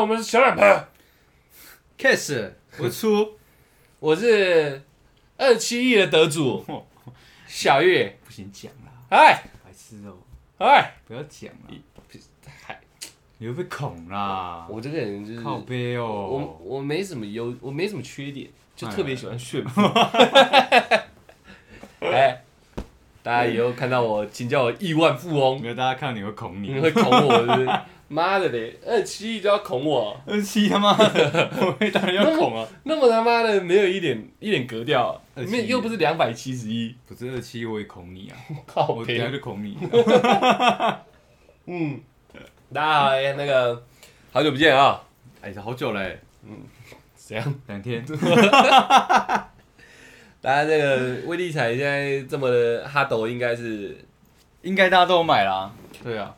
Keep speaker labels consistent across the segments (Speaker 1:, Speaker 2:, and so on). Speaker 1: 我们是小懒婆，Kiss，
Speaker 2: 我出，
Speaker 1: 我是二七亿的得 主小玉，
Speaker 2: 不行讲啦，
Speaker 1: 哎
Speaker 2: 白痴哦，
Speaker 1: 哎，
Speaker 2: 不要讲啦，
Speaker 1: 嗨，
Speaker 2: 你又被恐啦，
Speaker 1: 我这个人就是
Speaker 2: 靠背
Speaker 1: 我
Speaker 2: 哦，
Speaker 1: 我没什么优，我没什么缺点，就
Speaker 2: 哎
Speaker 1: 特别喜欢炫富。 哎，大家以后看到我，请叫我亿万富翁
Speaker 2: 没，有大家看到你会恐
Speaker 1: 你们
Speaker 2: 你，
Speaker 1: 会恐我是不 是？妈的嘞，二七亿就要恐我，
Speaker 2: 二七他妈的， 我被当然要恐啊，
Speaker 1: 那么他妈的没有一点一点格调，
Speaker 2: 27
Speaker 1: 没有又不是两百七十一，
Speaker 2: 不是二七我也恐你啊，
Speaker 1: 靠
Speaker 2: 我等
Speaker 1: 北
Speaker 2: 下就恐你，
Speaker 1: 嗯，大家好，哎那个好久不见啊、
Speaker 2: 哎，好久嘞，
Speaker 1: 怎样？
Speaker 2: 两天，
Speaker 1: 大家这个威力彩现在这么的哈斗，应该是
Speaker 2: 应该大家都有买啦，对啊，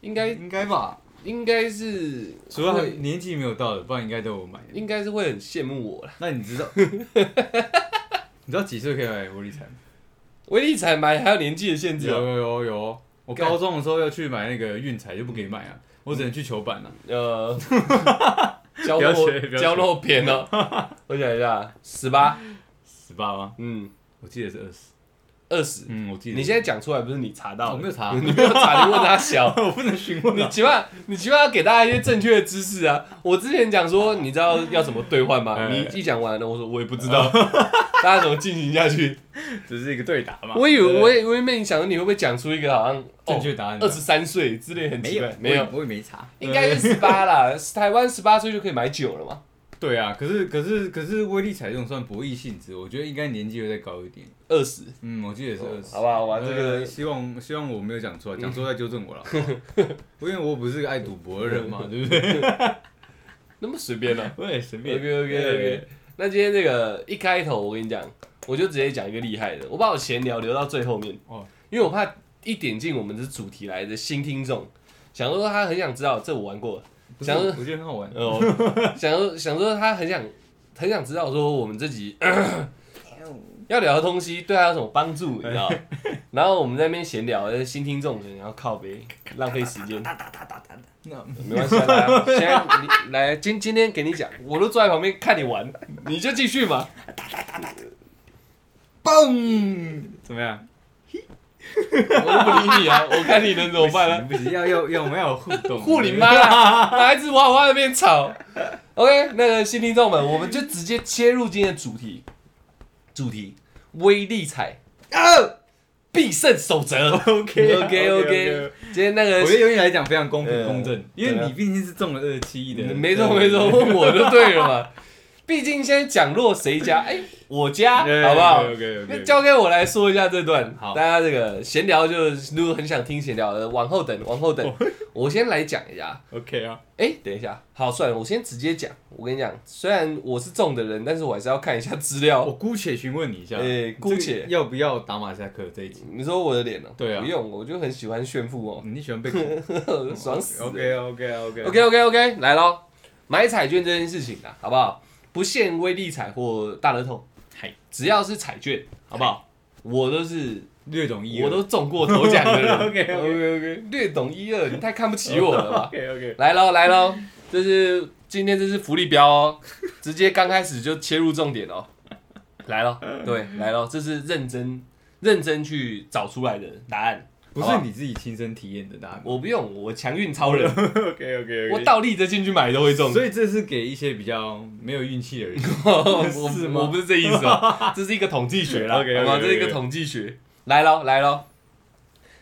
Speaker 1: 应该
Speaker 2: 应该吧，
Speaker 1: 应该是
Speaker 2: 除了
Speaker 1: 会
Speaker 2: 年纪没有到的，不然应该都有买的。
Speaker 1: 应该是会很羡慕我啦。
Speaker 2: 那你知 道，你知道几岁可以买玻璃彩吗？
Speaker 1: 威力彩买还有年纪的限制
Speaker 2: 有
Speaker 1: 哦，
Speaker 2: 有有有，我高中的时候要去买那个运彩就不给买啊，
Speaker 1: 嗯
Speaker 2: 我只能去球板啊。
Speaker 1: 呃，交
Speaker 2: 不要
Speaker 1: 肉
Speaker 2: 学不要学
Speaker 1: 交肉片 哦。我想一下，十八，
Speaker 2: 十八吗？
Speaker 1: 嗯，
Speaker 2: 我记得是二十。
Speaker 1: 二十。
Speaker 2: 嗯，我记得。
Speaker 1: 你现在讲出来不是你查到
Speaker 2: 我没
Speaker 1: 的，
Speaker 2: 有查，
Speaker 1: 你没有查，你问他小。
Speaker 2: 我不能询 问
Speaker 1: 你
Speaker 2: 啊。
Speaker 1: 起码你起码要给大家一些正确的知识啊！我之前讲说，你知道要怎么兑换吗？
Speaker 2: 哎嗯
Speaker 1: 你一讲完了，我说我也不知道， 大家怎么进行下去？
Speaker 2: 只是一个对答嘛。
Speaker 1: 我以
Speaker 2: 嗯对
Speaker 1: 为
Speaker 2: 不
Speaker 1: 我
Speaker 2: 对
Speaker 1: 也我也没想到你会不会讲出一个好像哦
Speaker 2: 正确答案啊
Speaker 1: 二十三岁之类很
Speaker 2: 没
Speaker 1: 奇怪
Speaker 2: 有，
Speaker 1: 没有
Speaker 2: 我，也我也没查。
Speaker 1: 应该是十八啦，台湾十八岁就可以买酒了嘛？
Speaker 2: 对啊，可是可是可是威力彩这种算博弈性质，我觉得应该年纪会再高一点。
Speaker 1: 二十，
Speaker 2: 嗯，我记得是二十。
Speaker 1: 哦好吧，好吧，这
Speaker 2: 呃
Speaker 1: 个
Speaker 2: 希望希望我没有 讲错，啊讲错再纠正我了，好不好因为我不是个爱赌博的人嘛，对 不对？
Speaker 1: 那么随便了。
Speaker 2: 我也随
Speaker 1: OK OK OK，那今天这个一开头我跟你讲，我就直接讲一个厉害的，我把我闲聊留到最后面
Speaker 2: 哦，
Speaker 1: 因为我怕一点进我们的主题来的新听众，想说他很想知道这我玩过了，
Speaker 2: 不是
Speaker 1: 想
Speaker 2: 我觉得很好玩。
Speaker 1: 哦，想说想说他很想很想知道说我们这集要聊的东西对他有什么帮助，你知道吗？然后我们在那边闲聊，呃新听众可能要靠背，浪费时间，
Speaker 2: 那
Speaker 1: 没关系啊，来啊现在你来，今今天给你讲，我都坐在旁边看你玩，你就继续嘛。
Speaker 2: 嘣，怎么样？
Speaker 1: 我都不理你啊，我看你能怎么办
Speaker 2: 你
Speaker 1: 呢？
Speaker 2: 不行，要要要我们要有互动。
Speaker 1: 护你 妈啦！哪来只娃娃在那边吵？OK，那个新听众们，我们就直接切入今天的主题，主题威力彩
Speaker 2: 啊
Speaker 1: 必胜守则。
Speaker 2: ！OK
Speaker 1: OK OK，今天那个
Speaker 2: 我觉得永远来讲非常公平
Speaker 1: 呃
Speaker 2: 公正，因
Speaker 1: 对
Speaker 2: 为
Speaker 1: 啊
Speaker 2: 你毕竟是中了二十七亿的人。
Speaker 1: 没错没错，
Speaker 2: 嗯
Speaker 1: 问我就对了嘛。毕竟现在讲落谁家，哎，我家
Speaker 2: 对，
Speaker 1: 好不好？
Speaker 2: OK
Speaker 1: 那
Speaker 2: OK。
Speaker 1: 交给我来说一下这段。
Speaker 2: 好
Speaker 1: 大家这个闲聊就如果很想听闲聊的，往后等，往后
Speaker 2: 哦
Speaker 1: 等。我先来讲一下。
Speaker 2: OK 啊，
Speaker 1: 哎、等一下，好，算了，我先直接讲。我跟你讲，虽然我是中的人，但是我还是要看一下资
Speaker 2: 我
Speaker 1: 料。
Speaker 2: 姑且询问你一下，
Speaker 1: 哎姑且
Speaker 2: 哦这个要不要打马赛克这一集？
Speaker 1: 你说我的脸呢、哦
Speaker 2: 对啊哦
Speaker 1: 不用，我就很喜欢炫富哦，
Speaker 2: 你喜欢被恐？
Speaker 1: 爽死了。
Speaker 2: OK OK OK
Speaker 1: OK OK OK，来咯，买彩券这件事情啊，好不好？不限威力彩或大乐透，
Speaker 2: 嗨，
Speaker 1: 只要是彩券，好不好？我都是
Speaker 2: 略懂一二。
Speaker 1: 我都中过头奖的 人。
Speaker 2: OK，OK
Speaker 1: OK，略懂一二，你太看不起我了吧？
Speaker 2: OK OK。
Speaker 1: 来喽来喽，这是今天这是福利标哦，直接刚开始就切入重点哦。来喽，对，来喽，这是认真认真去找出来的答案，
Speaker 2: 不
Speaker 1: 好
Speaker 2: 是
Speaker 1: 吧
Speaker 2: 你自己亲身体验的答案。
Speaker 1: 我不用，我强运超 人，
Speaker 2: OK OK
Speaker 1: 我倒立着进去买都会中。
Speaker 2: 所以这是给一些比较没有运气的人。
Speaker 1: 我
Speaker 2: 是吗
Speaker 1: 我不是这意思 哦，这是一个统计学啦，好
Speaker 2: OK，OK，OK，
Speaker 1: 吗？
Speaker 2: OK
Speaker 1: 这是一个统计学。来喽来喽，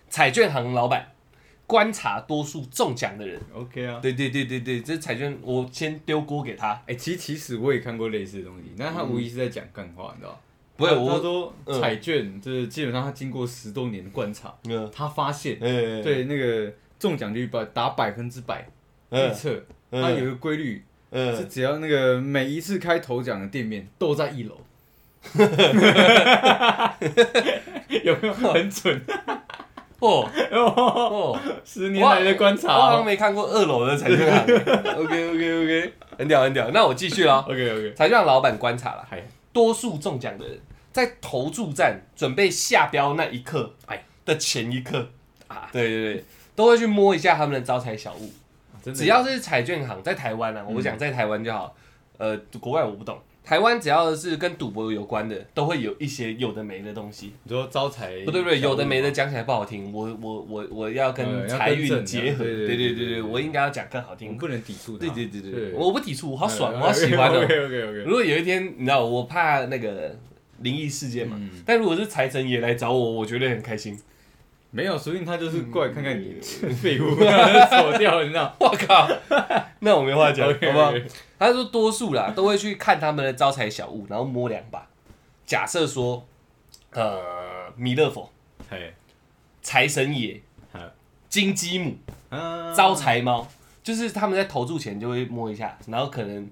Speaker 1: 彩券行老板观察多数中奖的人，
Speaker 2: OK 啊。
Speaker 1: 对对对对对，这彩券我先丢锅给他，
Speaker 2: 哎、其其实我也看过类似的东西，但是他无疑是在讲干话，你知道吗？
Speaker 1: 不会
Speaker 2: 他
Speaker 1: 我
Speaker 2: 啊他说
Speaker 1: 嗯
Speaker 2: 彩券，就是基本上他经过十多年的观察，
Speaker 1: 嗯，
Speaker 2: 他发现
Speaker 1: 哎，
Speaker 2: 对那个中奖率百达百分之百预
Speaker 1: 嗯
Speaker 2: 测，
Speaker 1: 嗯
Speaker 2: 它有一个规律，是
Speaker 1: 嗯，
Speaker 2: 只要那个每一次开头奖的店面都在一楼。 有没有很准？
Speaker 1: 哦 哦，
Speaker 2: 十年来的观
Speaker 1: 我好
Speaker 2: 察
Speaker 1: 像没看过二楼的彩券行。OK OK OK，很屌很屌。那我继续了，
Speaker 2: ，OK OK，
Speaker 1: 彩券行老板观察了，
Speaker 2: 嗨，
Speaker 1: 多数中奖的人在投注站准备下标那一刻，哎
Speaker 2: 哎
Speaker 1: 的前一刻
Speaker 2: 啊
Speaker 1: 啊，对对对，都会去摸一下他们的招财小物，
Speaker 2: 真的
Speaker 1: 只要是彩券行在台湾啊，我讲在台湾就好，呃，国外我不懂。台湾只要是跟赌博有关的，都会有一些有的没的东西。
Speaker 3: 你说招财
Speaker 1: 不对不对，有的没的
Speaker 3: 小
Speaker 1: 讲起来不好听，我我我我要跟
Speaker 2: 呃要
Speaker 1: 财
Speaker 2: 更正
Speaker 1: 运
Speaker 2: 啊
Speaker 1: 结合。对
Speaker 2: 对对
Speaker 1: 对
Speaker 2: 对
Speaker 1: 对
Speaker 2: 对
Speaker 1: 对，
Speaker 2: 对
Speaker 1: 我应该要讲更好
Speaker 2: 我们
Speaker 1: 听。
Speaker 2: 不能抵触呃它。
Speaker 1: 对对对对对，
Speaker 2: 对
Speaker 1: 我不抵触，我好爽，我好喜欢哦
Speaker 2: OK。OK OK。
Speaker 1: 如果有一天你知道，我怕那个灵异事件嘛，
Speaker 2: 嗯
Speaker 1: 但如果是财神爷来找我，我觉得很开心。
Speaker 2: 没有，说不定他就是过来看看你 废物，锁掉，你知 道？
Speaker 1: 我靠，那我没话讲，好
Speaker 2: OK，OK
Speaker 1: 不好？他说多数啦都会去看他们的招财小物，然后摸两把。假设说，呃，弥勒佛、
Speaker 2: 哎，
Speaker 1: 财神爷
Speaker 2: 好、
Speaker 1: 金鸡母、
Speaker 2: 啊
Speaker 1: 招财猫，就是他们在投注前就会摸一下，然后可能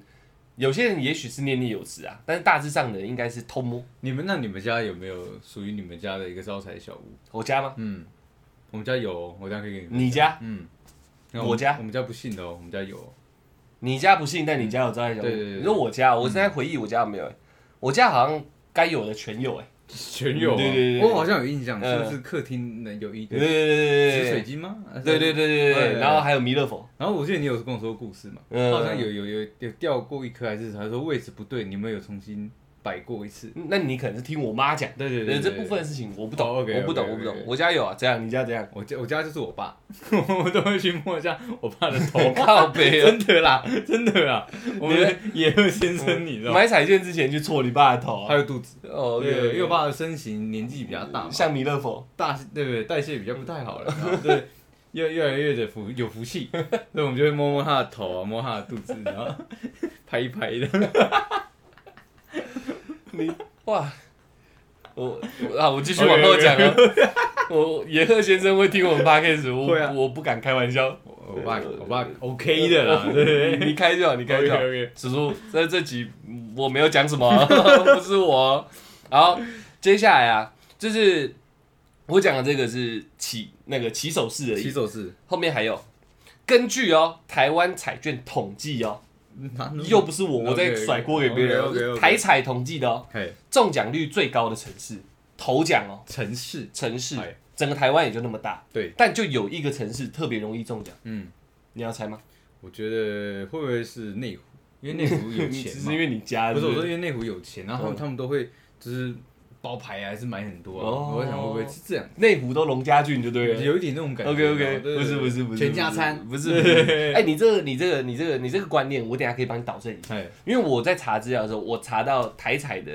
Speaker 1: 有些人也许是念念有词啊，但是大致上的人应该是偷摸。
Speaker 2: 你们那你们家有没有属于你们家的一个招财小物？
Speaker 1: 我家吗？
Speaker 2: 嗯，我们家有哦，我等一下可以给你们。
Speaker 1: 你家？
Speaker 2: 嗯，
Speaker 1: 我
Speaker 2: 们
Speaker 1: 家
Speaker 2: 我们家不信的哦，我们家有哦。
Speaker 1: 你家不信，但你家有招财小物。
Speaker 2: 对对对对
Speaker 1: 你说我家，我现在回忆我家有没有、欸？我家好像该有的全有哎、
Speaker 2: 全
Speaker 1: 有哦
Speaker 2: 对
Speaker 1: 对
Speaker 2: 对
Speaker 1: 对对
Speaker 2: 我好像有印象，
Speaker 1: 嗯
Speaker 2: 是不是客厅那有一
Speaker 1: 对
Speaker 2: 个
Speaker 1: 对对对
Speaker 2: 是水
Speaker 1: 对
Speaker 2: 晶吗？
Speaker 1: 对对对对对对
Speaker 2: 对对对
Speaker 1: 然后还有弥勒佛，
Speaker 2: 然后我记得你有跟我说故事嘛，
Speaker 1: 嗯
Speaker 2: 好像有有有有掉过一颗，还是他说位置不对，你们有重新摆过一次。
Speaker 1: 那你可能是听我妈讲。
Speaker 2: 对对
Speaker 1: 呃
Speaker 2: 对，
Speaker 1: 这
Speaker 2: 对
Speaker 1: 部分的事情我不懂，
Speaker 2: 哦，OK，OK，OK，OK
Speaker 1: 我不懂，我不懂。我家有啊，这样你家怎样？，
Speaker 2: 我家我家就是我爸， 我都会去摸一下 我爸的头
Speaker 1: 靠北啊
Speaker 2: 真的啦，真的啦，我们的野鹤先生，你知道
Speaker 1: 嗯
Speaker 2: 吗？
Speaker 1: 买彩券之前去戳你爸的头
Speaker 2: 还
Speaker 1: 啊。
Speaker 2: 有肚子，
Speaker 1: 哦，
Speaker 2: 对，因为我
Speaker 1: 吧？
Speaker 2: 爸的身形年纪比较大嘛，
Speaker 1: 像弥勒佛，
Speaker 2: 大对不对？代谢比较不太好了，然后对，越越来越的福有福气，所以我们就会摸摸他的头啊，摸他的肚子，然后拍一拍 的。
Speaker 1: 你哇，我我啊，我继续往后讲啊。我野鹤先生会听我们 podcast，我、
Speaker 2: 会啊
Speaker 1: 我不敢开玩笑。
Speaker 2: 我我爸我爸 OK 的啦，对不
Speaker 1: 你
Speaker 2: 对？
Speaker 1: 你开就好，你开就好。
Speaker 2: OK，OK
Speaker 1: 叔叔，在这集我没有讲什么啊， 不是我。啊好，接下来啊，就是我讲的这个是起那个起手式而
Speaker 2: 起
Speaker 1: 已，
Speaker 2: 手式，
Speaker 1: 后面还有。根据哦，台湾彩券统计哦，又不是我，我在
Speaker 2: OK，OK，
Speaker 1: 甩锅给别人哦。
Speaker 2: 嗯 OK，OK，OK
Speaker 1: 台彩统计的哦，
Speaker 2: 嘿，
Speaker 1: 中奖率最高的城市，头奖哦，
Speaker 2: 城市
Speaker 1: 城市
Speaker 2: 哎，
Speaker 1: 整个台湾也就那么大，
Speaker 2: 对，
Speaker 1: 但就有一个城市特别容易中奖，
Speaker 2: 嗯，
Speaker 1: 你要猜吗？
Speaker 2: 我觉得会不会是内湖？因为内湖有
Speaker 1: 你
Speaker 2: 钱
Speaker 1: 只是
Speaker 2: 嘛
Speaker 1: 因，为你家
Speaker 2: 不是我说，因
Speaker 1: 为
Speaker 2: 为内湖有钱，然后他们他们都会就是包牌啊还是买很多啊。
Speaker 1: 哦
Speaker 2: 我在想会不会是这样，
Speaker 1: 内湖都农家郡就对了。
Speaker 2: 有一点那种感觉。
Speaker 1: OK
Speaker 2: 你
Speaker 1: OK，
Speaker 2: 知道吗
Speaker 1: 不是不是不是，
Speaker 2: 全家餐
Speaker 1: 不 是不是。 哎，你这个你这个你这个你这个观念，我等一下可以帮你导正一下，
Speaker 2: 哎，
Speaker 1: 因为我在查资料的时候，我查到台彩的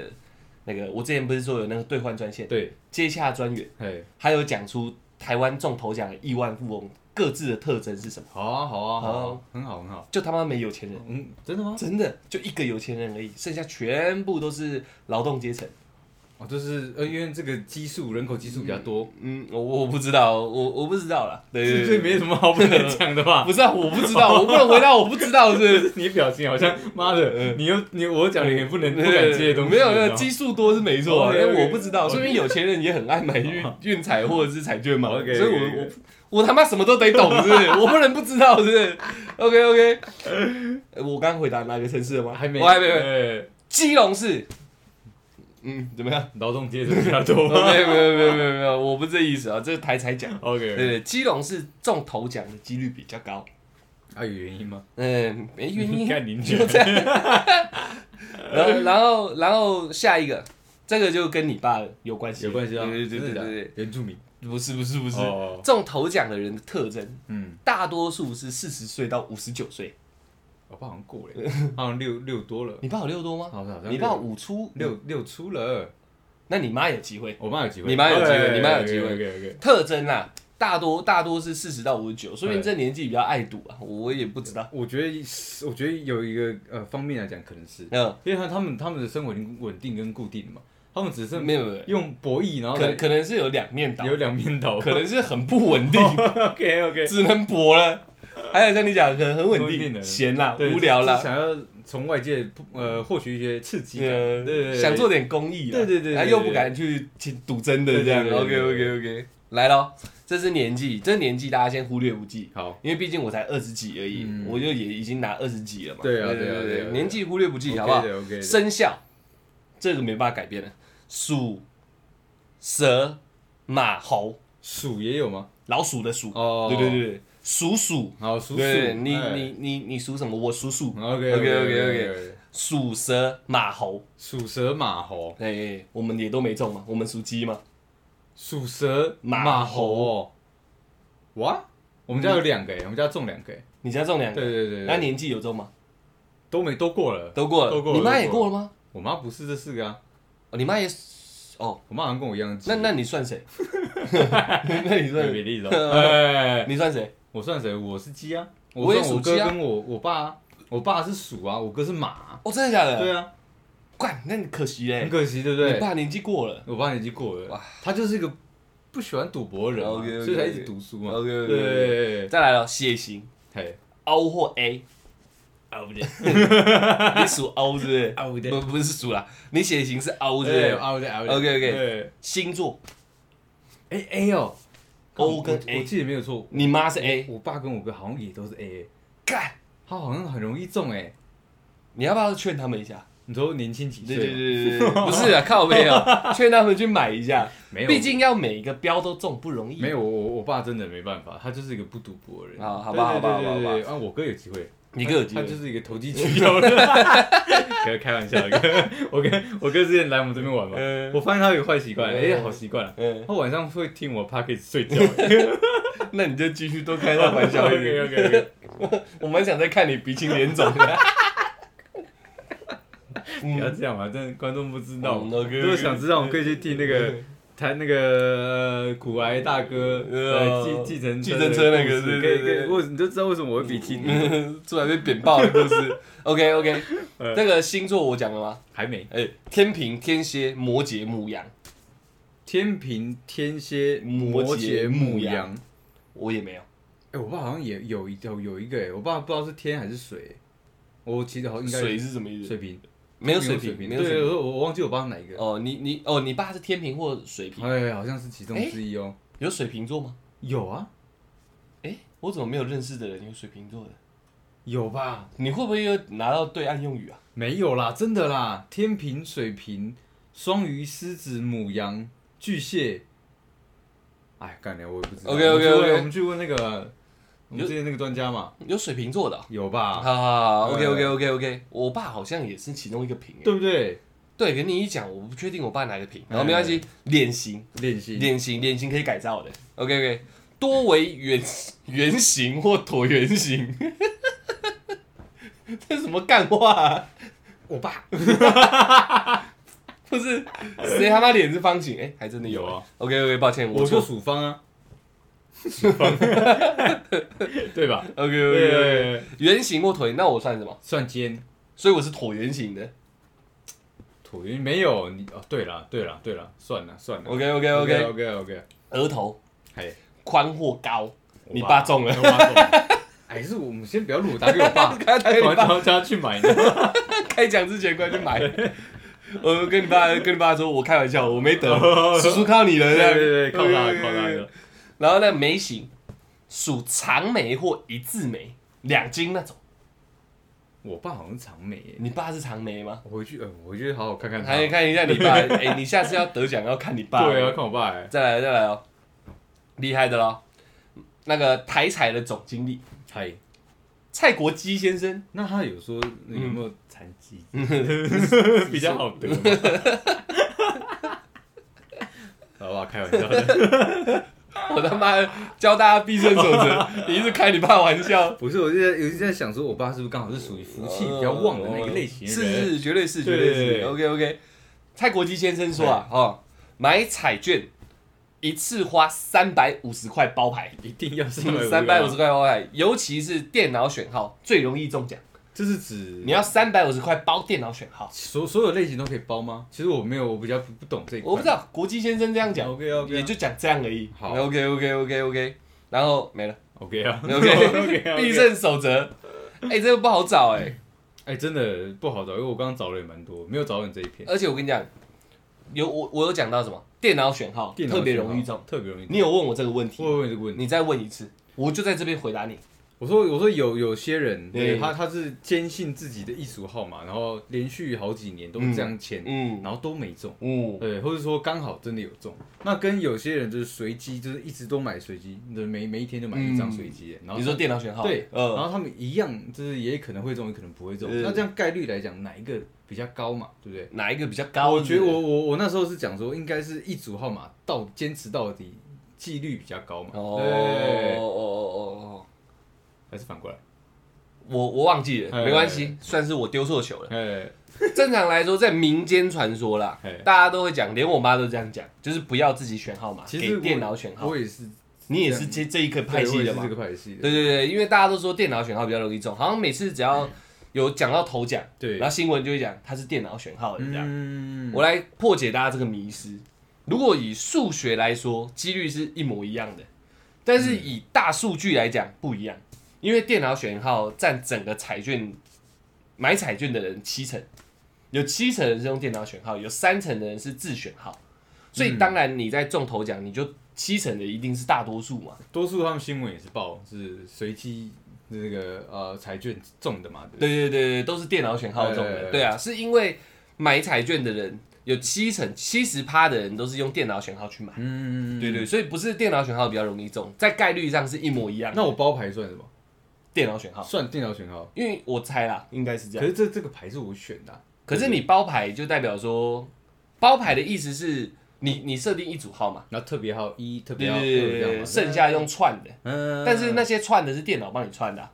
Speaker 1: 那个，我之前不是说有那个兑换专线、
Speaker 2: 哎对，
Speaker 1: 接洽专员，
Speaker 2: 哎，
Speaker 1: 还有讲出台湾中头奖的亿万富翁各自的特征是什么，
Speaker 2: 好啊，好啊，好
Speaker 1: 好
Speaker 2: 啊，很好，很好。
Speaker 1: 就他妈没有钱人。
Speaker 2: 嗯，真的吗？
Speaker 1: 真的就一个有钱人而已，剩下全部都是劳动阶层。
Speaker 2: 哦，就是呃，因为这个基数人口基数比较多，
Speaker 1: 嗯，我我不知道，我我不知道啦。对对
Speaker 2: 所
Speaker 1: 对，
Speaker 2: 以没什么好不能讲 的吧？
Speaker 1: 不是啊，我不知道，我不能回答，我不知道是不是。
Speaker 2: 你表情好像妈的，你又你我讲的也不能不
Speaker 1: 对对
Speaker 2: 敢
Speaker 1: 对
Speaker 2: 接的东西，
Speaker 1: 嗯没有没
Speaker 2: 你知
Speaker 1: 有，
Speaker 2: 道吗
Speaker 1: 基数多是没错啊，但
Speaker 2: OK，OK，
Speaker 1: 我不知道，说明有钱人也很爱买运运彩或者是彩券嘛，所
Speaker 2: OK，OK，
Speaker 1: 以我
Speaker 2: OK
Speaker 1: 我我他妈什么都得懂，是不是？我不能不知道，是不是？OK OK，我刚回答哪个城市了吗？
Speaker 2: 还没，
Speaker 1: 我还哦没。
Speaker 2: 哎
Speaker 1: 基隆市，嗯，怎么样？
Speaker 2: 劳动阶层比较多
Speaker 1: 哦没有没有没有没有没有，我不这意思啊，这是台才讲。
Speaker 2: ，OK，
Speaker 1: 对，基隆是中头奖的几率比较高。
Speaker 2: 啊，有原因吗？
Speaker 1: 嗯，没原
Speaker 2: 你
Speaker 1: 因。
Speaker 2: 看邻居
Speaker 1: 就这样。然后，然后，然后下一个，这个就跟你爸有关系了，
Speaker 2: 有关系啊，
Speaker 1: 对对对
Speaker 2: 真的
Speaker 1: 对
Speaker 2: 假的
Speaker 1: 对
Speaker 2: 原住民，
Speaker 1: 对，不是不是不是，
Speaker 2: 哦
Speaker 1: 中头奖的人的特征，
Speaker 2: 嗯，
Speaker 1: 大多数是四十岁到五十九岁。
Speaker 2: 我哦爸好像过了， 好像六六多了，
Speaker 1: 你爸有六多吗？
Speaker 2: 哦好像好像
Speaker 1: 你爸五出，
Speaker 2: 六六出了，
Speaker 1: 那你妈有机会。
Speaker 2: 我妈有机会，
Speaker 1: 你妈有机会
Speaker 2: 哎
Speaker 1: 你妈有机会
Speaker 2: ，OK OK，
Speaker 1: 特征啦，大多大多是四十到五十九，说明
Speaker 2: 对
Speaker 1: 这年纪比较爱赌啊，我也不知道。
Speaker 2: 我觉得是我觉得有一个呃方面来讲，可能是
Speaker 1: 嗯，
Speaker 2: 因为他他们他们的生活已经稳定跟固定了嘛，他们只是
Speaker 1: 嗯没有没有，
Speaker 2: 用博弈，然后
Speaker 1: 可
Speaker 2: 来
Speaker 1: 可能是有两面倒，
Speaker 2: 有两面倒。
Speaker 1: 可能是很不稳定。
Speaker 2: OK OK，
Speaker 1: 只能搏了。还有像你讲，可能很稳
Speaker 2: 很稳定
Speaker 1: 定，
Speaker 2: 的
Speaker 1: 闲啦，无聊啦，
Speaker 2: 想要从外界呃获取一些刺激感，对
Speaker 1: 呃
Speaker 2: 对对，
Speaker 1: 想做点公益啦，
Speaker 2: 对对对对
Speaker 1: 然后又不敢去赌真的这样。
Speaker 2: 对对
Speaker 1: OK
Speaker 2: 对
Speaker 1: OK OK，来咯，这是年纪，这年纪大家先忽略不计，
Speaker 2: 好，
Speaker 1: 因为毕竟我才二十几而已，
Speaker 2: 嗯
Speaker 1: 我就也已经拿二十几了嘛。
Speaker 2: 对啊
Speaker 1: 对
Speaker 2: 对啊对啊对啊
Speaker 1: 年纪忽略不计，好不好？
Speaker 2: ？OK，
Speaker 1: 生肖这个没办法改变了，鼠、蛇、马、猴，
Speaker 2: 鼠也有吗？
Speaker 1: 老鼠的鼠，
Speaker 2: 哦
Speaker 1: 对对对对，数数，
Speaker 2: 好，叔叔，
Speaker 1: 对你
Speaker 2: 哎
Speaker 1: 你你你属什么？我属鼠，
Speaker 2: OK
Speaker 1: OK，OK，OK
Speaker 2: OK，
Speaker 1: 属蛇、马猴，
Speaker 2: 属蛇马猴，
Speaker 1: 哎、我们也都没中嘛，我们属鸡嘛，
Speaker 2: 属蛇
Speaker 1: 马
Speaker 2: 马猴哦，哇，我们家有两个耶，我们家中两个耶，
Speaker 1: 你家中两
Speaker 2: 对
Speaker 1: 个，
Speaker 2: 对对，
Speaker 1: 嗯那
Speaker 2: 对
Speaker 1: 年纪有中吗？
Speaker 2: 都没都过了，
Speaker 1: 都过了，
Speaker 2: 都过了
Speaker 1: 你妈
Speaker 2: 都
Speaker 1: 也
Speaker 2: 过
Speaker 1: 过了吗？
Speaker 2: 我妈不是这四个啊，
Speaker 1: 哦，你妈也哦，
Speaker 2: 我妈好像跟我一样急，
Speaker 1: 那那你算谁？ 那 你算
Speaker 2: 没比例的哦，哎，
Speaker 1: 你算谁？
Speaker 2: 我算谁？我是鸡啊，
Speaker 1: 我也
Speaker 2: 算
Speaker 1: 属
Speaker 2: 我
Speaker 1: 鸡
Speaker 2: 哥
Speaker 1: 啊
Speaker 2: 跟我我爸啊，我爸是鼠啊，我哥是马啊，
Speaker 1: 哦，真的假的？
Speaker 2: 对
Speaker 1: 啊，
Speaker 2: 啊，
Speaker 1: 怪，那你可惜嘞
Speaker 2: 很，可惜，对不
Speaker 1: 你
Speaker 2: 对？
Speaker 1: 爸年纪过了。
Speaker 2: 我爸年纪过了
Speaker 1: 哇，
Speaker 2: 他就是一个不喜欢赌博的人嘛，
Speaker 1: OK，OK，OK
Speaker 2: 所以才一直读书嘛。
Speaker 1: OK，OK，OK
Speaker 2: 对，
Speaker 1: 再来了，血型
Speaker 2: 嘿，
Speaker 1: O 或 A。O 不对， 你属 O 是不是
Speaker 2: O 对
Speaker 1: 不不是属啦，你血型是 O
Speaker 2: 我
Speaker 1: 是不是？
Speaker 2: 啊，我的
Speaker 1: OK，OK
Speaker 2: 对，
Speaker 1: 星座
Speaker 2: 哎 A 哦
Speaker 1: O 跟
Speaker 2: 我我
Speaker 1: A，
Speaker 2: 记得没有错，
Speaker 1: 你妈是 A，
Speaker 2: 我爸跟我哥好像也都是 A，
Speaker 1: 干，
Speaker 2: 他好像很容易中哎。
Speaker 1: 你要不要劝他们一下？
Speaker 2: 你说年轻几
Speaker 1: 对
Speaker 2: 岁？
Speaker 1: 对，对对对， 不是啊，靠背啊，劝他们去买一下，
Speaker 2: 没有，
Speaker 1: 毕竟要每一个标都中不容易。
Speaker 2: 没有我我我爸真的没办法，他就是一个不赌博的人。
Speaker 1: 啊好吧好吧
Speaker 2: 对
Speaker 1: 好
Speaker 2: 对
Speaker 1: 吧
Speaker 2: 对
Speaker 1: 好吧
Speaker 2: 对对啊，我哥有机会。
Speaker 1: 你哥有机
Speaker 2: 他
Speaker 1: 会
Speaker 2: 就是一个投机 取巧的，开开玩笑的。我跟我哥之前来我们这边玩嘛，
Speaker 1: 嗯
Speaker 2: 我发现他有个坏习惯，哎、
Speaker 1: 嗯
Speaker 2: 好习惯啊，
Speaker 1: 嗯，
Speaker 2: 他晚上会听我 p o c k e t 睡觉。
Speaker 1: 那你就继续多开他玩笑一点。
Speaker 2: OK OK，
Speaker 1: 我蛮想再看你鼻青脸肿 的。
Speaker 2: 不要
Speaker 1: 嗯，
Speaker 2: 这样嘛，真的观众不知道。
Speaker 1: 嗯，OK，OK 嗯
Speaker 2: 如果想知道，我们可以去听那个 他那个呃古癌大哥呃
Speaker 1: 呃
Speaker 2: 计计程
Speaker 1: 计程车那个
Speaker 2: 的故
Speaker 1: 对
Speaker 2: 事可以
Speaker 1: 对
Speaker 2: 可
Speaker 1: 对嗯
Speaker 2: 以，我你就知道为什么我会比起你。
Speaker 1: 出来被扁爆的故 事。OK OK，
Speaker 2: 呃
Speaker 1: 这个星座我讲了吗？
Speaker 2: 还没
Speaker 1: 哎，天平、天蝎、摩羯、母羊，
Speaker 2: 天平、天蝎、
Speaker 1: 摩
Speaker 2: 摩
Speaker 1: 羯
Speaker 2: 羯、
Speaker 1: 牧
Speaker 2: 牧
Speaker 1: 羊
Speaker 2: 羊。
Speaker 1: 我也没有。
Speaker 2: 哎、我爸好像也有一有有一个哎，我爸不知道是天还是水，我其实好像应该
Speaker 1: 水是什么意思？
Speaker 2: 水瓶，
Speaker 1: 没有水
Speaker 2: 水
Speaker 1: 瓶，没有水
Speaker 2: 对，
Speaker 1: 瓶。
Speaker 2: 我我忘记我爸是哪一个，
Speaker 1: 哦，你你哦，你爸是天平或水瓶？
Speaker 2: 哎，好像是其中之一哦。
Speaker 1: 有水瓶座吗？
Speaker 2: 有啊，
Speaker 1: 哎，我怎么没有认识的人有水瓶座的？
Speaker 2: 有吧？
Speaker 1: 你会不会有拿到对岸用语啊？
Speaker 2: 没有啦，真的啦，天平、水瓶、双鱼、狮子、母羊、巨蟹。哎，干了，我也不知道。
Speaker 1: OK，OK，OK
Speaker 2: 我们去问我们去问那个我们之前那个专家嘛，
Speaker 1: 有水瓶座的哦、
Speaker 2: 有吧？
Speaker 1: 好好好，OK
Speaker 2: 对
Speaker 1: OK OK OK，我爸好像也是其中一个瓶欸、
Speaker 2: 对不对？
Speaker 1: 对，跟你一讲，我不确定我爸哪个瓶，然后没关系，脸型，
Speaker 2: 练习。
Speaker 1: 脸型，脸型可以改造的，OK OK，多为圆圆形或椭圆形， 这什么干话、啊？
Speaker 2: 我爸
Speaker 1: 不是，谁他妈脸是方形？哎、还真的有
Speaker 2: 有
Speaker 1: 啊
Speaker 2: 啊。
Speaker 1: OK OK，抱歉，我
Speaker 2: 我就
Speaker 1: 错。
Speaker 2: 属方啊，属 方，对吧？
Speaker 1: OK
Speaker 2: 对
Speaker 1: OK
Speaker 2: 对
Speaker 1: OK，
Speaker 2: 对对
Speaker 1: 圆形或椭圆，那我算什么？
Speaker 2: 算尖
Speaker 1: 所以我是椭圆形的。
Speaker 2: 椭圆没有你哦，对了对了对了，算了算了
Speaker 1: OK OK OK，
Speaker 2: OK OK，
Speaker 1: 额头
Speaker 2: 嘿，
Speaker 1: 宽或高，
Speaker 2: 我
Speaker 1: 你爸中了。
Speaker 2: 我爸中了， 哎，是我们先不要录，我打给我爸，
Speaker 1: 赶快打给你
Speaker 2: 我
Speaker 1: 爸，
Speaker 2: 叫 他去买呢。
Speaker 1: 开奖之前快去买。我跟你爸跟你爸说，我开玩笑，我没得，叔叔靠你了，
Speaker 2: 哦对
Speaker 1: 这样
Speaker 2: 对对，靠他
Speaker 1: 对对
Speaker 2: 靠他
Speaker 1: 对
Speaker 2: 的，
Speaker 1: 然后呢，眉形属长眉或一字眉，两斤那种。
Speaker 2: 我爸好像是长眉耶，
Speaker 1: 你爸是长眉吗？
Speaker 2: 我回去呃，我回去好好看看他。
Speaker 1: 还看一下 你爸，哎、你下次要得奖要看你爸。
Speaker 2: 对啊，，看我爸哎，
Speaker 1: 再来再来哦，厉害的咯。那个台彩的总经理
Speaker 2: 嗨，
Speaker 1: 蔡国基先生，
Speaker 2: 那他有说有没
Speaker 1: 嗯
Speaker 2: 有残疾 比较好得吗？ 好吧，开玩笑的，
Speaker 1: 我他妈教大家必胜守则， 你一直开你爸玩笑。
Speaker 2: 不是，我就在有一直在想说，我爸是不是刚好是属于福气比较旺的那一类型的
Speaker 1: 是
Speaker 2: 人？
Speaker 1: 是是，绝对是，绝
Speaker 2: 对
Speaker 1: 对是
Speaker 2: 对。对
Speaker 1: OK OK，蔡国基先生说啊，哦，买彩券一次花三百五十块包牌，
Speaker 2: 一定 要上
Speaker 1: 嗯三百五十，块包牌，尤其是电脑选号最容易中奖。
Speaker 2: 这是指
Speaker 1: 你要三百五十块包电脑选号，
Speaker 2: 所所有类型都可以包吗？其实我没有，我比较不不懂这一块。
Speaker 1: 我不知道国基先生这样讲，
Speaker 2: OK OK
Speaker 1: 也就讲这样而已。
Speaker 2: 好
Speaker 1: OK OK OK OK，然后没了。
Speaker 2: OK 啊
Speaker 1: OK，必。胜守则。哎，这个不好找哎，
Speaker 2: 哎，真的不好找，因为我刚刚找了也蛮多，没有找到你这一篇。
Speaker 1: 而且我跟你讲，有我我有讲到什么电脑选号
Speaker 2: 电脑
Speaker 1: 特别
Speaker 2: 型号
Speaker 1: 容易中，
Speaker 2: 特别容易中。
Speaker 1: 你有问我这个问题
Speaker 2: 我，有问你这个问题，
Speaker 1: 你再问一次，我就在这边回答你。
Speaker 2: 我说我说有有些人，
Speaker 1: 对
Speaker 2: 他他是坚信自己的艺术号码，然后连续好几年都这样签，
Speaker 1: 嗯
Speaker 2: 然后都没中，
Speaker 1: 嗯，
Speaker 2: 对，或者说刚好真的有中。那跟有些人就是随机，就是一直都买随机，就是每每一天就买一张随机的，然
Speaker 1: 嗯
Speaker 2: 后
Speaker 1: 你说电脑选号，
Speaker 2: 对，然
Speaker 1: 嗯，
Speaker 2: 后他们一样就是也可能会中，也可能不会中。
Speaker 1: 嗯
Speaker 2: 那这样概率来讲，哪一个比较高嘛？对不对？
Speaker 1: 哪一个比较高？
Speaker 2: 我觉得我我我那时候是讲说，应该是一组号码到坚持到底，几率比较高嘛。
Speaker 1: 哦哦
Speaker 2: 对，
Speaker 1: 哦哦哦，
Speaker 2: 还是反过来？
Speaker 1: 我我忘记了，
Speaker 2: 哎
Speaker 1: 没关系，算是我丢错球了。
Speaker 2: 哎，
Speaker 1: 正常来说，在民间传说啦
Speaker 2: 嘿，
Speaker 1: 大家都会讲，连我妈都这样讲，就是不要自己选号码，
Speaker 2: 其实
Speaker 1: 给
Speaker 2: 我
Speaker 1: 电脑选号。
Speaker 2: 我也是
Speaker 1: 你也是这这一个派系
Speaker 2: 对
Speaker 1: 的
Speaker 2: 我也
Speaker 1: 嘛
Speaker 2: 是这？个派系的。
Speaker 1: 对对对，因为大家都说电脑选号比较容易中，好像每次只要有讲到头奖，
Speaker 2: 嗯对
Speaker 1: 然后新闻就会讲它是电脑选号的这样。
Speaker 2: 嗯，
Speaker 1: 我来破解大家这个迷思。如果以数学来说，几率是一模一样的，但
Speaker 2: 嗯
Speaker 1: 是以大数据来讲不一样，因为电脑选号占整个彩券买彩券的人七成，有七成人是用电脑选号，有三成的人是自选号，所
Speaker 2: 嗯
Speaker 1: 以当然你在中头奖，你就七成的一定是大多数嘛。
Speaker 2: 多数他们新闻也是报是随机那个呃彩券中的嘛，对不对
Speaker 1: 对对对对，都是电脑选号中
Speaker 2: 对对
Speaker 1: 的。
Speaker 2: 对
Speaker 1: 对啊，是因为买彩券的人有七成七十趴的人都是用电脑选号去买。
Speaker 2: 嗯，
Speaker 1: 对对，所以不是电脑选号比较容易中，在概率上是一模一样。
Speaker 2: 那我包牌算什么？
Speaker 1: 电脑选号，
Speaker 2: 算电脑选号。
Speaker 1: 因为我猜啦，应该是这
Speaker 2: 可
Speaker 1: 样。
Speaker 2: 是这这个牌是我选的啊、
Speaker 1: 可是你包牌就代表说，包牌的意思是你你设定一组号码，
Speaker 2: 然后特别号一、特
Speaker 1: 对
Speaker 2: 别号
Speaker 1: 对
Speaker 2: 二
Speaker 1: 对
Speaker 2: 这样
Speaker 1: 对，
Speaker 2: 嘛
Speaker 1: 剩下用串的。
Speaker 2: 嗯，
Speaker 1: 但是那些串的是电脑帮你串的啊、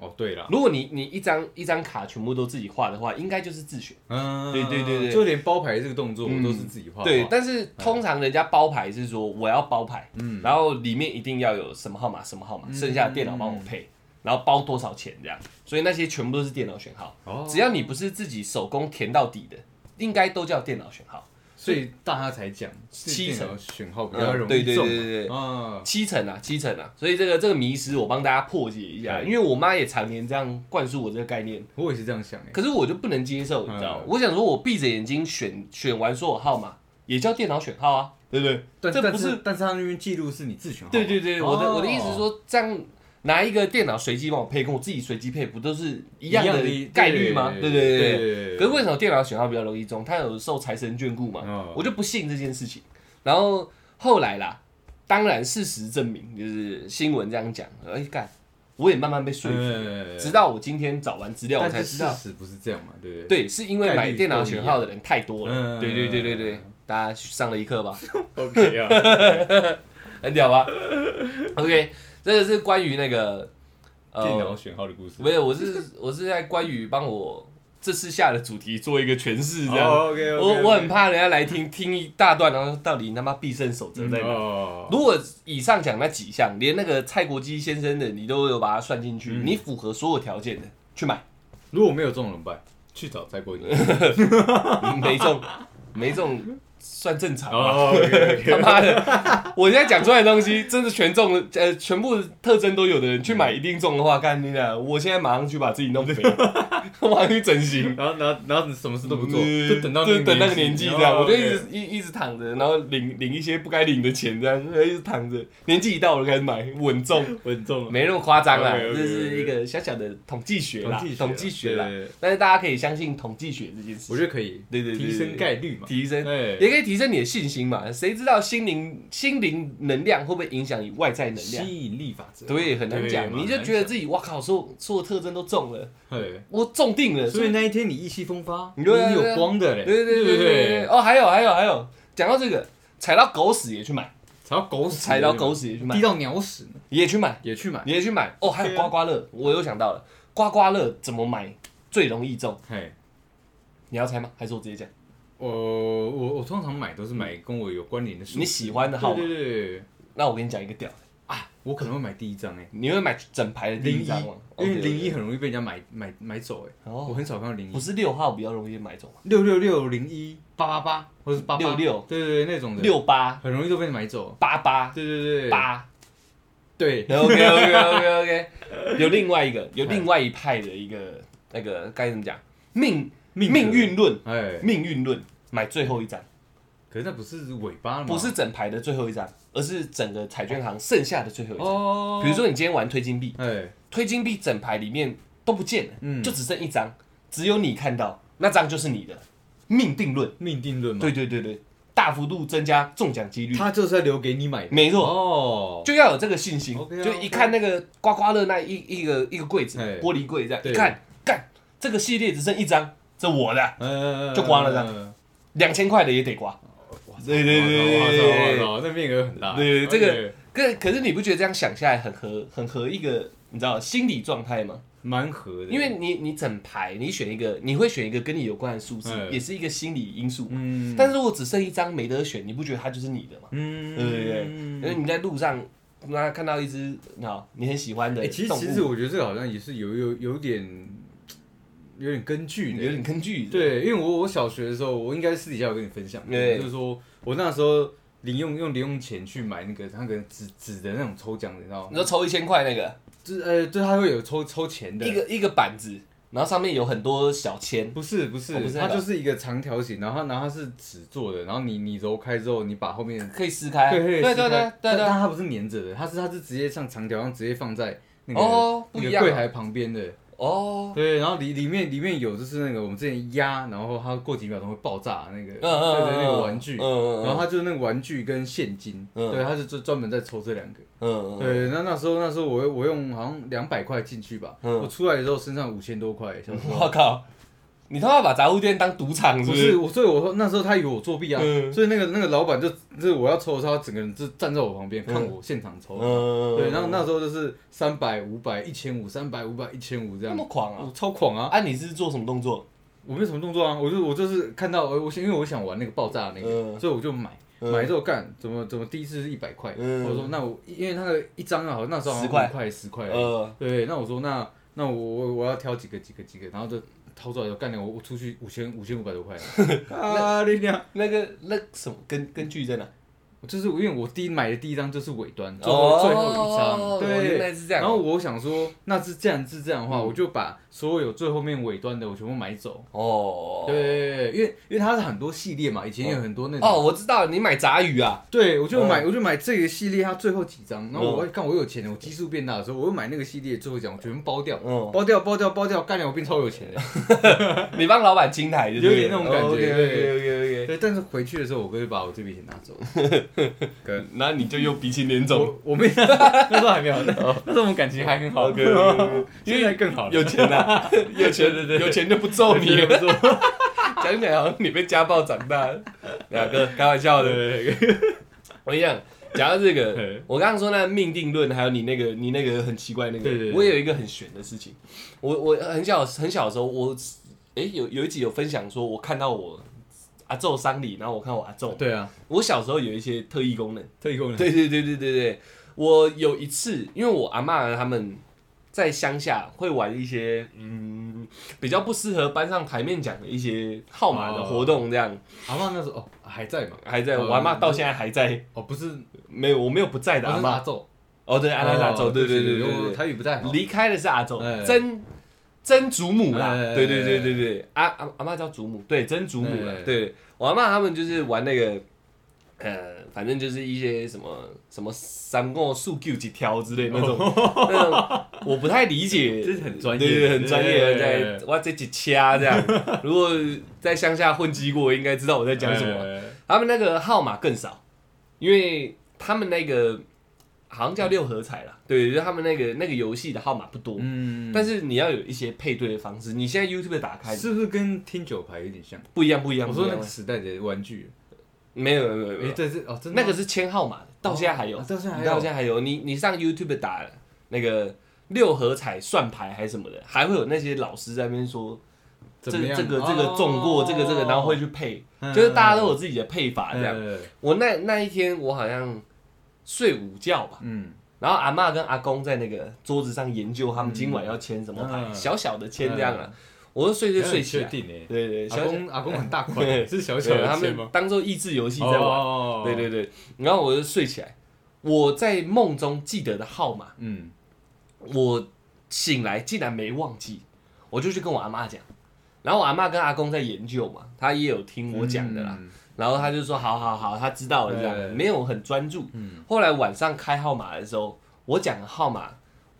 Speaker 2: 哦对了，
Speaker 1: 如果你你一张一张卡全部都自己画的话，应该就是自选。
Speaker 2: 嗯，
Speaker 1: 对对对对
Speaker 2: 就连包牌这个动作
Speaker 1: 嗯
Speaker 2: 我都是自己画、
Speaker 1: 对，，但是通常人家包牌是说我要包牌，
Speaker 2: 嗯
Speaker 1: 然后里面一定要有什么号码什么号码，
Speaker 2: 嗯
Speaker 1: 剩下的电脑帮我配，然后包多少钱这样，所以那些全部都是电脑选号。
Speaker 2: 哦，
Speaker 1: 只要你不是自己手工填到底的，应该都叫电脑选号。
Speaker 2: 所以大家才讲
Speaker 1: 七成
Speaker 2: 电脑选号比较容易
Speaker 1: 嗯对对对
Speaker 2: 中嘛、
Speaker 1: 对对
Speaker 2: 啊，
Speaker 1: 七成啊，七成啊，所以这个这个迷失我帮大家破解一下，
Speaker 2: 嗯
Speaker 1: 因为我妈也常年这样灌输我这个概念，
Speaker 2: 我也是这样想哎、
Speaker 1: 可是我就不能接受，你知道吗
Speaker 2: 嗯？
Speaker 1: 我想说，我闭着眼睛选选完所有号码，也叫电脑选号啊，对不对？
Speaker 2: 但
Speaker 1: 这
Speaker 2: 但
Speaker 1: 不
Speaker 2: 是
Speaker 1: 是
Speaker 2: 但是他那边记录是你自选号码，
Speaker 1: 对对对，我的
Speaker 2: 哦
Speaker 1: 我的意思是说，这样拿一个电脑随机帮我配，跟我自己随机配，不都是一
Speaker 2: 一
Speaker 1: 样
Speaker 2: 的
Speaker 1: 的概率吗？对对对。
Speaker 2: 对
Speaker 1: 可是为什么电脑选号比较容易中？它有受财神眷顾嘛，
Speaker 2: 嗯
Speaker 1: 我就不信这件事情。然后后来啦，当然事实证明，就是新闻这样讲，哎、干，我也慢慢被说服，
Speaker 2: 对
Speaker 1: 直到我今天找完资料，我
Speaker 2: 嗯但
Speaker 1: 才
Speaker 2: 是
Speaker 1: 知
Speaker 2: 事
Speaker 1: 道，
Speaker 2: 实不是这样嘛，对不对？
Speaker 1: 对，是因为买电脑选号的人太多了。
Speaker 2: 嗯
Speaker 1: 对对对对对，大家上了一课吧，
Speaker 2: 对 ，OK 啊，
Speaker 1: 很屌吧？OK，这个是关于那个呃
Speaker 2: 电脑选号的故事，
Speaker 1: 没有，我是我是在关于帮我这次下的主题做一个诠释，这样。
Speaker 2: OK
Speaker 1: 我我很怕人家来听听一大段，然后到底你他妈必胜守则在哪？
Speaker 2: 哦，
Speaker 1: 如果以上讲那几项，连那个蔡国基先生的你都有把它算进去，你符合所有条件的去买，
Speaker 2: 如果没有中怎么办？去找再过年。
Speaker 1: 没中没中算正常吧。
Speaker 2: 哦
Speaker 1: 他妈的！我现在讲出来的东西，真的全中了，呃，全部特征都有的人去买一定中的话，干你俩！我现在马上去把自己弄肥， 我马上去整形。
Speaker 2: 然后然后然后你什么事都不做，
Speaker 1: 嗯
Speaker 2: 就等到哦
Speaker 1: 就等那个年纪这样，我就一直
Speaker 2: 是
Speaker 1: 一一直躺着，然后领领一些不该领的钱这样，一直躺着。年纪一到我就开始买稳重，啊
Speaker 2: 稳重了，
Speaker 1: 没那么夸张啦，这
Speaker 2: OK，OK，OK
Speaker 1: 是一个小小的统计学啦，统计学啦
Speaker 2: 对。对对
Speaker 1: 但是大家可以相信统计学这件事，
Speaker 2: 我觉得可以，
Speaker 1: 对对对对
Speaker 2: 提升概率嘛，
Speaker 1: 提升
Speaker 2: 对，
Speaker 1: 也可以提升你的信心嘛。谁知道心灵心灵能量会不会影响你外在能量？
Speaker 2: 吸引力法则，
Speaker 1: 对，很难讲，
Speaker 2: 对
Speaker 1: 你就觉得自己哇靠，所有所有特征都中了，
Speaker 2: 对，
Speaker 1: 我中定了，
Speaker 2: 所以那一天你意气风发，
Speaker 1: 你
Speaker 2: 你
Speaker 1: 对啊对啊
Speaker 2: 有光的嘞，
Speaker 1: 对对
Speaker 2: 对
Speaker 1: 对对
Speaker 2: 不
Speaker 1: 对对。，哦，还有还有还有，讲到这个，踩到狗屎也去买，
Speaker 2: 踩到狗屎，
Speaker 1: 踩到狗，屎也去买
Speaker 2: 滴，到鸟屎呢
Speaker 1: 也去买，
Speaker 2: 也去买，
Speaker 1: 也去买。哦，
Speaker 2: 啊
Speaker 1: 还有刮刮乐，我又想到了，刮刮乐怎么买最容易中？
Speaker 2: 嘿。
Speaker 1: 你要猜吗？还是我直接讲？
Speaker 2: 我我我通常买都是买跟我有关联的书，
Speaker 1: 你喜欢的号码
Speaker 2: 对对对对
Speaker 1: 那我跟你讲一个屌的，
Speaker 2: 啊，我可能会买第一张哎，
Speaker 1: 你会买整排的第
Speaker 2: 零
Speaker 1: 一
Speaker 2: 一
Speaker 1: 张哦吗？，
Speaker 2: 因为
Speaker 1: OK，OK
Speaker 2: 零一很容易被人家买买买走哎，
Speaker 1: 哦
Speaker 2: 我很少看到零
Speaker 1: 不
Speaker 2: 一，
Speaker 1: 是六号比较容易买中吗，
Speaker 2: 六六六零一八八八或者是八八
Speaker 1: 66
Speaker 2: 对对对那种的，
Speaker 1: 六八
Speaker 2: 很容易都被买走，
Speaker 1: 八八
Speaker 2: 对对对，
Speaker 1: 八。
Speaker 2: 对
Speaker 1: OK OK OK OK，有另外一个，有另外一派的一个那个该怎么讲？命
Speaker 2: 命
Speaker 1: 命
Speaker 2: 格
Speaker 1: 运嗯论，
Speaker 2: 哎，
Speaker 1: 命运论，买最后一张。
Speaker 2: 可是那不是尾巴吗？
Speaker 1: 不是整排的最后一张，而是整个彩券行剩下的最后一张。
Speaker 2: 哦，
Speaker 1: 比如说你今天玩推金币，
Speaker 2: 哎
Speaker 1: 推金币整排里面都不见了，
Speaker 2: 嗯
Speaker 1: 就只剩一张，只有你看到，那张就是你的，命定论。
Speaker 2: 命定论嘛，
Speaker 1: 对对对对，大幅度增加中奖几率，
Speaker 2: 他就是要留给你买的。
Speaker 1: 没错，
Speaker 2: 哦，
Speaker 1: 就要有这个信心。
Speaker 2: OK 啊
Speaker 1: 就一看那个刮刮乐那一一个一个柜子
Speaker 2: 嘿，
Speaker 1: 玻璃柜这样，
Speaker 2: 对
Speaker 1: 一看，干，这个系列只剩一张，这我的
Speaker 2: 嗯，
Speaker 1: 就刮了这
Speaker 2: 样。
Speaker 1: 两千块的也得刮。对对
Speaker 2: 对
Speaker 1: 对
Speaker 2: 哇，这面额很大。
Speaker 1: 对这个可可是你不觉得这样想下来很合很合一个你知道心理状态吗？
Speaker 2: 蛮合的，
Speaker 1: 因为你你整排你选一个，你会选一个跟你有关的数字，
Speaker 2: 嗯
Speaker 1: 也是一个心理因素。
Speaker 2: 嗯，
Speaker 1: 但是如果只剩一张没得选，你不觉得它就是你的吗？
Speaker 2: 嗯，
Speaker 1: 对不对？因为你在路上那看到一只那你很喜欢的
Speaker 2: 哎，其实
Speaker 1: 动物，
Speaker 2: 其实我觉得这个好像也是有有有点有点根据的
Speaker 1: 有，点根据。
Speaker 2: 对，因为我我小学的时候，我应该私底下有跟你分享过，
Speaker 1: 对
Speaker 2: 就是说我那时候零用用零用钱去买那个那个纸纸的那种抽奖的，你知道
Speaker 1: 你
Speaker 2: 吗？
Speaker 1: 说抽一千块那个，
Speaker 2: 就是呃，对，它会有抽抽钱的
Speaker 1: 一，个一个板子，然后上面有很多小签，
Speaker 2: 不是不是，
Speaker 1: 哦不是那
Speaker 2: 它
Speaker 1: 个
Speaker 2: 就是一个长条形，然后它然后它是纸做的，然后你你揉开之后，你把后面
Speaker 1: 可以撕开啊。
Speaker 2: 对
Speaker 1: 对对对对对。
Speaker 2: 但但它不是粘着的，它是它是直接像长条上直接放在那个、
Speaker 1: 哦不
Speaker 2: 那
Speaker 1: 一
Speaker 2: 个
Speaker 1: 样啊
Speaker 2: 柜台旁边的，
Speaker 1: 哦，
Speaker 2: 对，然后里里面里面有就是那个我们之前压，然后它过几秒钟会爆炸那个，
Speaker 1: 嗯嗯
Speaker 2: 对
Speaker 1: 嗯，
Speaker 2: 对，那个玩具，
Speaker 1: 嗯嗯
Speaker 2: 然后
Speaker 1: 嗯
Speaker 2: 他就是那个玩具跟现金，
Speaker 1: 嗯
Speaker 2: 对，他是专专门在抽这两个。
Speaker 1: 嗯嗯，
Speaker 2: 对，那那时候那时候我我用好像两百块进去吧，
Speaker 1: 嗯
Speaker 2: 我出来的时候身上五千多块，小 时候
Speaker 1: 我靠，你他妈把杂物店当赌场是
Speaker 2: 不
Speaker 1: 不
Speaker 2: 是
Speaker 1: 是？
Speaker 2: 我，所以我说那时候他以为我作弊啊，
Speaker 1: 嗯
Speaker 2: 所以那个那个老板就就是我要抽的时候，他整个人就站在我旁边看我现场抽。
Speaker 1: 嗯，
Speaker 2: 对，然后那时候就是三百、五百、一千五、三百、五百、一千五这
Speaker 1: 那
Speaker 2: 样
Speaker 1: 么，狂啊！
Speaker 2: 我超狂啊！
Speaker 1: 啊，你是做什么动作？
Speaker 2: 我没有什么动作啊，我就我就是看到呃我我因为我想玩那个爆炸那个，
Speaker 1: 嗯
Speaker 2: 所以我就买。
Speaker 1: 嗯
Speaker 2: 买之后干怎么怎么第一次是一百块，
Speaker 1: 嗯
Speaker 2: 我说那我因为那个一张啊，好像那时候好像
Speaker 1: 10块
Speaker 2: 五块十块，
Speaker 1: 呃，
Speaker 2: 对，那我说那那我我我要挑几个几个几个，然后就掏出来就干了，我我出去五千五千五百 多块，啊你娘！
Speaker 1: 那个那什么根根据在哪？
Speaker 2: 就是因为我第一买的第一张就是尾端，最后最后一张，
Speaker 1: 哦原来
Speaker 2: 对。
Speaker 1: 是这样。
Speaker 2: 然后我想说，那是这样是这样的话，
Speaker 1: 嗯
Speaker 2: 我就把所有最后面尾端的我全部买走。
Speaker 1: 哦，
Speaker 2: 对，因为因为它是很多系列嘛，以前有很多那种。
Speaker 1: 哦，我知道你买杂鱼啊，
Speaker 2: 对，我就买，我就买这个系列，它最后几张。然后我看我有钱了，我基数变大的时候，我又买那个系列最后一张，我全部包掉，
Speaker 1: 嗯，
Speaker 2: 包掉，包掉，包掉，干掉，我变超有钱了。
Speaker 1: 你帮老板清台就对哦了，
Speaker 2: 有点那种感觉
Speaker 1: 对对对
Speaker 2: 对，但是回去的时候，我哥就把我这笔钱拿走。
Speaker 1: 对，那你就又鼻青脸肿，
Speaker 2: 我我没那时候还没有，那那时候我们感情还很好，
Speaker 1: OK，OK，OK
Speaker 2: 现在更好了。
Speaker 1: 有钱啊， 有钱
Speaker 2: 对对对
Speaker 1: 有钱就不揍你
Speaker 2: 对
Speaker 1: 了。
Speaker 2: 对对对
Speaker 1: 讲起来好像你被家暴长 大的，两个开玩笑的。
Speaker 2: 对对
Speaker 1: 我跟你讲，讲到这个
Speaker 2: 嘿，
Speaker 1: 我刚刚说那个命定论，还有你那个你那个很奇怪那
Speaker 2: 对对
Speaker 1: 个
Speaker 2: 对，
Speaker 1: 我也有一个很悬的事情。我我很小很小的时候，我哎有有一集有分享说，我看到我阿昼丧礼，然后我看我阿昼，
Speaker 2: 对啊，
Speaker 1: 我小时候有一些特异功能。
Speaker 2: 特异功 能。
Speaker 1: 对对对对对对，我有一次，因为我阿嬷他们在乡下会玩一些嗯比较不适合搬上台面讲的一些号码的活动，这样、
Speaker 2: 阿妈那时候哦还在嘛？
Speaker 1: 还在
Speaker 2: 哦
Speaker 1: 我阿嬷到现在还在，
Speaker 2: 哦不是，
Speaker 1: 没有我没有不在的
Speaker 2: 哦
Speaker 1: 阿
Speaker 2: 是阿
Speaker 1: 嬷。
Speaker 2: 昼，
Speaker 1: 哦，对，阿拉阿
Speaker 2: 哦
Speaker 1: 周，对对对
Speaker 2: 不
Speaker 1: 对
Speaker 2: 起我
Speaker 1: 对对，
Speaker 2: 台语不太好。
Speaker 1: 离开的是阿周
Speaker 2: 哎，
Speaker 1: 曾曾祖母啦
Speaker 2: 哎哎哎，
Speaker 1: 对对对对对，阿阿阿妈叫祖母，对，曾祖母啦
Speaker 2: 哎哎，
Speaker 1: 对我阿妈他们就是玩那个。呃，反正就是一些什么什么三个数 Q 几条之类那种，那种我不太理解，
Speaker 2: 哦这是很专业哎
Speaker 1: 对对，很专业，啊
Speaker 2: 对
Speaker 1: 在哇这几掐这样。如果在乡下混迹过，应该知道我在讲什么。
Speaker 2: 么？
Speaker 1: 他们那个号码更少，因为他们那个好像叫六合彩啦，对，就是他们那个那个游戏的号码不多，
Speaker 2: 嗯，
Speaker 1: 但是你要有一些配对的方式。你现在 YouTube 打开
Speaker 2: 是不是跟听酒牌有点像？
Speaker 1: 不一样，不一样，
Speaker 2: 我
Speaker 1: 不
Speaker 2: 说
Speaker 1: 一
Speaker 2: 那
Speaker 1: 样
Speaker 2: 个。时代的玩具，
Speaker 1: 没有没有没有没
Speaker 2: 哎，
Speaker 1: 有，
Speaker 2: 这是哦，真的吗
Speaker 1: 那个是签号码的，到现在还有
Speaker 2: 啊，到现在还
Speaker 1: 到
Speaker 2: 有
Speaker 1: 现在还有。你你上 YouTube 打那个六合彩算牌还是什么的，还会有那些老师在那边说这
Speaker 2: 怎么样
Speaker 1: 这个这个中过
Speaker 2: 哦
Speaker 1: 这个这个，然后会去配，就是大家都有自己的配法这样。
Speaker 2: 嗯
Speaker 1: 我那那一天我好像睡午觉吧。
Speaker 2: 嗯
Speaker 1: 然后阿嬷跟阿公在那个桌子上研究他们今晚要签什么牌，
Speaker 2: 嗯
Speaker 1: 小小的签这样啊。我就睡睡睡起
Speaker 2: 确
Speaker 1: 来，
Speaker 2: 定诶，
Speaker 1: 对对，
Speaker 2: 阿
Speaker 1: 小小
Speaker 2: 公阿公很大块，
Speaker 1: 对
Speaker 2: 是小小
Speaker 1: 对
Speaker 2: 的
Speaker 1: 他
Speaker 2: 钱
Speaker 1: 们
Speaker 2: 吗？
Speaker 1: 当做益智游戏在玩，
Speaker 2: 哦
Speaker 1: 对，对对。然后我就睡起来，我在梦中记得的号码，
Speaker 2: 嗯，
Speaker 1: 我醒来竟然没忘记，我就去跟我阿妈讲。然后我阿妈跟阿公在研究嘛，他也有听我讲的啦，
Speaker 2: 嗯，
Speaker 1: 然后他就说好好好，他知道了这
Speaker 2: 对
Speaker 1: 样，没有很专注
Speaker 2: 嗯。
Speaker 1: 后来晚上开号码的时候，我讲的号码，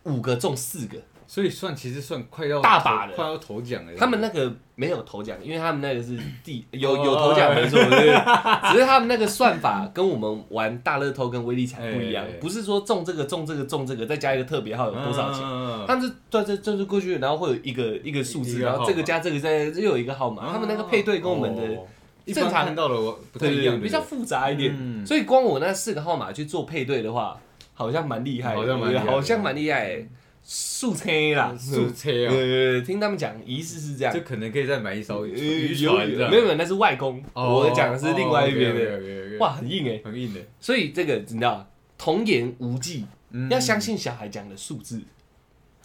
Speaker 1: 五个中四个，
Speaker 2: 所以算其实算快要
Speaker 1: 大把
Speaker 2: 头
Speaker 1: 的
Speaker 2: 快要头奖了。
Speaker 1: 他们那个没有头奖，因为他们那个 是第有有头奖没错，对
Speaker 2: 哦
Speaker 1: 只是他们那个算法跟我们玩大乐透跟威力彩不一样
Speaker 2: 哎哎哎，
Speaker 1: 不是说中这个中这个中这个再加一个特别号有多少钱，
Speaker 2: 钱？
Speaker 1: 他们是转这转这过去，然后会有一个一个数
Speaker 2: 一
Speaker 1: 字，
Speaker 2: 个号
Speaker 1: 然
Speaker 2: 码
Speaker 1: 后这个加这个再又有一个号码，他们那个配对跟我们的
Speaker 2: 哦一
Speaker 1: 正
Speaker 2: 般
Speaker 1: 常
Speaker 2: 看到的我不太
Speaker 1: 对
Speaker 2: 一
Speaker 1: 对
Speaker 2: 样
Speaker 1: 对
Speaker 2: 的，
Speaker 1: 比较复杂一点，
Speaker 2: 嗯
Speaker 1: 所以光我那四个号码去做配对的话，好像蛮厉害的，
Speaker 2: 好像蛮厉害的
Speaker 1: 好像蛮厉害的，速车啦，
Speaker 2: 速车
Speaker 1: 对
Speaker 2: 啊
Speaker 1: 对对，听他们讲仪式是这样
Speaker 2: 就。可能可以再买一艘
Speaker 1: 呃
Speaker 2: 渔船这样
Speaker 1: 没有没有，那是外公，
Speaker 2: 哦
Speaker 1: 我讲的是另外一边的。
Speaker 2: 的
Speaker 1: 哇，，很硬哎！
Speaker 2: 很硬的，
Speaker 1: 所以这个你知道，童言无忌，
Speaker 2: 嗯
Speaker 1: 要相信小孩讲的数字。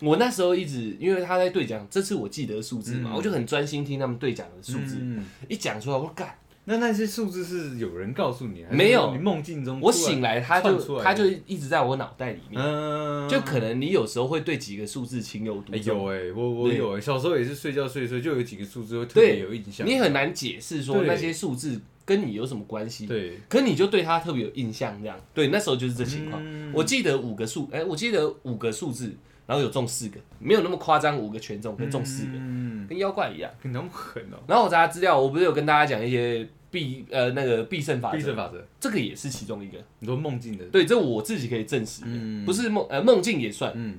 Speaker 1: 我那时候一直，因为他在对讲，这次我记得数字嘛，
Speaker 2: 嗯
Speaker 1: 我就很专心听他们对讲的数字。
Speaker 2: 嗯
Speaker 1: 一讲出来，我说干，
Speaker 2: 那那些数字是有人告诉你，还是
Speaker 1: 没有
Speaker 2: 你梦境中
Speaker 1: 我醒
Speaker 2: 来，
Speaker 1: 来他
Speaker 2: 窜出
Speaker 1: 就
Speaker 2: 来
Speaker 1: 他就一直在我脑袋里面。
Speaker 2: 嗯，
Speaker 1: 就可能你有时候会对几个数字情有独
Speaker 2: 哎有
Speaker 1: 钟，
Speaker 2: 哎，我我
Speaker 1: 对
Speaker 2: 有哎，小时候也是睡觉睡一睡，就有几个数字会特
Speaker 1: 对
Speaker 2: 别有印象，
Speaker 1: 你很难解释说
Speaker 2: 对
Speaker 1: 那些数字跟你有什么关系。
Speaker 2: 对
Speaker 1: 可你就对他特别有印象，这样对，那时候就是这情况。
Speaker 2: 嗯
Speaker 1: 我记得五个数，哎、我记得五个数字，然后有中四个，没有那么夸张，五个全中，可是中四个，
Speaker 2: 嗯，
Speaker 1: 跟妖怪一样。
Speaker 2: 你那么狠哦，
Speaker 1: 然后我查资料，我不是有跟大家讲一些必呃那个必胜法
Speaker 2: 必胜
Speaker 1: 则，
Speaker 2: 法则，
Speaker 1: 这个也是其中一个。
Speaker 2: 你说梦境的，
Speaker 1: 对，这我自己可以证实的，
Speaker 2: 嗯
Speaker 1: 不是梦呃梦境也算。
Speaker 2: 嗯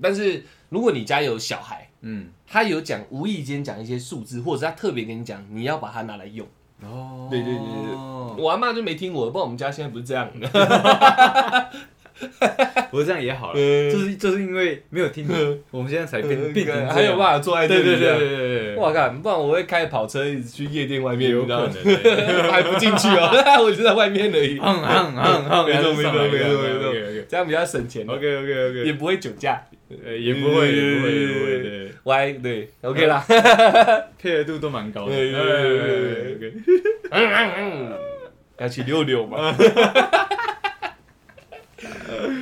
Speaker 1: 但是如果你家有小孩，
Speaker 2: 嗯，
Speaker 1: 他有讲无意间讲一些数字，或者是他特别跟你讲，你要把它拿来用。
Speaker 2: 哦，
Speaker 1: 对对对对 我阿妈就没听我的，不然我们家现在不是这样的。
Speaker 2: 不过这样也好了，
Speaker 1: 嗯
Speaker 2: 就是就是因为没有听你，我们现在才变变成这样
Speaker 1: 还有办法坐在
Speaker 2: 对
Speaker 1: 这里
Speaker 2: 对对
Speaker 1: 这样
Speaker 2: 对对对，
Speaker 1: 我靠，不然我会开跑车一直去夜店外面，
Speaker 2: 有
Speaker 1: 你知道
Speaker 2: 可
Speaker 1: 吗？
Speaker 2: 能 嗯欸。
Speaker 1: 还不进去 哦，我就在外面而已，
Speaker 2: 哼哼哼哼，
Speaker 1: 没错没错没错没错
Speaker 2: 错。
Speaker 1: 这样比较省钱哦，
Speaker 2: OK OK
Speaker 1: 也嗯
Speaker 2: OK，
Speaker 1: 不会酒驾。
Speaker 2: 也呃也不会也不会也不会，对
Speaker 1: 我还对，OK 啦。
Speaker 2: 配合度都蛮高的。
Speaker 1: 对对对对对
Speaker 2: OK，OK
Speaker 1: 嗯 要去溜溜 嘛。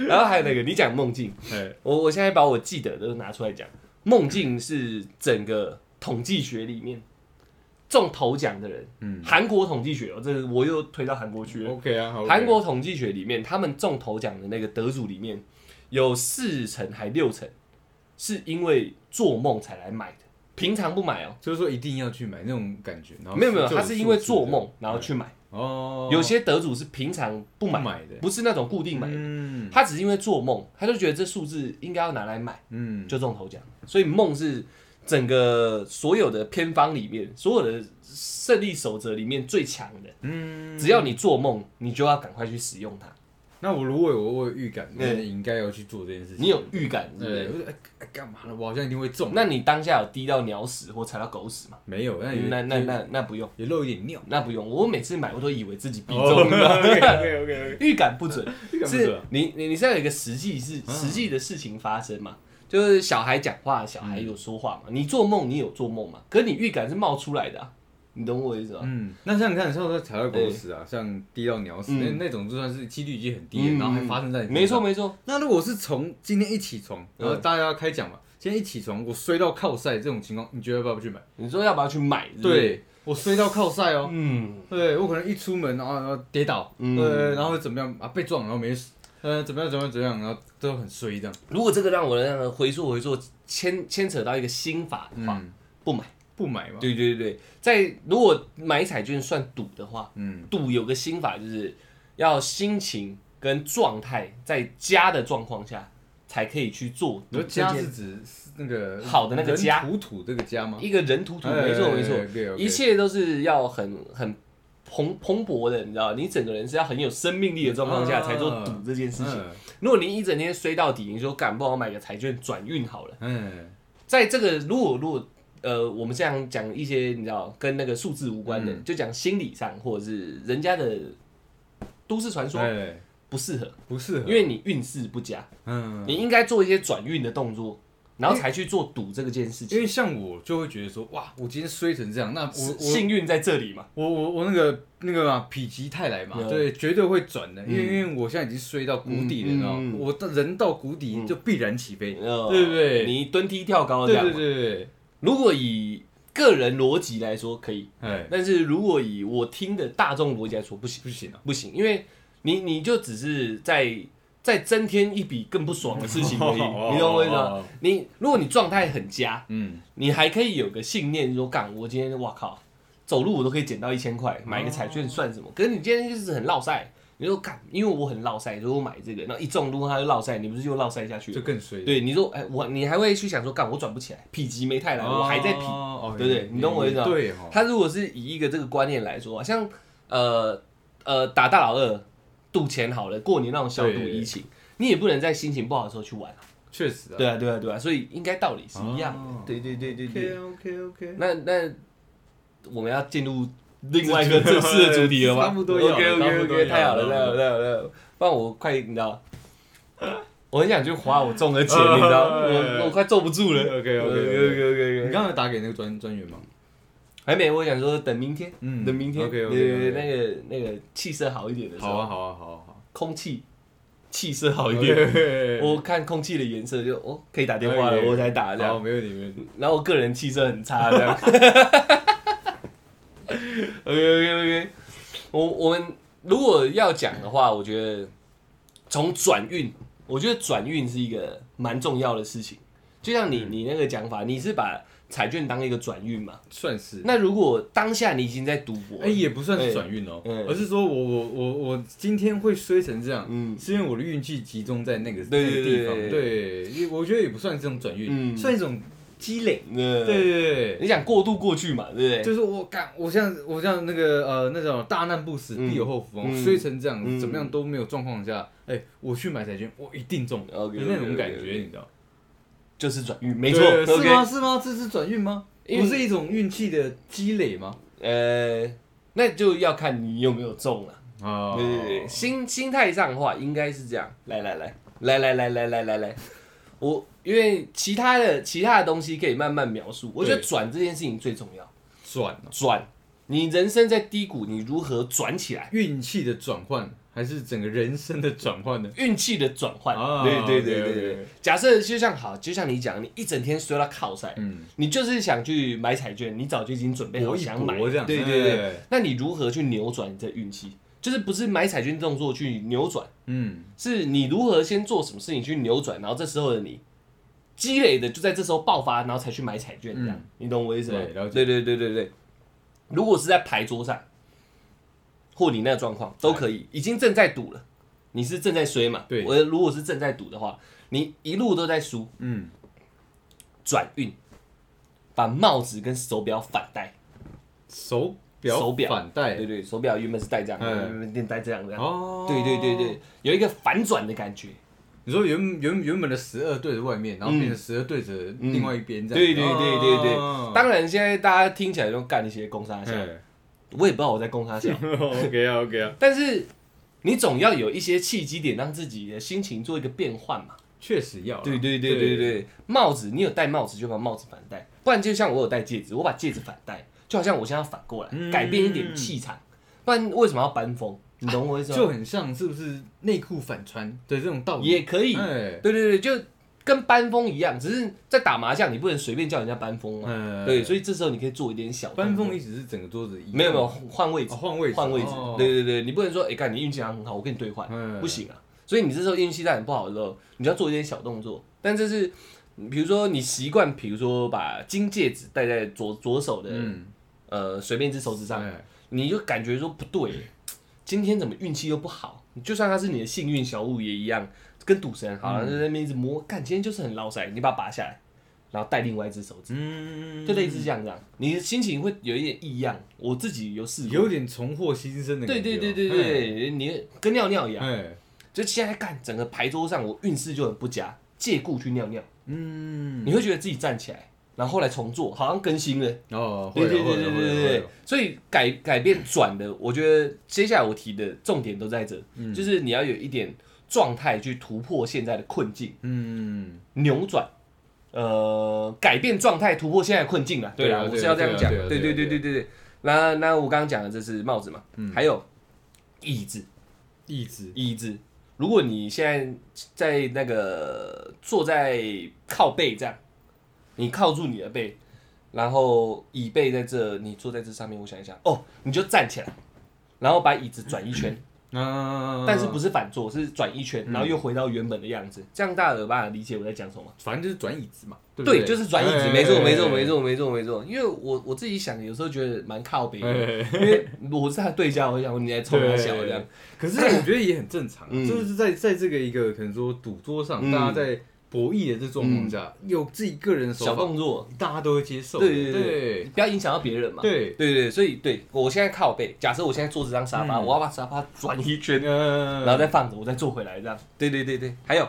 Speaker 1: 然后还有那个，你讲梦境，
Speaker 2: 哎
Speaker 1: 我我现在把我记得的都拿出来讲。梦境是整个统计学里面中头奖的人，
Speaker 2: 嗯
Speaker 1: 韩国统计学哦，这个我又推到韩国去了。
Speaker 2: ，OK 啊，好
Speaker 1: 韩国统计学里面，他们中头奖的那个得主里面，有四成还六成是因为做梦才来买的，平常不买哦。
Speaker 2: 就是说一定要去买那种感觉，然后
Speaker 1: 没有没有，
Speaker 2: 哦就
Speaker 1: 他是因为做梦然后
Speaker 2: 对
Speaker 1: 去买。
Speaker 2: 哦，
Speaker 1: 有些得主是平常不买，
Speaker 2: 不买的
Speaker 1: 不是那种固定买的，
Speaker 2: 嗯
Speaker 1: 他只是因为做梦，他就觉得这数字应该要拿来买，
Speaker 2: 嗯，
Speaker 1: 就中头奖。所以梦是整个所有的偏方里面，所有的胜利守则里面最强的。
Speaker 2: 嗯，
Speaker 1: 只要你做梦，你就要赶快去使用它。
Speaker 2: 那我如果有我有预感，那
Speaker 1: 对
Speaker 2: 你应该要去做这件事情。
Speaker 1: 嗯你有嗯预感，对不
Speaker 2: 对，
Speaker 1: 对
Speaker 2: 我？就哎哎干嘛呢？我好像一定会中。
Speaker 1: 那你当下有滴到鸟屎或踩到狗屎吗？
Speaker 2: 没有，那有
Speaker 1: 那那那那不用，
Speaker 2: 也漏一点尿。
Speaker 1: 那不用。我每次买我都以为自己必
Speaker 2: 哦
Speaker 1: 中， 你知道吗
Speaker 2: OK OK OK，
Speaker 1: 预感啊不准。是
Speaker 2: 是
Speaker 1: 你你你是要有一个实际是
Speaker 2: 啊
Speaker 1: 实际的事情发生嘛？就是小孩讲话，小孩
Speaker 2: 嗯
Speaker 1: 有说话嘛？你做梦，你有做梦嘛？可是你预感是冒出来的啊，你懂我意思吗？
Speaker 2: 嗯，那像你看，像说踩到狗屎啊，像滴到鸟屎，那
Speaker 1: 哎嗯
Speaker 2: 那种就算是几率已经很低了，
Speaker 1: 嗯
Speaker 2: 然后还发生在你身上
Speaker 1: 没错。嗯没错，
Speaker 2: 那如果是从今天一起床，然后大家要开讲嘛，今天一起床我摔到靠晒这种情况，你觉得要不要去买？
Speaker 1: 你说要不要去买？是不是，
Speaker 2: 对，我摔到靠晒哦。
Speaker 1: 嗯，
Speaker 2: 对，我可能一出门，然后然后跌倒，
Speaker 1: 嗯
Speaker 2: 呃，然后怎么样啊？被撞，然后没死，呃，怎么样怎么样怎么样，然后都很衰这样。
Speaker 1: 如果这个让我那个回溯回溯牵牵扯到一个心法的话，
Speaker 2: 嗯，
Speaker 1: 不买。
Speaker 2: 不买嘛。
Speaker 1: 对对对对，在如果买彩券算赌的话，
Speaker 2: 嗯，
Speaker 1: 赌有个心法就是要心情跟状态在家的状况下才可以去做
Speaker 2: 你
Speaker 1: 赌
Speaker 2: 说
Speaker 1: 这
Speaker 2: 家
Speaker 1: 件
Speaker 2: 是指是那个
Speaker 1: 好的那个家
Speaker 2: 人土土这个家吗？哎
Speaker 1: 一个人土土，没错没错，
Speaker 2: 错
Speaker 1: 一切都是要很很蓬蓬勃的，你知道，你整个人是要很有生命力的状况下
Speaker 2: 啊
Speaker 1: 才做赌这件事情。
Speaker 2: 嗯
Speaker 1: 如果你一整天衰到底，你说敢不好买个彩券转运好了，
Speaker 2: 嗯，
Speaker 1: 在这个如果如果呃，我们这样讲一些你知道跟那个数字无关的，
Speaker 2: 嗯
Speaker 1: 就讲心理上或者是人家的都市传说
Speaker 2: 哎，
Speaker 1: 不适合，
Speaker 2: 不适合，
Speaker 1: 因为你运势不佳，
Speaker 2: 嗯，
Speaker 1: 你应该做一些转运的动作，然后才去做赌这个件事
Speaker 2: 因
Speaker 1: 情。
Speaker 2: 为像我就会觉得说，哇，我今天衰成这样，那嗯我我
Speaker 1: 幸运在这里嘛，
Speaker 2: 我我我那个那个嘛，否极泰来嘛，
Speaker 1: 嗯
Speaker 2: 对，绝对会转的，因为
Speaker 1: 嗯
Speaker 2: 因为我现在已经衰到谷底了，
Speaker 1: 嗯
Speaker 2: 你知道
Speaker 1: 嗯
Speaker 2: 吗
Speaker 1: 嗯
Speaker 2: 我的人到谷底就必然起飞，
Speaker 1: 呃
Speaker 2: 对不对
Speaker 1: 你蹲梯跳高这
Speaker 2: 对
Speaker 1: 样嘛
Speaker 2: 对。对对，
Speaker 1: 如果以个人逻辑来说可以，
Speaker 2: 哎，
Speaker 1: 但是如果以我听的大众逻辑来说不行，
Speaker 2: 不行啊，
Speaker 1: 不行，因为你你就只是在再增添一笔更不爽的事情 而已，你懂我意思吗？
Speaker 2: 哦？
Speaker 1: 你如果你状态很佳，
Speaker 2: 嗯，
Speaker 1: 你还可以有个信念说，干我今天哇靠，走路我都可以捡到一千块，买个彩券算什么？可是你今天就是很落赛，你就说干，因为我很落赛，所以我买这个，然后一中路它就落赛，你不是又落赛下去
Speaker 2: 就
Speaker 1: 了？
Speaker 2: 更衰。
Speaker 1: 对，你说哎我你还会去想说干我转不起来，否极没太来，
Speaker 2: 哦，
Speaker 1: 我还在否。
Speaker 2: 哦
Speaker 1: 对不对你懂我意思吗
Speaker 2: 对哦，
Speaker 1: 他如果是以一个这个观念来说啊，像呃呃打大老二赌钱好了，过年那种小赌怡情，你也不能在心情不好的时候去玩啊。
Speaker 2: 确实啊。
Speaker 1: 对啊，对啊，对啊，所以应该道理是一样的。
Speaker 2: 哦
Speaker 1: 对对对对对。
Speaker 2: OK OK。
Speaker 1: 那那我们要进入另外一个正式的主题了吗？
Speaker 2: 差不多要了
Speaker 1: OK
Speaker 2: 差
Speaker 1: OK
Speaker 2: 不多要
Speaker 1: OK，
Speaker 2: 了
Speaker 1: 太好了，太好了，太好了，不然我快你知道。我很想去花我中的钱，你知道，
Speaker 2: 哎
Speaker 1: 我我快坐不住了。
Speaker 2: OK，OK，OK
Speaker 1: OK
Speaker 2: 你刚刚有打给那个专专员吗？
Speaker 1: 还没，我想说等明天，
Speaker 2: 嗯
Speaker 1: 等明天
Speaker 2: OK，OK，
Speaker 1: 对对对，
Speaker 2: OK
Speaker 1: 那个那个气色好一点的时候，
Speaker 2: 好啊，好啊，好啊，好。
Speaker 1: 空气气色
Speaker 2: 哦
Speaker 1: 好一点，
Speaker 2: 点
Speaker 1: 我看空气的颜色就哦可以打电话了，
Speaker 2: 可以
Speaker 1: 我才打这
Speaker 2: 好，
Speaker 1: 样，
Speaker 2: 没问题，没问题。
Speaker 1: 然后我个人气色很差 这样。OK OK OK，我我们如果要讲的话，我觉得从转运，我觉得转运是一个蛮重要的事情。就像
Speaker 2: 嗯
Speaker 1: 你你那个讲法，你是把彩券当一个转运嘛？
Speaker 2: 算是。
Speaker 1: 那如果当下你已经在赌博了，
Speaker 2: 哎、也不算是转运哦，
Speaker 1: 嗯
Speaker 2: 而是说我我我我今天会衰成这样，
Speaker 1: 嗯
Speaker 2: 是因为我的运气集中在那个
Speaker 1: 对对对
Speaker 2: 那个地
Speaker 1: 对
Speaker 2: 方，对，因为我觉得也不算这种转运，
Speaker 1: 嗯
Speaker 2: 算一种积累，
Speaker 1: 对
Speaker 2: 对对对，
Speaker 1: 你想过渡过去嘛，对不对？
Speaker 2: 就是我敢，我像我像那个呃那种大难不死必有后福，哦
Speaker 1: 嗯
Speaker 2: 我衰成这样、
Speaker 1: 嗯
Speaker 2: 怎么样都没有状况下，哎、我去买彩券，我一定中，有
Speaker 1: OK，OK，OK
Speaker 2: 那种感觉，你知道？
Speaker 1: 就是转运，没错
Speaker 2: 对是吗？
Speaker 1: ，OK，
Speaker 2: 是吗？这是转运吗？
Speaker 1: 因为
Speaker 2: 不是一种运气的积累吗？
Speaker 1: 呃，那就要看你有没有中了。
Speaker 2: 啊
Speaker 1: 对对对，心心态上的话，应该是这样。来来来，来来来来来来来，我因为其他的其他的东西可以慢慢描述。我觉得
Speaker 2: 对
Speaker 1: 转这件事情最重要，
Speaker 2: 转哦
Speaker 1: 转。你人生在低谷，你如何转起来？
Speaker 2: 运气的转换，还是整个人生的转换呢？
Speaker 1: 运气的转换，
Speaker 2: 啊
Speaker 1: 对对对
Speaker 2: OK，OK，OK
Speaker 1: 对对。假设就像好，就像你讲，你一整天睡到靠晒，
Speaker 2: 嗯，
Speaker 1: 你就是想去买彩券，你早就已经准备好
Speaker 2: 搏一
Speaker 1: 想买，
Speaker 2: 搏这样
Speaker 1: 对对对
Speaker 2: 哎。
Speaker 1: 那你如何去扭转你这运气？就是不是买彩券动作去扭转，
Speaker 2: 嗯，
Speaker 1: 是你如何先做什么事情去扭转，然后这时候的你积累的就在这时候爆发，然后才去买彩券，这样、
Speaker 2: 嗯
Speaker 1: 你懂我意思吗
Speaker 2: 对？了解
Speaker 1: 对对对对对。如果是在牌桌上，或你那个状况都可以，已经正在赌了，你是正在衰嘛？
Speaker 2: 对
Speaker 1: 我如果是正在赌的话，你一路都在输，
Speaker 2: 嗯，
Speaker 1: 转运，把帽子跟手表反戴。
Speaker 2: 手表
Speaker 1: 手表
Speaker 2: 反戴
Speaker 1: 对对，手表原本是戴这样，
Speaker 2: 嗯
Speaker 1: 原本戴这样这样。
Speaker 2: 哦，
Speaker 1: 对对对，对，有一个反转的感觉。
Speaker 2: 你说原原原本的十二对着外面，然后
Speaker 1: 嗯
Speaker 2: 变成十二对着另外一边这样，
Speaker 1: 对对对对
Speaker 2: 哦
Speaker 1: 对，当然现在大家听起来都干一些攻杀笑，
Speaker 2: 嘿
Speaker 1: 我也不知道我在攻杀 笑，
Speaker 2: OK 啊 OK 啊，
Speaker 1: 但是你总要有一些契机点让自己的心情做一个变换嘛。
Speaker 2: 确实要啦，
Speaker 1: 对对对对对，帽子你有戴帽子就把帽子反戴，不然就像我有戴戒指，我把戒指反戴，就好像我现在要反过来
Speaker 2: 嗯
Speaker 1: 改变一点气场，不然为什么要搬风？你懂我意思吗？
Speaker 2: 就很像是不是内裤反穿的这种道理，
Speaker 1: 也可以，
Speaker 2: 哎，
Speaker 1: 啊对对对，就跟班风一样，只是在打麻将，你不能随便叫人家班风啊。
Speaker 2: 嗯
Speaker 1: 对，
Speaker 2: 以
Speaker 1: 所以这时候你可以做一点小
Speaker 2: 搬
Speaker 1: 动作
Speaker 2: 风一直是整个桌子移动
Speaker 1: 没有没有换位置
Speaker 2: 哦，换位置
Speaker 1: 换位置
Speaker 2: 哦。
Speaker 1: 对对对，你不能说哎，干你运气好像很好，我跟你兑换，
Speaker 2: 嗯
Speaker 1: 不行啊。所以你这时候运气在很不好的时候，你就要做一点小动作。但这是，比如说你习惯，比如说把金戒指戴在左左手的
Speaker 2: 嗯，
Speaker 1: 呃随便一只手指上，
Speaker 2: 哎
Speaker 1: 你就感觉说不对，今天怎么运气又不好？就算它是你的幸运小物也一样，跟赌神
Speaker 2: 嗯
Speaker 1: 好了，就在那边一直摸，干今天就是很捞塞，你把它拔下来，然后戴另外一只手指，
Speaker 2: 嗯
Speaker 1: 就类似这样这样，你的心情会有一点异样。我自己有试过，
Speaker 2: 有点重获新生的感
Speaker 1: 对
Speaker 2: 觉，哦
Speaker 1: 对对对对，嗯你跟尿尿一
Speaker 2: 哎，
Speaker 1: 样，
Speaker 2: 哎，
Speaker 1: 就现在干整个牌桌上，我运势就很不佳，借故去尿尿，
Speaker 2: 嗯，
Speaker 1: 你会觉得自己站起来，然后后来重做，好像更新了。
Speaker 2: 哦，会
Speaker 1: 对
Speaker 2: 有
Speaker 1: 对
Speaker 2: 会
Speaker 1: 对
Speaker 2: 有
Speaker 1: 对
Speaker 2: 会有
Speaker 1: 对
Speaker 2: 会
Speaker 1: 对
Speaker 2: 有，
Speaker 1: 所以改改变转的，我觉得接下来我提的重点都在这，就是你要有一点状态去突破现在的困境，
Speaker 2: 嗯，
Speaker 1: 扭转，呃，改变状态突破现在的困境啊。对
Speaker 2: 对啊
Speaker 1: 啦，我
Speaker 2: 对啊
Speaker 1: 是要这样讲
Speaker 2: 对啊。
Speaker 1: 对
Speaker 2: 对啊
Speaker 1: 对对
Speaker 2: 对啊嗯
Speaker 1: 对对对。那那我刚刚讲的这是帽子嘛，还有椅子，
Speaker 2: 意志，
Speaker 1: 椅子。如果你现在在那个坐在靠背这样，你靠住你的背，然后椅背在这，你坐在这上面，我想一想，哦，你就站起来，然后把椅子转一圈，
Speaker 2: 嗯，
Speaker 1: 但是不是反坐，是转一圈，然后又回到原本的样子。这样大家有办法理解我在讲什么吗？
Speaker 2: 反正就是转椅子嘛，对不
Speaker 1: 对，就是转椅子，没错，没错，没。
Speaker 2: 哎
Speaker 1: 错，没错，没错。因为我我自己想，有时候觉得蛮靠北的，
Speaker 2: 哎哎
Speaker 1: 因为我是他对家，我就想你来冲他笑这样。
Speaker 2: 可是我觉得也很正常，啊
Speaker 1: 嗯
Speaker 2: 就是在在这个一个可能说赌桌上，
Speaker 1: 嗯
Speaker 2: 大家在博弈的这状况下，有自己个人的
Speaker 1: 小
Speaker 2: 手法，
Speaker 1: 动作，
Speaker 2: 大家都会接受的。
Speaker 1: 对对对，
Speaker 2: 对
Speaker 1: 不要影响到别人嘛。
Speaker 2: 对
Speaker 1: 对对，所以对我现在靠背，假设我现在坐这张沙发，
Speaker 2: 嗯
Speaker 1: 我要把沙发转一圈，
Speaker 2: 嗯
Speaker 1: 然后再放着，我再坐回来这样。对对对对，还有，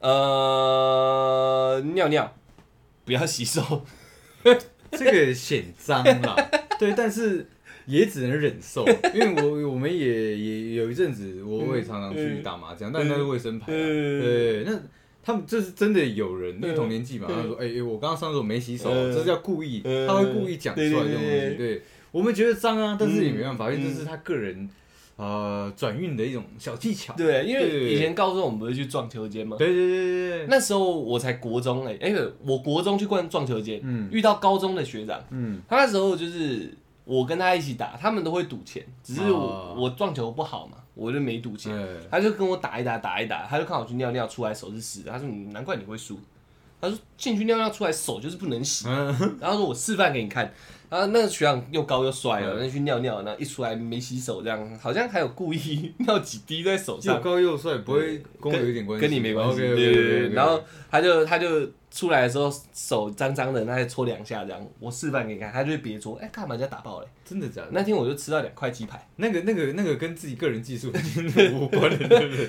Speaker 1: 呃，尿尿不要洗手，
Speaker 2: 这个显脏啦，对，但是也只能忍受，因为我我们也也有一阵子，我也常常去打麻将，但那是卫生牌啊，
Speaker 1: 嗯
Speaker 2: 对，那他们这是真的有人，因为同年纪嘛，
Speaker 1: 嗯
Speaker 2: 他说，哎、哎我刚刚上厕所没洗手，
Speaker 1: 嗯
Speaker 2: 这是要故意，
Speaker 1: 嗯
Speaker 2: 他会故意讲出来这种东
Speaker 1: 对对
Speaker 2: 西，
Speaker 1: 对
Speaker 2: 对，我们觉得脏啊，但是也没办法，
Speaker 1: 嗯
Speaker 2: 因为这是他个人呃转运的一种小技巧，对
Speaker 1: 对，因为
Speaker 2: 对
Speaker 1: 以前高中我们不是去撞球间吗？
Speaker 2: 对对对对对，
Speaker 1: 那时候我才国中哎、哎、不我国中去逛撞球间，
Speaker 2: 嗯
Speaker 1: 遇到高中的学长，
Speaker 2: 嗯，
Speaker 1: 他那时候就是我跟他一起打，他们都会赌钱，只是我、
Speaker 2: 哦
Speaker 1: 我撞球不好嘛，我就没赌钱，
Speaker 2: 哎
Speaker 1: 他就跟我打一打打一打，他就看我去尿尿出来手是湿的，他说你难怪你会输，他说进去尿尿出来手就是不能 洗，
Speaker 2: 嗯，
Speaker 1: 然后说我示范给你看，然后那个学长又高又帅哦，那去尿尿，然后一出来没洗手这样，好像还有故意 尿几滴在手上
Speaker 2: 又，高又帅，不会跟我有一点关系，哦
Speaker 1: 跟你没关系。
Speaker 2: OK，OK，OK，OK
Speaker 1: 对对对。然后他就他就出来的时候手脏脏的，那还搓两下这样。我示范给你看，他就会别搓，哎、干嘛人家打爆嘞？
Speaker 2: 真的假的？
Speaker 1: 那天我就吃到两块鸡排，
Speaker 2: 那个、那个、那个跟自己个人技术 已经无关了，对 不对？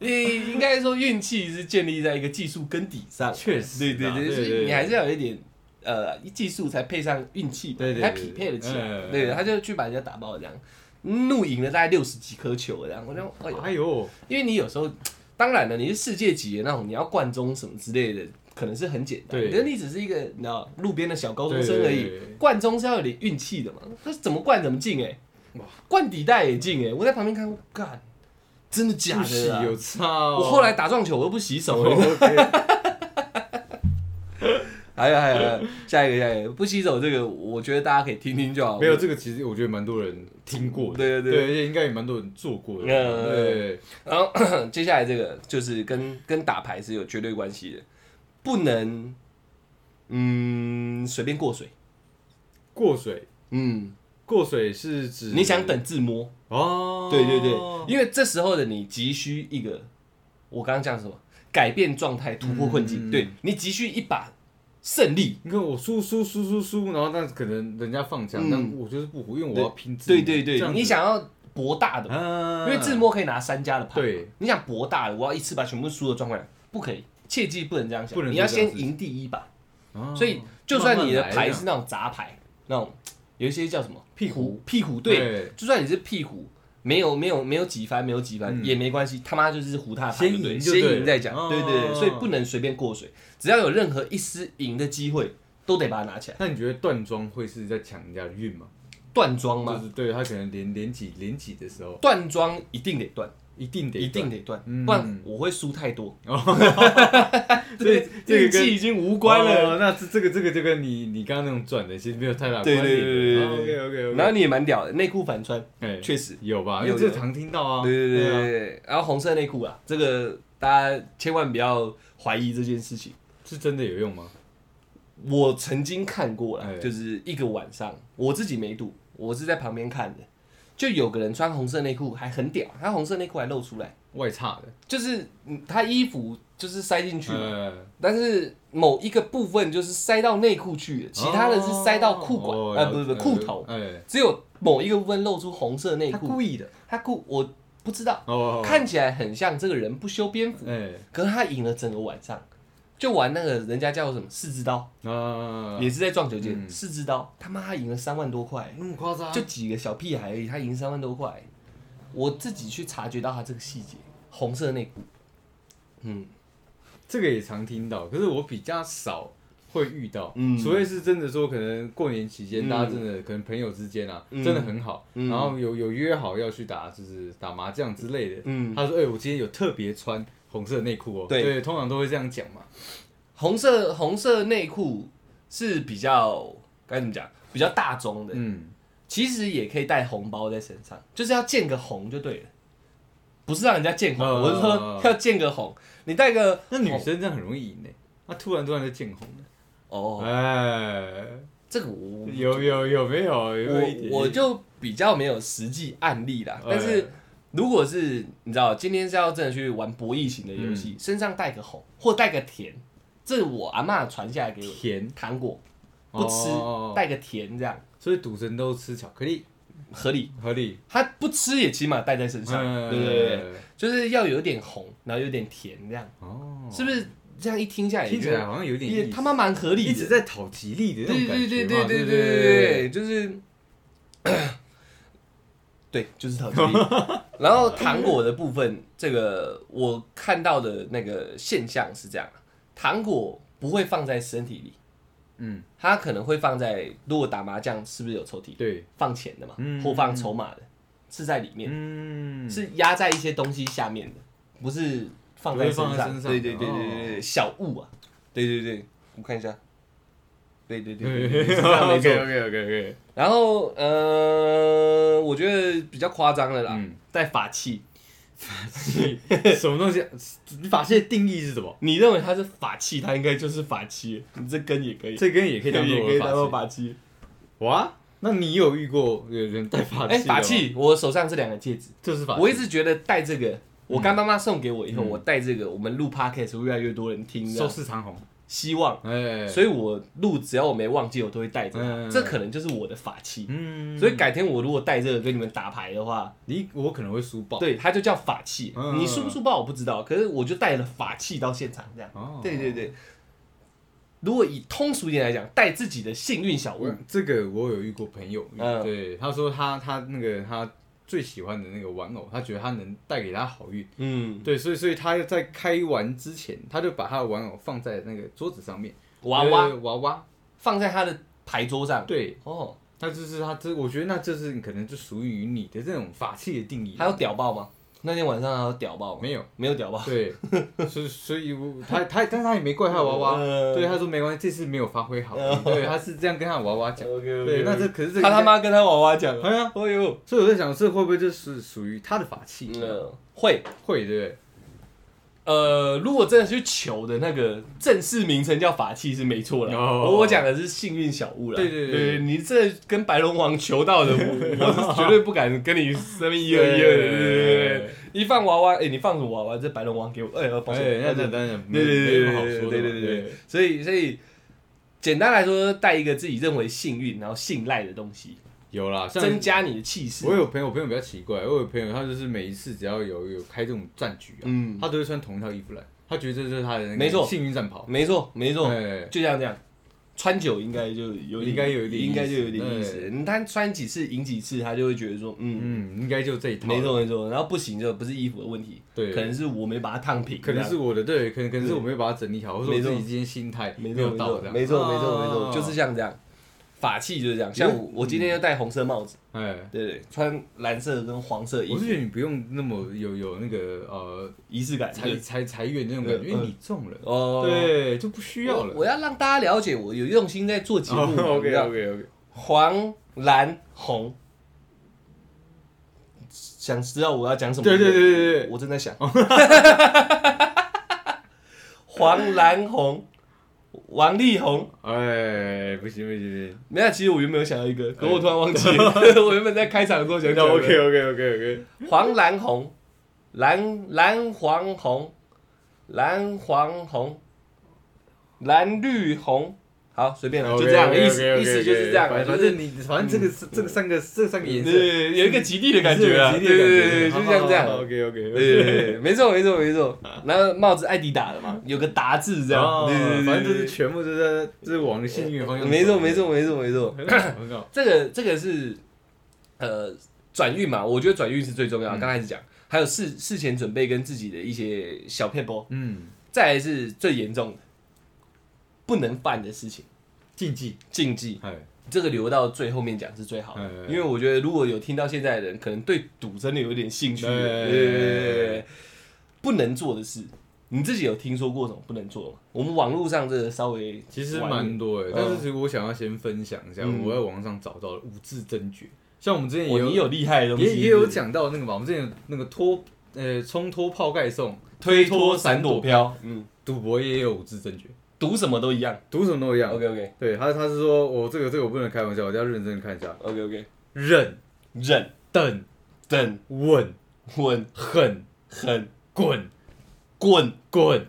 Speaker 1: 应应该说运气是建立在一个技术根底上。
Speaker 2: 确实
Speaker 1: 对
Speaker 2: 啊
Speaker 1: 对对，
Speaker 2: 对
Speaker 1: 所
Speaker 2: 对
Speaker 1: 以你还是要有一点。呃，技术才配上运气嘛，
Speaker 2: 对对对
Speaker 1: 才匹配得起来。
Speaker 2: 嗯
Speaker 1: 对，他就去把人家打爆这样，怒赢了大概六十几颗球这样。我就哎呦，
Speaker 2: 哎呦，
Speaker 1: 因为你有时候，当然了，你是世界级的那种，你要冠中什么之类的，可能是很简单，
Speaker 2: 对
Speaker 1: 可是你只是一个你知道路边的小高中生而
Speaker 2: 对对
Speaker 1: 已
Speaker 2: 对对，
Speaker 1: 冠中是要有点运气的嘛，他怎么灌怎么进哎、
Speaker 2: 哇
Speaker 1: 灌底带也进哎、我在旁边看，干，真的假
Speaker 2: 不洗
Speaker 1: 的啊、
Speaker 2: 有哦差哦。
Speaker 1: 我后来打撞球我都不洗手了。
Speaker 2: OK，
Speaker 1: 还有还有还有，下一个下一个不洗手这个，我觉得大家可以听听就好。
Speaker 2: 没有这个，其实我觉得蛮多人听过的，
Speaker 1: 对对
Speaker 2: 对，
Speaker 1: 对
Speaker 2: 而且应该也蛮多人做过的，
Speaker 1: 嗯
Speaker 2: 对，
Speaker 1: 然后接下来这个就是跟跟打牌是有绝对关系的，不能嗯随便过水。
Speaker 2: 过水，
Speaker 1: 嗯，
Speaker 2: 过水是指
Speaker 1: 你想等自摸，
Speaker 2: 哦，
Speaker 1: 对对对，因为这时候的你急需一个，我刚刚讲什么？改变状态，突破困境，
Speaker 2: 嗯
Speaker 1: 对你急需一把胜利，
Speaker 2: 你看我输输输输输，然后但是可能人家放枪，
Speaker 1: 嗯
Speaker 2: 但我就是不服，因为我要拼自
Speaker 1: 对
Speaker 2: 己，
Speaker 1: 对
Speaker 2: 这
Speaker 1: 对，
Speaker 2: 样子
Speaker 1: 你，想要博大的，
Speaker 2: 啊
Speaker 1: 因为自摸可以拿三家的牌，
Speaker 2: 对，
Speaker 1: 你想博大的，我要一次把全部输的赚回来，不可以，切记不能这样
Speaker 2: 不
Speaker 1: 想，
Speaker 2: 能做
Speaker 1: 你要
Speaker 2: 这样
Speaker 1: 先
Speaker 2: 子
Speaker 1: 赢第一把，
Speaker 2: 啊
Speaker 1: 所以就算你的
Speaker 2: 慢慢来
Speaker 1: 牌
Speaker 2: 这样
Speaker 1: 是那种杂牌，那种有一些叫什么
Speaker 2: 屁股
Speaker 1: 屁股对，
Speaker 2: 对，
Speaker 1: 就算你是屁股，没有没有没有几番，没有几番
Speaker 2: 嗯
Speaker 1: 也没关系，他妈就是胡他牌
Speaker 2: 先
Speaker 1: 就对
Speaker 2: 赢就
Speaker 1: 先
Speaker 2: 对
Speaker 1: 赢
Speaker 2: 了
Speaker 1: 再讲，
Speaker 2: 哦
Speaker 1: 对对对，所以不能随便过水，只要有任何一丝赢的机会，都得把它拿起来，
Speaker 2: 那你觉得断妆会是在抢人家的运吗？
Speaker 1: 断庄
Speaker 2: 就
Speaker 1: 嘛，
Speaker 2: 是对他可能连连几连几的时候，
Speaker 1: 断庄一定得断，
Speaker 2: 一定得
Speaker 1: 一定得断，
Speaker 2: 嗯哦
Speaker 1: 不然我会输太多，
Speaker 2: 这这
Speaker 1: 运
Speaker 2: 个
Speaker 1: 气
Speaker 2: 跟
Speaker 1: 已经无关了。
Speaker 2: 哦那这这个这个就跟你你刚刚那种转的其实没有太大关哦
Speaker 1: 对
Speaker 2: 联。
Speaker 1: 对对对对对
Speaker 2: OK OK OK。
Speaker 1: 然后你也蛮屌的，内裤反穿，
Speaker 2: 哎
Speaker 1: 确实。
Speaker 2: 有吧？因
Speaker 1: 有
Speaker 2: 为这常听到啊。
Speaker 1: 对对对
Speaker 2: 啊
Speaker 1: 对，对，然后红色内裤啊，这个大家千万不要怀疑这件事情。
Speaker 2: 是真的有用吗？
Speaker 1: 我曾经看过了
Speaker 2: 哎，
Speaker 1: 就是一个晚上，我自己没赌，我是在旁边看的，就有个人穿红色内裤还很屌，他红色内裤还露出来，
Speaker 2: 外差的，
Speaker 1: 就是嗯他衣服就是塞进去，
Speaker 2: 呃，
Speaker 1: 但是某一个部分就是塞到内裤去了，其他的是塞到裤管，
Speaker 2: 哦
Speaker 1: 呃，不是不是
Speaker 2: 了
Speaker 1: 裤头，
Speaker 2: 哎，
Speaker 1: 只有某一个部分露出红色内
Speaker 2: 他
Speaker 1: 裤，
Speaker 2: 故意的
Speaker 1: 他裤我不知道，
Speaker 2: 哦，
Speaker 1: 看起来很像这个人不修边幅。
Speaker 2: 哎
Speaker 1: 可是他赢了整个晚上，就玩那个人家叫什么四只刀，
Speaker 2: 啊，
Speaker 1: 也是在撞球界，
Speaker 2: 嗯
Speaker 1: 四只刀，他妈他赢了三万多块，
Speaker 2: 那么夸张
Speaker 1: 就几个小屁孩而已，他赢三万多块，我自己去察觉到他这个细节，红色内裤，嗯，
Speaker 2: 这个也常听到，可是我比较少会遇到，
Speaker 1: 嗯
Speaker 2: 除非是真的说可能过年期
Speaker 1: 嗯
Speaker 2: 间大家真的可能朋友之间啊，
Speaker 1: 嗯
Speaker 2: 真的很好，
Speaker 1: 嗯
Speaker 2: 然后有有约好要去打就是打麻将之类的，
Speaker 1: 嗯
Speaker 2: 他说哎、我今天有特别穿红色内裤哦，
Speaker 1: 对
Speaker 2: 通常都会这样讲嘛，
Speaker 1: 红色红色内裤是比较该怎么讲，比较大众的，
Speaker 2: 嗯，
Speaker 1: 其实也可以带红包在身上，就是要见个红就对了，不是让人家见红，
Speaker 2: 嗯
Speaker 1: 我是说要见个红，你带个
Speaker 2: 那女
Speaker 1: 红
Speaker 2: 生这样很容易赢诶，她突然突然就见红了。
Speaker 1: 哦，
Speaker 2: 哎，
Speaker 1: 这个我
Speaker 2: 有有有没有？有没有一
Speaker 1: 我
Speaker 2: 点
Speaker 1: 我就比较没有实际案例啦
Speaker 2: 哎，
Speaker 1: 但是如果是你知道，今天是要真的去玩博弈型的游
Speaker 2: 嗯
Speaker 1: 戏，身上带个红或带个甜，这我阿嬷传下来给我的
Speaker 2: 甜
Speaker 1: 糖果，不
Speaker 2: 哦
Speaker 1: 吃带个甜这样
Speaker 2: 所以赌神都吃巧克力，
Speaker 1: 合理。
Speaker 2: 合理。
Speaker 1: 他不吃也起码带在身上，对不对？
Speaker 2: 哎
Speaker 1: 就是要有点红，然后有点甜这样，
Speaker 2: 哦，
Speaker 1: 是不是？这样一听下来也
Speaker 2: 听起
Speaker 1: 觉
Speaker 2: 来
Speaker 1: 得
Speaker 2: 好像有点
Speaker 1: 也
Speaker 2: 意思
Speaker 1: 他妈蛮合理的，
Speaker 2: 一直在讨吉利的那种感
Speaker 1: 对
Speaker 2: 觉
Speaker 1: 对
Speaker 2: 嘛
Speaker 1: 对对
Speaker 2: 不
Speaker 1: 对， 就是，对，就是陶吉 利。然后糖果的部分，这个我看到的那个现象是这样：糖果不会放在身体里，
Speaker 2: 嗯，
Speaker 1: 它可能会放在如果打麻将是不是有抽屉
Speaker 2: 对，
Speaker 1: 放钱的嘛，
Speaker 2: 嗯
Speaker 1: 或放筹码的，是在里面，
Speaker 2: 嗯，
Speaker 1: 是压在一些东西下面的，不是放在身
Speaker 2: 不会放在身上哦
Speaker 1: 对对对对对对，小物啊，对对对，我看一下，对对对对对，是这样没错
Speaker 2: OK。OK OK OK，
Speaker 1: 然后，呃，我觉得比较夸张的啦，
Speaker 2: 嗯
Speaker 1: 带法器。
Speaker 2: 什么东西？你法器的定义是什么？
Speaker 1: 你认为它是法器，它应该就是法器。你这根也可以，
Speaker 2: 这根也可以当
Speaker 1: 也可以当
Speaker 2: 做
Speaker 1: 做
Speaker 2: 法器。
Speaker 1: 法器。
Speaker 2: 哇，那你有遇过有人带法器？
Speaker 1: 哎，法，器，我手上这两个戒指，
Speaker 2: 就是法器。嗯
Speaker 1: 我一直觉得戴这个，我干妈妈送给我以后，我戴这个，我们录 podcast 会越来越多人听
Speaker 2: 收
Speaker 1: 的，
Speaker 2: 视长虹，
Speaker 1: 希望。
Speaker 2: 哎，
Speaker 1: 所以我录，只要我没忘记，我都会带着
Speaker 2: 嗯
Speaker 1: 它。这可能就是我的法器。
Speaker 2: 嗯，
Speaker 1: 所以改天我如果带这个跟你们打牌的话，
Speaker 2: 你我可能会输爆。，
Speaker 1: 对，它就叫法器。
Speaker 2: 哦嗯
Speaker 1: 你输不输爆我不知道，可是我就带了法器到现场这样。
Speaker 2: 哦，
Speaker 1: 对对对，如果以通俗一点来讲，带自己的幸运小物
Speaker 2: 我，这个我有遇过朋友，
Speaker 1: 嗯
Speaker 2: 对他说他他那个他最喜欢的那个玩偶，他觉得他能带给他好运，
Speaker 1: 嗯，
Speaker 2: 对，所以所以他在开玩之前，他就把他的玩偶放在那个桌子上面，
Speaker 1: 娃娃
Speaker 2: 对娃娃，
Speaker 1: 放在他的牌桌上，
Speaker 2: 对，
Speaker 1: 哦，
Speaker 2: 他就是他这，我觉得那就是可能就属于你的这种法器的定义
Speaker 1: 还，有屌爆吗？那天晚上还有屌爆吗？
Speaker 2: 没有，
Speaker 1: 没有屌爆，
Speaker 2: 对，所以所以我他他，但是他也没怪他的娃娃，
Speaker 1: 嗯
Speaker 2: 对，他说没关系，这次没有发挥好，对，他是这样跟他的娃娃讲，
Speaker 1: OK，OK，OK
Speaker 2: 对，那这可是这个
Speaker 1: 他他，妈跟他娃娃讲了，
Speaker 2: 哎呀，
Speaker 1: 哎呦，
Speaker 2: 所以我在想，这会不会就是属于他的法器？
Speaker 1: 呃，会，
Speaker 2: 会对不对？
Speaker 1: 呃，如果真的去求的那个正式名称叫法器是没错了，
Speaker 2: 哦
Speaker 1: 我我讲的是幸运小物了。
Speaker 2: 对对对
Speaker 1: 对，你这跟白龙王求到的，我 我是绝对不敢跟你这边一二一二的，对对对对。一放娃娃，哎，你放什么娃娃？这白龙王给我，哎，抱歉，
Speaker 2: 哎，那
Speaker 1: 对
Speaker 2: 那当然，
Speaker 1: 对对对
Speaker 2: 没什么好
Speaker 1: 对
Speaker 2: 说的
Speaker 1: 对
Speaker 2: 嘛
Speaker 1: 对对对，所以所以。简单来说，带一个自己认为幸运然后信赖的东西，
Speaker 2: 有啦，像
Speaker 1: 增加你的气势
Speaker 2: 我。有朋友，我朋友比较奇怪，我有朋友他就是每一次只要有有开这种战局啊，
Speaker 1: 嗯，
Speaker 2: 他都会穿同一套衣服来，他觉得这就是他的那个
Speaker 1: 没错
Speaker 2: 幸运战袍，
Speaker 1: 没错没错，
Speaker 2: 哎，
Speaker 1: 就像这样，穿久应该就有点
Speaker 2: 应该有点意思
Speaker 1: 应该就有点意思。你他穿几次赢几次，他就会觉得说，嗯，
Speaker 2: 嗯，应该就这一套，
Speaker 1: 没，错没错。然后不行就不是衣服的问题，
Speaker 2: 对
Speaker 1: 可能是我没把它烫平，
Speaker 2: 可能是我的对，可能可能是我没有把它整理好，或者我
Speaker 1: 没错
Speaker 2: 自己今天心态
Speaker 1: 没
Speaker 2: 没
Speaker 1: 错
Speaker 2: 有
Speaker 1: 没
Speaker 2: 到
Speaker 1: 错
Speaker 2: 这样，
Speaker 1: 没错没错
Speaker 2: 哦嗯
Speaker 1: 没错，就是像这样。法器就是这样，像我我今天要戴红色帽子，
Speaker 2: 哎，
Speaker 1: 对对，穿蓝色跟黄色衣
Speaker 2: 我
Speaker 1: 服
Speaker 2: 是，觉得你不用那么有有那个呃
Speaker 1: 仪式感。
Speaker 2: 裁
Speaker 1: 对
Speaker 2: 裁裁员那种感觉，
Speaker 1: 对
Speaker 2: 因为你中了，
Speaker 1: 哦，
Speaker 2: 对，就不需要
Speaker 1: 我
Speaker 2: 了。哦
Speaker 1: 我要让大家了解我有用心在做节目。你知道
Speaker 2: OK，
Speaker 1: 黄、蓝、红，想知道我要讲什么？
Speaker 2: 对对对对对，
Speaker 1: 我正在想，黄蓝红，王力宏。
Speaker 2: 哎，不行不行
Speaker 1: 没有，其实我原本有想到一个，可我突然忘记 了。我原本在开场的时候
Speaker 2: 不
Speaker 1: 想
Speaker 2: 行，
Speaker 1: 讲的。
Speaker 2: OK OK
Speaker 1: 黄蓝红，蓝蓝黄红，蓝黄红，蓝绿红。好，随便了，就这样，意思意思就是这样。啊
Speaker 2: 反
Speaker 1: 就是
Speaker 2: 正你反正这个是这个三个这三个颜色，
Speaker 1: 对，有一个极地的感觉啊，对对对对，就像这样。
Speaker 2: OK OK，
Speaker 1: 对对对，对 没错没错没错。然后帽子艾迪达的嘛，有个达字这样。对对对，
Speaker 2: 哦反正就是
Speaker 1: 对
Speaker 2: 全部都在就是往幸运方向。
Speaker 1: 没错没，错没错没错。
Speaker 2: 很好很好。
Speaker 1: 这个这个是呃转运嘛，我觉得转运是最重要的。刚开始讲，还有事事前准备跟自己的一些小配波，
Speaker 2: 嗯，
Speaker 1: 再来是最严重的不能犯的事情
Speaker 2: 禁忌，
Speaker 1: 禁忌。
Speaker 2: 哎，
Speaker 1: 这个留到最后面讲是最好的
Speaker 2: 哎哎，哎
Speaker 1: 因为我觉得如果有听到现在的人，可能对赌真的有点兴趣，
Speaker 2: 哎哎
Speaker 1: 对
Speaker 2: 哎
Speaker 1: 对对对对不能做的事，你自己有听说过什么不能做吗？我们网络上这个稍微
Speaker 2: 其实
Speaker 1: 玩
Speaker 2: 蛮多的，
Speaker 1: 嗯
Speaker 2: 但是其实我想要先分享一下，
Speaker 1: 嗯
Speaker 2: 我在网上找到的五字真诀，像我们之前也
Speaker 1: 哦
Speaker 2: 有
Speaker 1: 你有厉害的东西
Speaker 2: 也也有
Speaker 1: 是不是
Speaker 2: 讲到那个嘛，我们之前有那个脱呃冲脱泡盖送，
Speaker 1: 推脱闪躲飘，嗯，
Speaker 2: 赌博也有五字真诀，
Speaker 1: 读什么都一样。
Speaker 2: 赌什么都一样。
Speaker 1: OK OK
Speaker 2: 对他他是说我、这个这个我不能开玩笑，我一定要认真看一下，
Speaker 1: OK OK，
Speaker 2: 忍
Speaker 1: 忍
Speaker 2: 等
Speaker 1: 等
Speaker 2: 稳
Speaker 1: 稳
Speaker 2: 狠
Speaker 1: 狠
Speaker 2: 滚
Speaker 1: 滚，
Speaker 2: 滚，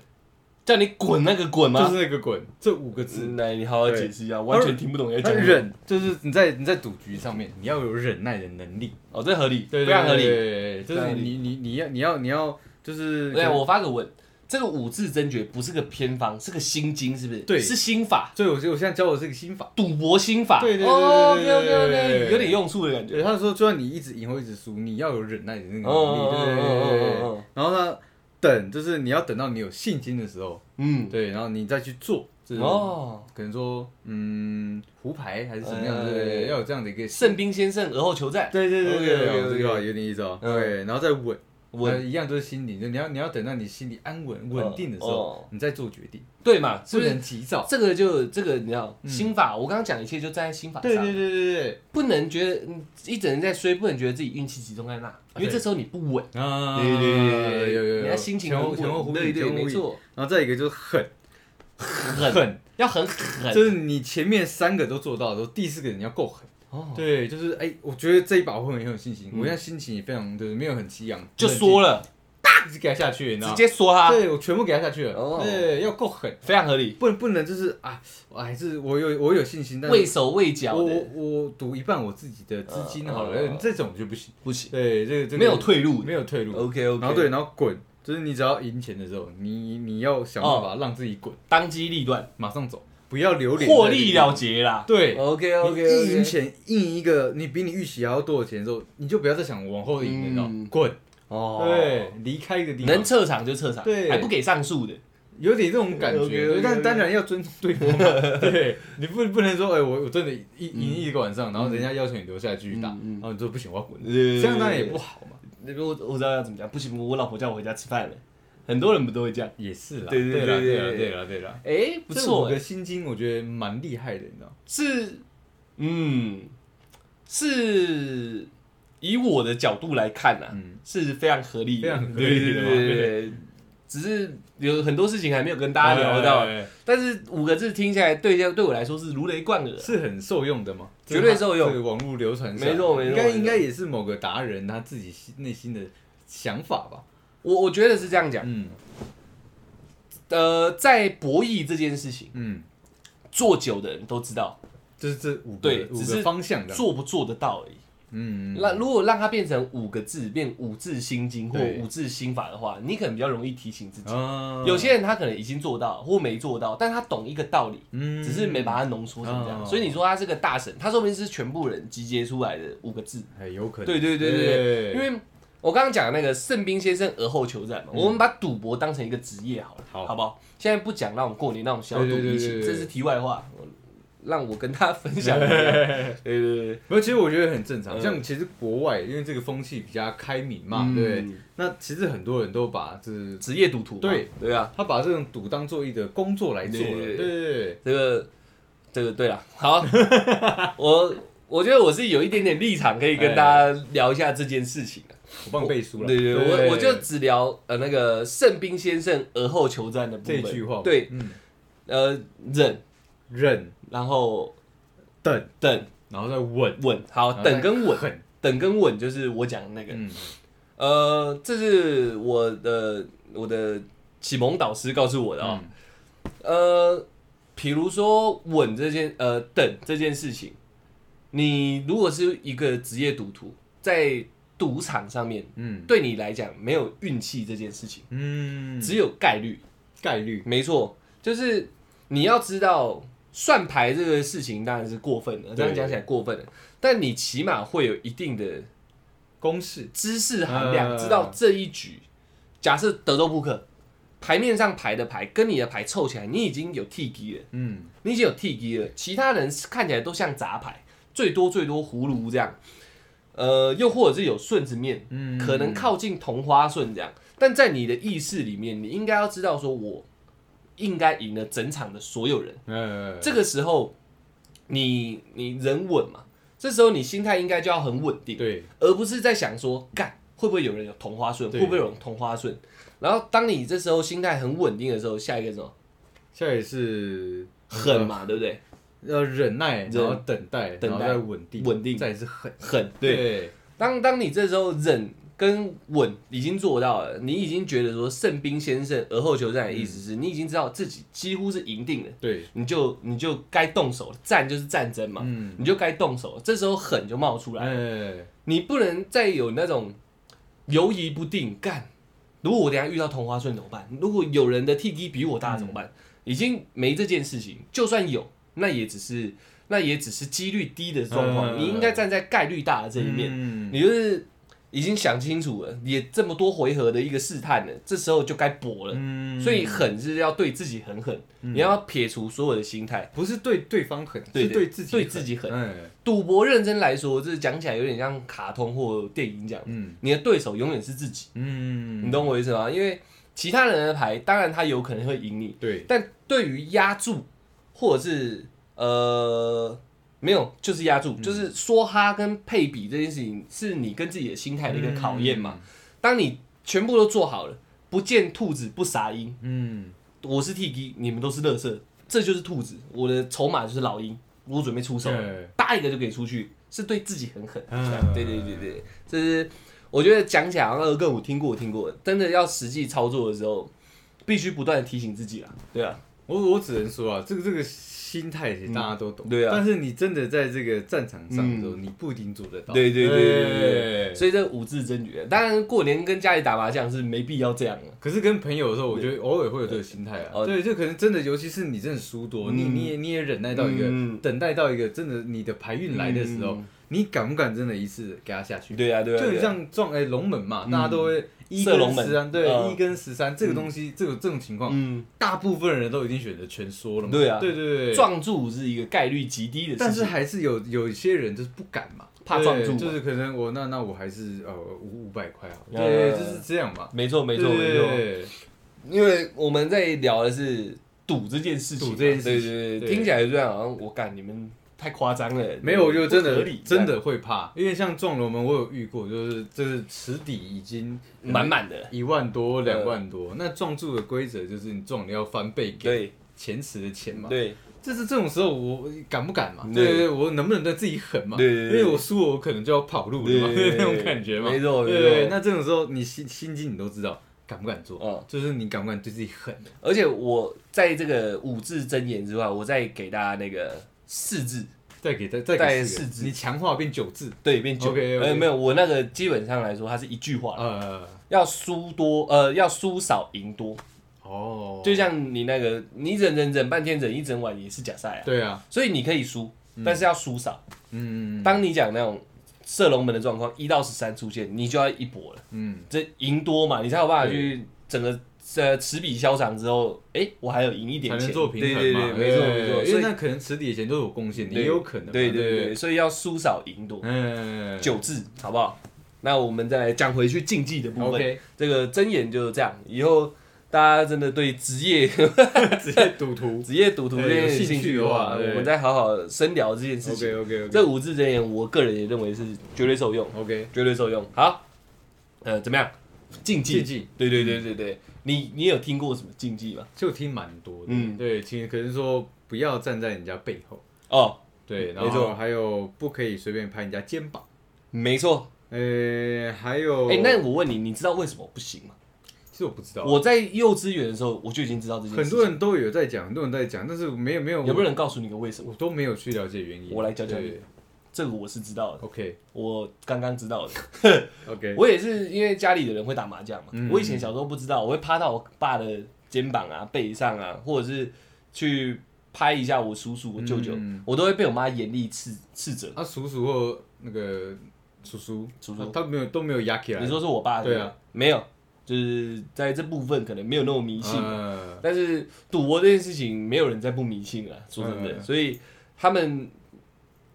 Speaker 1: 叫你滚那个滚
Speaker 2: 就
Speaker 1: 吗？
Speaker 2: 是那个滚这五个字。
Speaker 1: 嗯那你好好解释一下，完全听不懂要
Speaker 2: 他
Speaker 1: 讲什么
Speaker 2: 忍哎就是你在你在赌局上面，你要有忍耐的能力，
Speaker 1: 哦，这合理，
Speaker 2: 对，
Speaker 1: 非常合理。
Speaker 2: 理啊
Speaker 1: 非
Speaker 2: 就
Speaker 1: 常合
Speaker 2: 是
Speaker 1: 理
Speaker 2: 你你你要你要你要就是
Speaker 1: 对，我发个问，这个五字真诀不是个偏方，是个心经，是不是？
Speaker 2: 对
Speaker 1: 是心法，
Speaker 2: 所以我就我现在教我这个心法。
Speaker 1: 赌博心法。
Speaker 2: 对对对对
Speaker 1: OK
Speaker 2: 对
Speaker 1: OK
Speaker 2: 对对
Speaker 1: OK，
Speaker 2: 对
Speaker 1: 有点用处的感觉。
Speaker 2: 对，他说就算你一直赢或一直输，你要有忍耐的那个能力。
Speaker 1: 哦哦哦
Speaker 2: 对对对对
Speaker 1: 哦哦
Speaker 2: 对
Speaker 1: 哦。
Speaker 2: 然后呢，等就是你要等到你有信心的时候，
Speaker 1: 嗯，
Speaker 2: 对，然后你再去做。这是
Speaker 1: 哦，
Speaker 2: 可能说嗯胡牌还是什么样
Speaker 1: 哎
Speaker 2: 子，对对对要有这样的一个信。
Speaker 1: 胜兵先胜，而后求战。
Speaker 2: 对对对对对，
Speaker 1: OK，OK，OK
Speaker 2: 对这个有点意思哦。
Speaker 1: 嗯
Speaker 2: 对，然后再稳，
Speaker 1: 稳
Speaker 2: 那一样都是心理，就你要你要等到你心里安稳稳定的时
Speaker 1: 哦
Speaker 2: 候，你再做决定，
Speaker 1: 对嘛？是
Speaker 2: 不
Speaker 1: 不是
Speaker 2: 能？急躁。
Speaker 1: 这个就这个你知道，
Speaker 2: 嗯
Speaker 1: 心法，我刚刚讲一切就站在心法
Speaker 2: 对对
Speaker 1: 上，
Speaker 2: 对对
Speaker 1: 不能觉得嗯一整天在衰，不能觉得自己运气集中在那，因为
Speaker 2: 对
Speaker 1: 这时候你不稳。
Speaker 2: 对啊
Speaker 1: 对对对，
Speaker 2: 有有有，
Speaker 1: 你要心情
Speaker 2: 前
Speaker 1: 很
Speaker 2: 后前后
Speaker 1: 稳，
Speaker 2: 呼
Speaker 1: 对
Speaker 2: 应，前
Speaker 1: 对，
Speaker 2: 后呼
Speaker 1: 没
Speaker 2: 应。
Speaker 1: 错，
Speaker 2: 然后再一个就是狠
Speaker 1: 狠
Speaker 2: 狠，
Speaker 1: 要很狠。
Speaker 2: 就是你前面三个都做到的时候，第四个你要够狠。
Speaker 1: 哦，
Speaker 2: 对，就是哎，我觉得这一把我会很有信心，
Speaker 1: 嗯
Speaker 2: 我现在心情也非常就是没有很激昂，
Speaker 1: 就说
Speaker 2: 了，
Speaker 1: 了，
Speaker 2: 一直给他下去，你知道
Speaker 1: 直
Speaker 2: 吗？
Speaker 1: 接说他，
Speaker 2: 对我全部给他下去
Speaker 1: 啊哦
Speaker 2: 了，对，要够狠，
Speaker 1: 非常合理，
Speaker 2: 不能不能就是啊，我还是我有我有信心，但
Speaker 1: 畏
Speaker 2: 是
Speaker 1: 手畏脚
Speaker 2: 我
Speaker 1: 的，
Speaker 2: 我我赌一半我自己的资金好
Speaker 1: 呃
Speaker 2: 了，这种就不行。
Speaker 1: 不行，
Speaker 2: 对，这个这个
Speaker 1: 没有退路
Speaker 2: 没有退路。
Speaker 1: OK OK，
Speaker 2: 然后对，，然后滚，就是你只要赢钱的时候，你你要想办
Speaker 1: 哦
Speaker 2: 法让自己滚，
Speaker 1: 当机立断，
Speaker 2: 马上走，不要留恋。
Speaker 1: 获利了。结啦。
Speaker 2: 对，
Speaker 1: OK
Speaker 2: 你
Speaker 1: OK，
Speaker 2: 一赢钱，赢一个你比你预期还要多的钱的时候，你就不要再想往后赢了，你知道
Speaker 1: 嗯
Speaker 2: 吗？滚，
Speaker 1: 哦，
Speaker 2: 对，，离开一个地
Speaker 1: 能
Speaker 2: 方，
Speaker 1: 撤场就撤场，
Speaker 2: 对
Speaker 1: 还不给上诉的，
Speaker 2: 有点这种感觉。
Speaker 1: OK，OK，OK
Speaker 2: 对但当然要尊重对方 嘛，对，你不不能说，哎，我我真的一赢一个晚上，然后人家要求你留下来继续打，
Speaker 1: 嗯嗯
Speaker 2: 然后你说不行，我要滚，
Speaker 1: 这
Speaker 2: 这样当然也不好嘛。
Speaker 1: 那边我我知道要怎么讲，不行，我老婆叫我回家吃饭了。很多人不都会这样？
Speaker 2: 也是啦，
Speaker 1: 对对
Speaker 2: 对
Speaker 1: 对
Speaker 2: 啦
Speaker 1: 对
Speaker 2: 对啦
Speaker 1: 对
Speaker 2: 对啦对啦。
Speaker 1: 哎、不
Speaker 2: 这
Speaker 1: 错、
Speaker 2: 五
Speaker 1: 欸
Speaker 2: 个，心经我觉得蛮厉害的，你知道？
Speaker 1: 是，嗯，是以我的角度来看啊，
Speaker 2: 嗯
Speaker 1: 是非常合理的，
Speaker 2: 非常合
Speaker 1: 对对
Speaker 2: 理
Speaker 1: 对
Speaker 2: 的嘛
Speaker 1: 对对对只是有很多事情还没有跟大家聊到，
Speaker 2: 哎
Speaker 1: 但是五个字听起来对对我来说是如雷贯耳。
Speaker 2: 是很受用的吗？
Speaker 1: 绝对受用
Speaker 2: 这个网络流传下来
Speaker 1: 没错没错
Speaker 2: 应该
Speaker 1: 没错
Speaker 2: 应该也是某个达人他自己心内心的想法吧。
Speaker 1: 我我觉得是这样讲，
Speaker 2: 嗯
Speaker 1: 呃，在博弈这件事情，
Speaker 2: 嗯，
Speaker 1: 做久的人都知道，
Speaker 2: 就是这五
Speaker 1: 对
Speaker 2: 个五
Speaker 1: 只是
Speaker 2: 个方向的。
Speaker 1: 做不做得到而已。
Speaker 2: 嗯，嗯
Speaker 1: 那如果让它变成五个字，变五字心经或
Speaker 2: 对
Speaker 1: 五字心法的话，你可能比较容易提醒自己。
Speaker 2: 啊
Speaker 1: 有些人他可能已经做到或没做到，但他懂一个道理，
Speaker 2: 嗯
Speaker 1: 只是没把它浓缩成这样。
Speaker 2: 哦
Speaker 1: 所以你说他是个大神，他说明是全部人集结出来的五个字。
Speaker 2: 哎有可能。
Speaker 1: 对对对对对，
Speaker 2: 对
Speaker 1: 因为我刚刚讲的那个胜兵先生而后求战嘛，我们把赌博当成一个职业好了，
Speaker 2: 嗯好
Speaker 1: 好不好？现在不讲那种过年那种小赌
Speaker 2: 对对
Speaker 1: 怡
Speaker 2: 对
Speaker 1: 情，
Speaker 2: 对对
Speaker 1: 这是题外话，我让我跟他分 享一下。对对对
Speaker 2: 没有，其实我觉得很正常。
Speaker 1: 嗯
Speaker 2: 像其实国外，因为这个风气比较开明嘛，
Speaker 1: 嗯
Speaker 2: 对，那其实很多人都把这
Speaker 1: 职业赌徒嘛，
Speaker 2: 对
Speaker 1: 对啊，
Speaker 2: 他把这种赌当做一个工作来做了。
Speaker 1: 对对对
Speaker 2: 对对对，
Speaker 1: 这个这个对了，好， 我我觉得我是有一点点立场可以跟大家聊一下这件事情的。
Speaker 2: 我帮你背书了。
Speaker 1: 对对，我我就只聊呃那个胜兵先胜而后求战的部
Speaker 2: 这
Speaker 1: 分。
Speaker 2: 句话嘛。
Speaker 1: 对，
Speaker 2: 嗯，
Speaker 1: 呃忍，
Speaker 2: 忍
Speaker 1: 然后
Speaker 2: 等，
Speaker 1: 等
Speaker 2: 然后再稳，
Speaker 1: 稳，好
Speaker 2: 然后再
Speaker 1: 哦等跟稳，
Speaker 2: 狠。
Speaker 1: 等跟稳就是我讲的那个，
Speaker 2: 嗯，
Speaker 1: 呃，这是我的我的启蒙导师告诉我的哦。
Speaker 2: 嗯
Speaker 1: 呃，比如说稳这件呃等这件事情，你如果是一个职业赌徒，在赌场上面，
Speaker 2: 嗯
Speaker 1: 对你来讲没有运气这件事情，
Speaker 2: 嗯，
Speaker 1: 只有概率。
Speaker 2: 概率，
Speaker 1: 没错，就是你要知道算牌这个事情当然是过分的，这样讲起来过分了，但你起码会有一定的
Speaker 2: 公式，
Speaker 1: 知识含量，
Speaker 2: 嗯
Speaker 1: 知道这一局。假设德州扑克牌面上牌的牌跟你的牌凑起来，你已经有 T G 了。
Speaker 2: 嗯，
Speaker 1: 你已经有 T 机了，其他人看起来都像杂牌，最多最多葫芦这样，呃，又或者是有顺子面，
Speaker 2: 嗯
Speaker 1: 可能靠近同花顺这样，但在你的意识里面，你应该要知道，说我应该赢了整场的所有人。
Speaker 2: 呃，
Speaker 1: 这个时候，你你人稳嘛，这时候你心态应该就要很稳定，
Speaker 2: 对，
Speaker 1: 而不是在想说干会不会有人有同花顺，
Speaker 2: 对
Speaker 1: 会不会有人同花顺。然后当你这时候心态很稳定的时候，下一个是什么
Speaker 2: 现在也是
Speaker 1: 狠
Speaker 2: 嗯
Speaker 1: 嘛，对不对？
Speaker 2: 要忍耐，
Speaker 1: 忍
Speaker 2: 然后等待，
Speaker 1: 等待
Speaker 2: 然后再稳定，
Speaker 1: 稳定
Speaker 2: 再也是狠，
Speaker 1: 狠，对。
Speaker 2: 对，
Speaker 1: 当当你这时候忍跟稳已经做到了，你已经觉得说胜兵先胜，而后求战的意思
Speaker 2: 嗯
Speaker 1: 是、你已经知道自己几乎是赢定了，
Speaker 2: 对，
Speaker 1: 你就你就该动手了。战就是战争嘛，
Speaker 2: 嗯，
Speaker 1: 你就该动手了。这时候狠就冒出来，
Speaker 2: 哎，
Speaker 1: 你不能再有那种犹疑不定。干，如果我等一下遇到同花顺怎么办？如果有人的 T G 比我大怎么办？已经没这件事情，就算有，那也只是那也只是几率低的状况。
Speaker 2: 嗯
Speaker 1: 你应该站在概率大的这一面。
Speaker 2: 面，
Speaker 1: 你就是已经想清楚了，也这么多回合的一个试探了，这时候就该搏了。
Speaker 2: 嗯
Speaker 1: 所以狠是要对自己很狠，你要撇除所有的心态。
Speaker 2: 不是对对方狠，
Speaker 1: 对
Speaker 2: 是
Speaker 1: 对
Speaker 2: 对自己，
Speaker 1: 对自己狠
Speaker 2: 哎，
Speaker 1: 赌博认真来说，这讲起来有点像卡通或电影讲，
Speaker 2: 嗯
Speaker 1: 你的对手永远是自己，
Speaker 2: 嗯，
Speaker 1: 你懂我意思吗？因为其他人的牌，当然他有可能会赢你，
Speaker 2: 对，
Speaker 1: 但对于压住或者是呃没有，就是压住，就是说哈跟配比这件事情，是你跟自己的心态的一个考验嘛。当你全部都做好了，不见兔子不撒鹰，
Speaker 2: 嗯，
Speaker 1: 我是 T G，你们都是乐色，这就是兔子，我的筹码就是老鹰，我准备出手了，
Speaker 2: 对
Speaker 1: 搭一个就可以出去，是对自己很狠。
Speaker 2: 嗯
Speaker 1: 对对对对，这是我觉得讲起来好像二更五听过我听过，真的要实际操作的时候，必须不断的提醒自己啊，对啊，
Speaker 2: 我我只能说啊，这个这个心态其实大家都懂，
Speaker 1: 嗯对啊嗯
Speaker 2: 但是你真的在这个战场上的时候，你不一定做得到，
Speaker 1: 对对对对对对
Speaker 2: 哎
Speaker 1: 所以这五字真诀，当然过年跟家里打麻将是没必要这样的、
Speaker 2: 可是跟朋友的时候，我觉得偶尔会有这个心态
Speaker 1: 哦
Speaker 2: 啊。对，就可能真的，尤其是你真的输多，你
Speaker 1: 嗯
Speaker 2: 你也你也忍耐到一个
Speaker 1: 嗯
Speaker 2: 等待到一个真的你的牌运来的时候
Speaker 1: 嗯，
Speaker 2: 你敢不敢真的一次给他下去？
Speaker 1: 对啊对
Speaker 2: 就
Speaker 1: 啊，对啊
Speaker 2: 很像撞哎龙门嘛，
Speaker 1: 嗯
Speaker 2: 大家都会一
Speaker 1: 射龙
Speaker 2: 跟
Speaker 1: 门
Speaker 2: 十三，对
Speaker 1: 嗯
Speaker 2: 一跟十三这个东西，这个这种情况，
Speaker 1: 嗯，
Speaker 2: 大部分人都已经选择全缩了嘛。
Speaker 1: 对啊
Speaker 2: 对对对，。
Speaker 1: 撞柱是一个概率极低的事情，
Speaker 2: 但是还是有有一些人就是不敢嘛，
Speaker 1: 怕撞
Speaker 2: 对
Speaker 1: 住嘛
Speaker 2: 就是可能哦我那那我还是呃五五百块好了，
Speaker 1: 呃
Speaker 2: 对，就是这样嘛，
Speaker 1: 没错，没错，
Speaker 2: 对
Speaker 1: 没错。，因为我们在聊的是赌这件事情嘛，
Speaker 2: 赌这件事情
Speaker 1: 对对对，
Speaker 2: 对
Speaker 1: 听起来就这样，好像我干你们太夸张了。
Speaker 2: 没有，我就真
Speaker 1: 不合
Speaker 2: 的
Speaker 1: 理
Speaker 2: 真的会怕，因为像撞龙门，我有遇过，就是就是池底已经
Speaker 1: 满满的，
Speaker 2: 一万多、两万多，那撞柱的规则就是你撞了要翻倍给
Speaker 1: 对
Speaker 2: 前池的钱嘛。，
Speaker 1: 对
Speaker 2: 就是这种时候我敢不敢嘛？
Speaker 1: 对
Speaker 2: 对对，对我能不能对自己狠嘛？
Speaker 1: 对对
Speaker 2: 因
Speaker 1: 对
Speaker 2: 为我输了，我可能就要跑路了嘛，
Speaker 1: 对对对
Speaker 2: 那种感觉嘛。
Speaker 1: 没错
Speaker 2: 对
Speaker 1: 没错
Speaker 2: 对，对那这种时候你心心机你都知道，敢不敢
Speaker 1: 嗯
Speaker 2: 做？就是你敢不敢对自己狠？
Speaker 1: 而且我在这个五字真言之外，我再给大家那个四字，
Speaker 2: 再给他再
Speaker 1: 再
Speaker 2: 给四
Speaker 1: 四
Speaker 2: 个
Speaker 1: 字
Speaker 2: 你强化变九字，
Speaker 1: 对，变九。
Speaker 2: OK，OK
Speaker 1: 呃，没有，我那个基本上来说，它是一句话，
Speaker 2: 呃，
Speaker 1: 要输多，呃，要输少赢多。
Speaker 2: 哦，
Speaker 1: 就像你那个，你忍忍忍半天，忍一整晚也是假赛啊。
Speaker 2: 对啊，
Speaker 1: 所以你可以输，但是要输少。
Speaker 2: 嗯
Speaker 1: 当你讲那种射龙门的状况，一到十三出现，你就要一搏了。
Speaker 2: 嗯。
Speaker 1: 这赢多嘛，你才有办法去整个呃持笔消长之后，哎、我还有赢一点
Speaker 2: 才
Speaker 1: 钱，
Speaker 2: 能做平衡
Speaker 1: 对对
Speaker 2: 嘛，
Speaker 1: 对，没错没错。
Speaker 2: 因
Speaker 1: 所
Speaker 2: 为
Speaker 1: 以
Speaker 2: 那可能池底以前都有贡献，你
Speaker 1: 对
Speaker 2: 也有可能嘛，
Speaker 1: 对
Speaker 2: 对
Speaker 1: 对对，，所以要输少赢多，
Speaker 2: 嗯，
Speaker 1: 九字好不好？那我们再来讲回去竞技的部分
Speaker 2: 嗯 OK
Speaker 1: 这个真言就是这样。以后大家真的对职业
Speaker 2: 直接赌徒
Speaker 1: 职业赌徒这
Speaker 2: 对有
Speaker 1: 件
Speaker 2: 兴趣
Speaker 1: 趣
Speaker 2: 的话对
Speaker 1: 我们再好好深聊这件事情。
Speaker 2: ，OK OK OK
Speaker 1: 这五字真言，我个人也认为是绝对受用。
Speaker 2: OK，
Speaker 1: 绝对受用。好，呃，怎么样？竞技，
Speaker 2: 竞技，
Speaker 1: 对对对对对，你你有听过什么竞技吗？
Speaker 2: 就听蛮多的，
Speaker 1: 嗯
Speaker 2: 对，其实可能说不要站在人家背后，
Speaker 1: 哦，
Speaker 2: 对，
Speaker 1: 没
Speaker 2: 然
Speaker 1: 错
Speaker 2: 后还有不可以随便拍人家肩膀，
Speaker 1: 没错。
Speaker 2: 呃，还有，
Speaker 1: 哎、那我问你，你知道为什么不行吗？
Speaker 2: 其实我不知道，
Speaker 1: 我在幼稚园的时候，我就已经知道这件事情。
Speaker 2: 很多人都有在讲，很多人在讲，但是没有没有，
Speaker 1: 有没有人告诉你个为什么？
Speaker 2: 我都没有去了解原因，
Speaker 1: 我来教教你这个我是知道的，
Speaker 2: ，OK
Speaker 1: 我刚刚知道的。
Speaker 2: OK，
Speaker 1: 我也是因为家里的人会打麻将嘛，
Speaker 2: 嗯
Speaker 1: 我以前小时候不知道，我会趴到我爸的肩膀啊、背上啊，或者是去拍一下我叔叔、我舅舅，
Speaker 2: 嗯
Speaker 1: 我都会被我妈严厉斥斥责。
Speaker 2: 啊，叔叔或那个叔叔，
Speaker 1: 叔叔
Speaker 2: 他没有都没有压起来，
Speaker 1: 你说是我爸
Speaker 2: 对啊
Speaker 1: 不没有，就是在这部分可能没有那么迷信，
Speaker 2: 嗯
Speaker 1: 但是赌博这件事情没有人在不迷信啊，说真的，
Speaker 2: 嗯
Speaker 1: 所以他们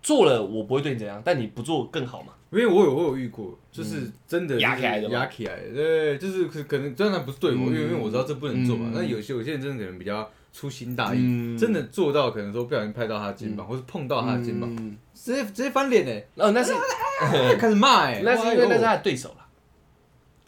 Speaker 1: 做了我不会对你怎样，但你不做更好嘛，
Speaker 2: 因为我有我有遇过，就是真的
Speaker 1: 嗯压起来的
Speaker 2: 就是
Speaker 1: 吗
Speaker 2: 压起来的，对，就是可可能当然不是对我，因为
Speaker 1: 嗯
Speaker 2: 因为我知道这不能做嘛
Speaker 1: 嗯。
Speaker 2: 那有些有些人真的可能比较粗心大意，
Speaker 1: 嗯
Speaker 2: 真的做到可能说不小心拍到他的肩膀，或是碰到他的肩膀，
Speaker 1: 嗯
Speaker 2: 直接直接翻 脸哎，
Speaker 1: 哦，那是
Speaker 2: 开始骂哎，
Speaker 1: 那是因为那是他的对手啦。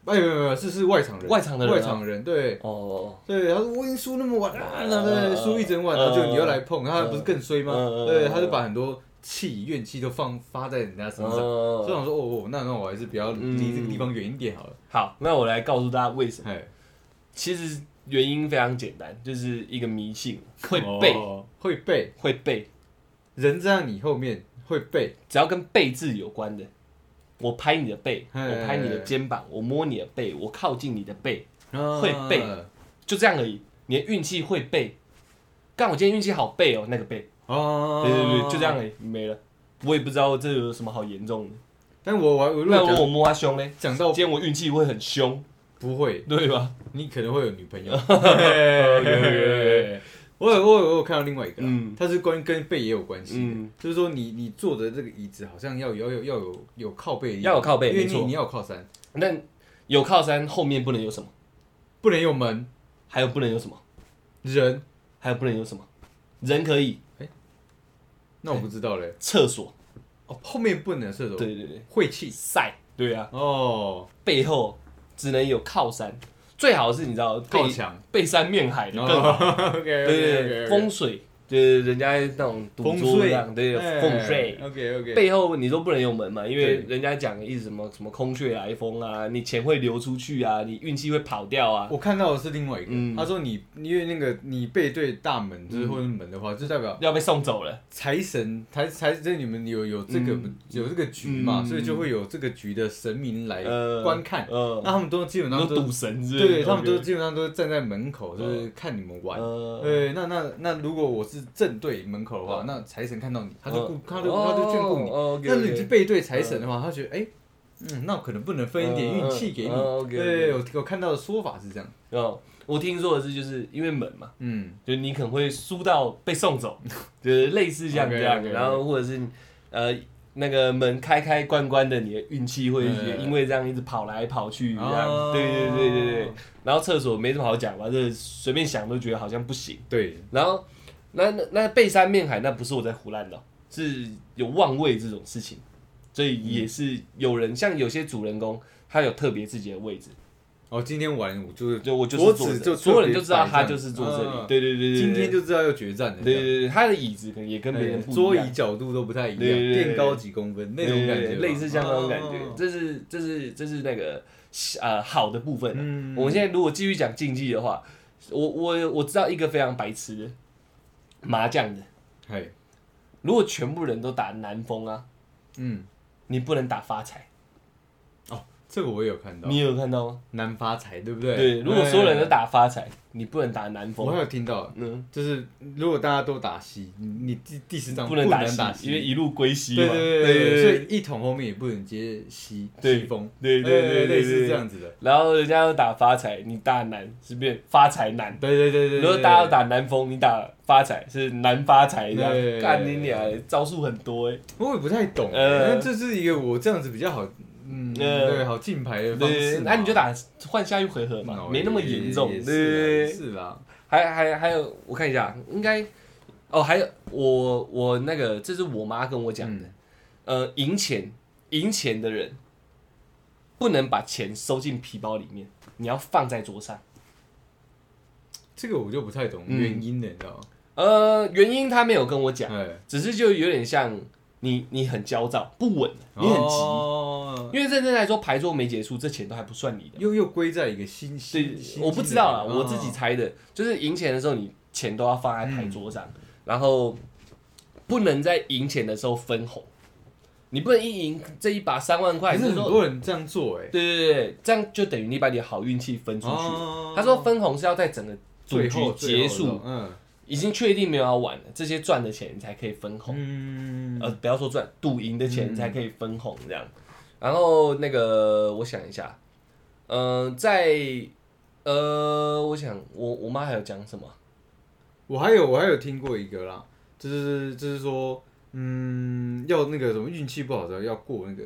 Speaker 2: 哎，没有没有，是是外场人，
Speaker 1: 外场的人啊
Speaker 2: 外场人，对
Speaker 1: 哦，
Speaker 2: 对，他说我已经输那么晚了，
Speaker 1: 呃
Speaker 2: 对，输一整晚，
Speaker 1: 呃
Speaker 2: 然后就你又来碰，他不是更衰吗
Speaker 1: 呃？
Speaker 2: 对，他就把很多气怨气都放发在人家身上，所以我
Speaker 1: 哦，
Speaker 2: 想说，哦，哦那那我还是比较离这个地方远一点好了。
Speaker 1: 好，那我来告诉大家为什么。
Speaker 2: 哎，
Speaker 1: 其实原因非常简单，就是一个迷信，会背，
Speaker 2: 哦会背，
Speaker 1: 会背，
Speaker 2: 人在你后面会背，
Speaker 1: 只要跟背字有关的，我拍你的背，
Speaker 2: 嘿
Speaker 1: 我拍你的肩膀，我摸你的背，我靠近你的背，
Speaker 2: 会
Speaker 1: 背就这样而已。你的运气会背，干我今天运气好背哦，那个背，
Speaker 2: 哦，
Speaker 1: 对对对，就这样。而已，没了。我也不知道这有什么好严重的。
Speaker 2: 但我我我如
Speaker 1: 那如
Speaker 2: 果
Speaker 1: 果我
Speaker 2: 讲
Speaker 1: 摸他胸嘞，
Speaker 2: 讲到
Speaker 1: 今天我运气会很凶，
Speaker 2: 不会，
Speaker 1: 对吧？
Speaker 2: 你可能会有女 朋友。
Speaker 1: OK，OK，OK
Speaker 2: 我有我有我有看到另外一个啊，
Speaker 1: 嗯
Speaker 2: 它是关于跟背也有关系的，
Speaker 1: 嗯
Speaker 2: 就是说你你坐的这个椅子好像要有要有要有有靠背的地方，
Speaker 1: 要有靠背
Speaker 2: 因为
Speaker 1: 没
Speaker 2: 你
Speaker 1: 错
Speaker 2: 你要有靠山，
Speaker 1: 那有靠山后面不能有什么，
Speaker 2: 不能有门
Speaker 1: 还有不能有什么，
Speaker 2: 人，
Speaker 1: 还有不能有什么，人可以，
Speaker 2: 那我不知道嘞，
Speaker 1: 厕所，
Speaker 2: 哦后面不能射手，
Speaker 1: 对对对，
Speaker 2: 晦气
Speaker 1: 晒，对啊，
Speaker 2: 哦，
Speaker 1: 背后只能有靠山，最好是你知道
Speaker 2: 靠哦
Speaker 1: 背
Speaker 2: 墙
Speaker 1: 背山面海的更好，
Speaker 2: ，OK
Speaker 1: 对
Speaker 2: OK
Speaker 1: 对对，
Speaker 2: OK，
Speaker 1: 风水就是人家那种赌
Speaker 2: 风
Speaker 1: 桌
Speaker 2: 水哎
Speaker 1: 这样，对对风水。
Speaker 2: ，OK OK，
Speaker 1: 背后你都不能有门嘛，因为
Speaker 2: 对
Speaker 1: 人家讲一直什么什么空穴来风啊，你钱会流出去啊，你运气会跑掉啊，
Speaker 2: 我看到的是另外一个
Speaker 1: 嗯，
Speaker 2: 他说你因为那个你背对大门就是或者门的话，就代表
Speaker 1: 要被送走了。
Speaker 2: 财神，财财神，你们有有这个、
Speaker 1: 嗯
Speaker 2: 有这个局嘛、
Speaker 1: 嗯
Speaker 2: 所以就会有这个局的神明来
Speaker 1: 呃
Speaker 2: 观看。
Speaker 1: 呃，
Speaker 2: 那他们都基本
Speaker 1: 你说
Speaker 2: 上都
Speaker 1: 赌神之类的，
Speaker 2: 对，他们都
Speaker 1: OK 哦
Speaker 2: 基本上都站在门口，就是看你们玩。
Speaker 1: 呃，
Speaker 2: 对，那那那如果我是正对门口
Speaker 1: 嗯
Speaker 2: 的话，那财神看到你，他就顾、他就、他就眷顾你。
Speaker 1: 哦
Speaker 2: 那你是背对财神的话，他觉得哎、嗯，那我可能不能分一点运气给你。
Speaker 1: 嗯嗯嗯，OK，
Speaker 2: 对，我我看到的说法是这样。
Speaker 1: 哦，我听说的是，就是因为门嘛，
Speaker 2: 嗯，
Speaker 1: 就你可能会输到被送走， 就是类似像这样，
Speaker 2: OK，OK，OK
Speaker 1: 然后或者是呃那个门开开关关的，你的运气会
Speaker 2: 嗯
Speaker 1: 也因为这样一直跑来跑去这样，
Speaker 2: 哦
Speaker 1: 对对对对对，然后厕所没什么好讲吧，这随便想都觉得好像不行，
Speaker 2: 对，
Speaker 1: 然后那那那背山面海，那不是我在胡乱的哦、是有妄位这种事情，所以也是有人、像有些主人公，他有特别自己的位置，
Speaker 2: 哦，今天玩我就是
Speaker 1: 就我就
Speaker 2: 桌
Speaker 1: 是
Speaker 2: 子
Speaker 1: 坐
Speaker 2: 就
Speaker 1: 这，所有人
Speaker 2: 特别
Speaker 1: 就知道
Speaker 2: 摆
Speaker 1: 他
Speaker 2: 这
Speaker 1: 就
Speaker 2: 样
Speaker 1: 是坐这里，
Speaker 2: 嗯
Speaker 1: 对对对对，
Speaker 2: 今天
Speaker 1: 对
Speaker 2: 就知道要决战了。哎
Speaker 1: 对对对对，他的椅子可能也跟别人不一
Speaker 2: 桌
Speaker 1: 样
Speaker 2: 椅角度都不太一样，
Speaker 1: 对对对
Speaker 2: 垫高几公分
Speaker 1: 对
Speaker 2: 那种感
Speaker 1: 对
Speaker 2: 觉
Speaker 1: 对
Speaker 2: 吧，
Speaker 1: 类似像那种感觉，
Speaker 2: 哦
Speaker 1: 这是这是这是那个呃好的部分、啊。
Speaker 2: 嗯
Speaker 1: 我们现在如果继续讲竞技的话，我我我知道一个非常白痴的麻将的，
Speaker 2: 嘿，
Speaker 1: 如果全部人都打南风啊，
Speaker 2: 嗯，
Speaker 1: 你不能打发财，
Speaker 2: 这个我也有看到
Speaker 1: 你，有看到吗？
Speaker 2: 南发财对不对？
Speaker 1: 对，如果所有人都
Speaker 2: 打，
Speaker 1: 打发财，你不能打南
Speaker 2: 我还
Speaker 1: 风，
Speaker 2: 有听到，
Speaker 1: 嗯，
Speaker 2: 就是如果大家都打西，你你第第十张
Speaker 1: 不能
Speaker 2: 嗯能
Speaker 1: 打
Speaker 2: 打
Speaker 1: 西，因为一路归西
Speaker 2: 对
Speaker 1: 嘛，
Speaker 2: 对
Speaker 1: 对
Speaker 2: 对，所
Speaker 1: 对
Speaker 2: 以一桶后面也不能接西
Speaker 1: 对
Speaker 2: 西风，
Speaker 1: 对对对对
Speaker 2: 哎类
Speaker 1: 对
Speaker 2: 似
Speaker 1: 对
Speaker 2: 这样子的，
Speaker 1: 然后人家要打发财，你打南是变发财南。
Speaker 2: 对对对对对。
Speaker 1: 如果大家要
Speaker 2: 对，
Speaker 1: 打南风，你打发财是南发财这
Speaker 2: 对
Speaker 1: 样，
Speaker 2: 对
Speaker 1: 干
Speaker 2: 对
Speaker 1: 你俩招数很多哎，
Speaker 2: 我也不太懂，
Speaker 1: 呃
Speaker 2: 但这是一个我这样子比较好，嗯，
Speaker 1: 呃
Speaker 2: 对，好进牌的方
Speaker 1: 对
Speaker 2: 式，嘛。
Speaker 1: 那你就打换下一回合嘛，
Speaker 2: 嗯
Speaker 1: 没那么
Speaker 2: 也
Speaker 1: 严重，对
Speaker 2: 也
Speaker 1: 对
Speaker 2: 是啊
Speaker 1: 对
Speaker 2: 啦，。是啦，
Speaker 1: 还还还有，我看一下，应该哦，还有我我那个，这是我妈跟我
Speaker 2: 嗯
Speaker 1: 讲的，呃，赢钱赢钱的人不能把钱收进皮包里面，你要放在桌上。
Speaker 2: 这个我就不太懂
Speaker 1: 嗯
Speaker 2: 原因了，你知道吗？
Speaker 1: 呃，原因她没有跟我讲，
Speaker 2: 哎，
Speaker 1: 只是就有点像你你很焦躁不稳，你很急，
Speaker 2: 哦急，
Speaker 1: 因为认真来说，牌桌没结束，这钱都还不算你的。
Speaker 2: 又又归在一个新
Speaker 1: 对
Speaker 2: 新，，新
Speaker 1: 我不知道啦，
Speaker 2: 进来
Speaker 1: 我自己猜的，就是赢钱的时候，你钱都要放在
Speaker 2: 嗯
Speaker 1: 牌桌上，然后不能在赢钱的时候分红，你不能一赢这一把三万
Speaker 2: 哦
Speaker 1: 块，
Speaker 2: 还是
Speaker 1: 就
Speaker 2: 很
Speaker 1: 说
Speaker 2: 多人这样做哎
Speaker 1: 对，对对，这样就等于你把你的好运气分出去了。
Speaker 2: 哦
Speaker 1: 他说分红是要在整个赌
Speaker 2: 最
Speaker 1: 局
Speaker 2: 后
Speaker 1: 结
Speaker 2: 最后
Speaker 1: 束
Speaker 2: 的，嗯
Speaker 1: 已经确定没有要玩了，这些赚的钱你才可以分红。
Speaker 2: 嗯
Speaker 1: 呃，不要说赚，赌赢的钱才可以分红这样。然后那个，我想一下，嗯、在呃，我想我我妈还有讲什么？
Speaker 2: 我还有我还有听过一个啦，就是就是说嗯要那个什么运气不好的要过那个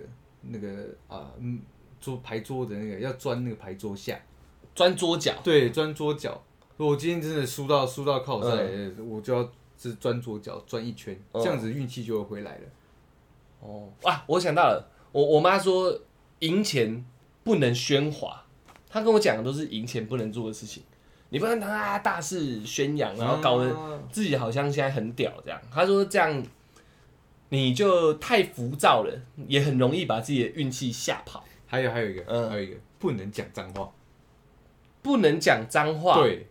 Speaker 2: 那个啊，嗯，桌排桌的那个要钻那个排桌下，
Speaker 1: 钻桌角，
Speaker 2: 对，钻桌角。我今天真的输到输到靠赛，我就要是钻桌角钻一圈，
Speaker 1: 嗯
Speaker 2: 这样子运气就会回来了。
Speaker 1: 哦，啊，我想到了，我我妈说赢钱不能喧哗，她跟我讲的都是赢钱不能做的事情，你不能啊大肆宣扬，然后搞得
Speaker 2: 啊
Speaker 1: 自己好像现在很屌这样。她说这样你就太浮躁了，也很容易把自己的运气吓跑。
Speaker 2: 还有还有一个，
Speaker 1: 嗯
Speaker 2: 还有一个不能讲脏话。
Speaker 1: 不能讲脏话，，
Speaker 2: 对，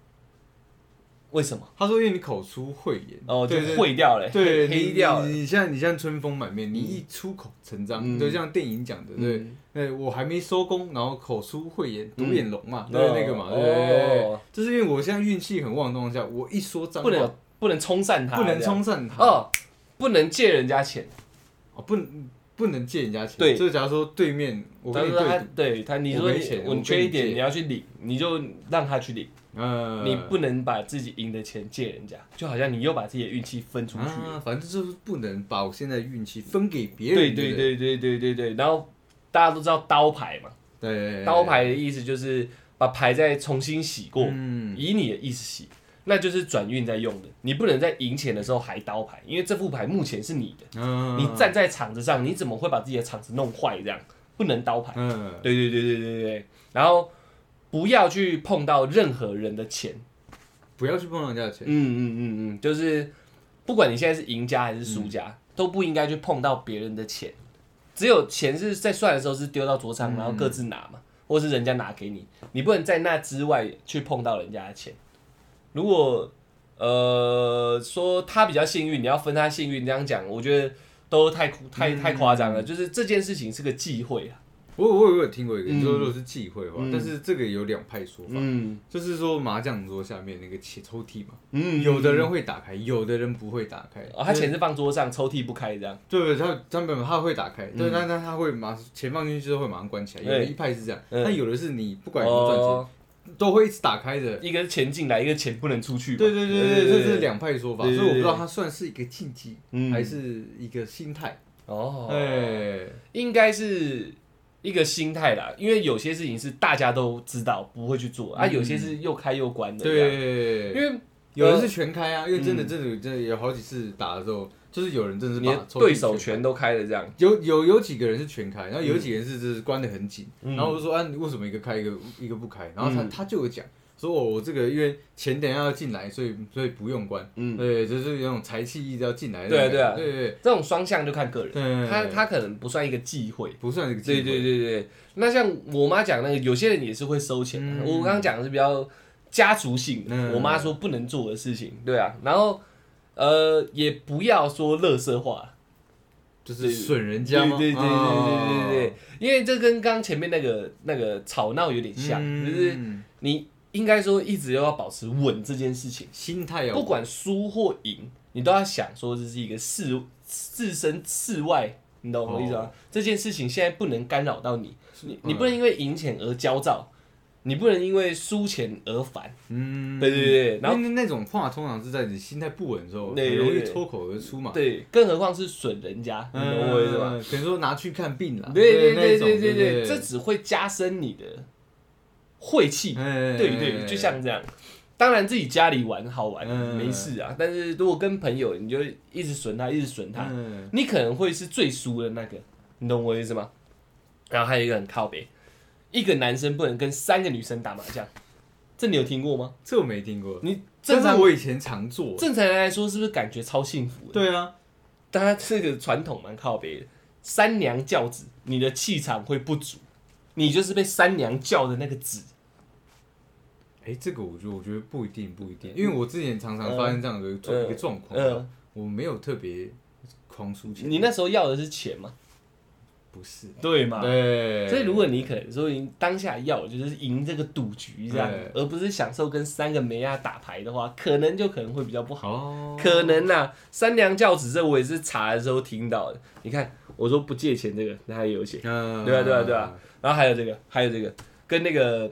Speaker 1: 为什么？
Speaker 2: 他说因为你口出秽言，
Speaker 1: 哦，就
Speaker 2: 对对
Speaker 1: 毁掉了，
Speaker 2: 对，你
Speaker 1: 黑掉了。
Speaker 2: 你你像你像春风满面，你一出口成
Speaker 1: 嗯
Speaker 2: 章，对，像电影讲的，对，
Speaker 1: 嗯
Speaker 2: 对我还没收工，然后口出慧言，独眼龙嘛，
Speaker 1: 嗯
Speaker 2: 对那个嘛，
Speaker 1: 哦
Speaker 2: 对对对，对就是因为我现在运气很旺的状况下，我一说脏话
Speaker 1: 不能不能冲散他，
Speaker 2: 不能冲散
Speaker 1: 这样
Speaker 2: 他，
Speaker 1: 哦，不能借人家钱。
Speaker 2: 哦不能不能借人家钱，
Speaker 1: 对
Speaker 2: 就假如说对面我
Speaker 1: 他
Speaker 2: 跟你
Speaker 1: 说他
Speaker 2: 对赌，
Speaker 1: 对他，你
Speaker 2: 我
Speaker 1: 说
Speaker 2: 没
Speaker 1: 你
Speaker 2: 钱
Speaker 1: 我你
Speaker 2: 我跟
Speaker 1: 缺
Speaker 2: 你
Speaker 1: 一点，
Speaker 2: 借
Speaker 1: 你要去领，你就让他去领，
Speaker 2: 呃，
Speaker 1: 你不能把自己赢的钱借人家，就好像你又把自己的运气分出去了。
Speaker 2: 啊，反正就是不能把我现在的运气分给别
Speaker 1: 对
Speaker 2: 人，
Speaker 1: 对
Speaker 2: 对不
Speaker 1: 对对对对对，然后大家都知道刀牌嘛，
Speaker 2: 对对，对
Speaker 1: 刀，牌的意思就是把牌再重新洗过，
Speaker 2: 嗯，
Speaker 1: 以你的意思洗，那就是转运在用的。你不能在赢钱的时候还刀牌，因为这副牌目前是你的，
Speaker 2: 嗯
Speaker 1: 你站，在场子上，你怎么会把自己的场子弄坏？这样不能刀牌。
Speaker 2: 嗯，
Speaker 1: 对对对对对对，然后不要去碰到任何人的钱。
Speaker 2: 不要去碰人家的
Speaker 1: 嗯
Speaker 2: 钱，
Speaker 1: 嗯嗯嗯，就是不管你现在是赢家还是输
Speaker 2: 嗯
Speaker 1: 家，都不应该去碰到别人的钱。只有钱是在算的时候是丢到桌上，
Speaker 2: 嗯
Speaker 1: 然后各自拿嘛，或是人家拿给你，你不能在那之外去碰到人家的钱。如果呃说他比较幸运，你要分他幸运，这样讲，我觉得都太夸
Speaker 2: 嗯
Speaker 1: 太太夸张了。就是这件事情是个忌讳啊。
Speaker 2: 我我我有听过一个，你说
Speaker 1: 嗯
Speaker 2: 如果是忌讳的话，
Speaker 1: 嗯
Speaker 2: 但是这个有两派说法，
Speaker 1: 嗯
Speaker 2: 就是说麻将桌下面那个钱抽屉嘛，
Speaker 1: 嗯
Speaker 2: 有的人会打开，有的人不会打开。
Speaker 1: 哦，他钱是放桌上，抽屉不开这样。
Speaker 2: 对对，他他没有他会打开，
Speaker 1: 嗯
Speaker 2: 对，但但他会马钱放进去之后会马上关起来。有的
Speaker 1: 对
Speaker 2: 一派是这样，
Speaker 1: 嗯哦
Speaker 2: 但有的是你不管怎么赚钱，都会一直打开的。
Speaker 1: 一个钱进来，一个钱不能出去嘛。
Speaker 2: 对对对对，这是两派说法，所
Speaker 1: 对
Speaker 2: 以
Speaker 1: 对
Speaker 2: 我不知道它算是一个禁忌
Speaker 1: 嗯
Speaker 2: 还是一个心态。
Speaker 1: 哦，
Speaker 2: 哎，
Speaker 1: 应该是一个心态啦，因为有些事情是大家都知道不会去做，啊，
Speaker 2: 嗯
Speaker 1: 有些是又开又关的。，因
Speaker 2: 对，
Speaker 1: 为呃嗯
Speaker 2: 有的是全开啊，因为真的真的真的有好几次打的时候，就是有人真的是
Speaker 1: 你的
Speaker 2: 把抽屉
Speaker 1: 对手
Speaker 2: 全开
Speaker 1: 全都开了这样。
Speaker 2: 有有有几个人是全开，然后有几个人是就是关的很紧，
Speaker 1: 嗯
Speaker 2: 然后我就说啊，你为什么一个开一个一个不开？然后他、
Speaker 1: 嗯
Speaker 2: 他就有讲说，哦，我这个因为钱等一下要进来，所以所以不用关，
Speaker 1: 嗯
Speaker 2: 对，就是有种财气一直要进来的
Speaker 1: 对啊
Speaker 2: 那种感觉，对对
Speaker 1: 这种双向就看个人，
Speaker 2: 对，
Speaker 1: 他他可能不算一个忌讳。
Speaker 2: 不算是个
Speaker 1: 对
Speaker 2: 机会
Speaker 1: 对，对对，那像我妈讲那个，有些人也是会收钱啊。
Speaker 2: 嗯
Speaker 1: 我刚刚讲的是比较家族性的，
Speaker 2: 嗯
Speaker 1: 我妈说不能做的事情，对啊。然后呃，也不要说乐色话，
Speaker 2: 就是损人家吗？哦
Speaker 1: 对对对对对对
Speaker 2: 对，
Speaker 1: 对，因为这跟刚前面那个那个吵闹有点像，
Speaker 2: 嗯
Speaker 1: 就是你应该说一直要保持稳这件事情，
Speaker 2: 心态
Speaker 1: 不
Speaker 2: 要
Speaker 1: 管输或赢，你都要想说这是一个事置身事外，你懂我意思
Speaker 2: 哦
Speaker 1: 吗？这件事情现在不能干扰到你，你你不能因为赢钱而焦躁，你不能因为输钱而烦，
Speaker 2: 嗯
Speaker 1: 对对对，然后。
Speaker 2: 因为那种话通常是在你心态不稳的时候，
Speaker 1: 对对
Speaker 2: 很容易
Speaker 1: 对
Speaker 2: 脱口而出嘛。
Speaker 1: 对，更何况是损人家，你懂我意思吗？
Speaker 2: 嗯，可能说拿去看病了。
Speaker 1: 对
Speaker 2: 那
Speaker 1: 对
Speaker 2: 种
Speaker 1: 对对
Speaker 2: 对
Speaker 1: 对，这只会加深你的晦气。
Speaker 2: 哎
Speaker 1: 对对，就像这样。当然自己家里玩好玩，
Speaker 2: 嗯
Speaker 1: 没事啊。但是如果跟朋友，你就一直损他，一直损他，
Speaker 2: 嗯
Speaker 1: 你可能会是最输的那个，你懂我意思吗？然后还有一个很靠北，一个男生不能跟三个女生打麻将，这你有听过吗？
Speaker 2: 这我没听过，
Speaker 1: 你正
Speaker 2: 但
Speaker 1: 常
Speaker 2: 是我以前常做。
Speaker 1: 正常人来说，是不是感觉超幸福的？
Speaker 2: 对啊，
Speaker 1: 但他这个传统蛮靠北的，三娘教子，你的气场会不足，你就是被三娘叫的那个子。
Speaker 2: 哎，这个我觉得我觉得不一定不一定，因为我之前常常发生这样的一个状
Speaker 1: 嗯
Speaker 2: 一个状况
Speaker 1: 嗯，
Speaker 2: 我没有特别狂输钱，
Speaker 1: 你那时候要的是钱嘛？
Speaker 2: 不是？
Speaker 1: 对嘛
Speaker 2: 对，
Speaker 1: 所以，如果你可能说你当下要的就是赢这个赌局这样
Speaker 2: 对，
Speaker 1: 而不是享受跟三个梅亚打牌的话，可能就可能会比较不好。
Speaker 2: 哦，
Speaker 1: 可能呐、啊，三娘教子这我也是查的时候听到的。你看，我说不借钱这个，那还有写，
Speaker 2: 嗯
Speaker 1: 对啊对啊对啊，然后还有这个，还有这个跟那个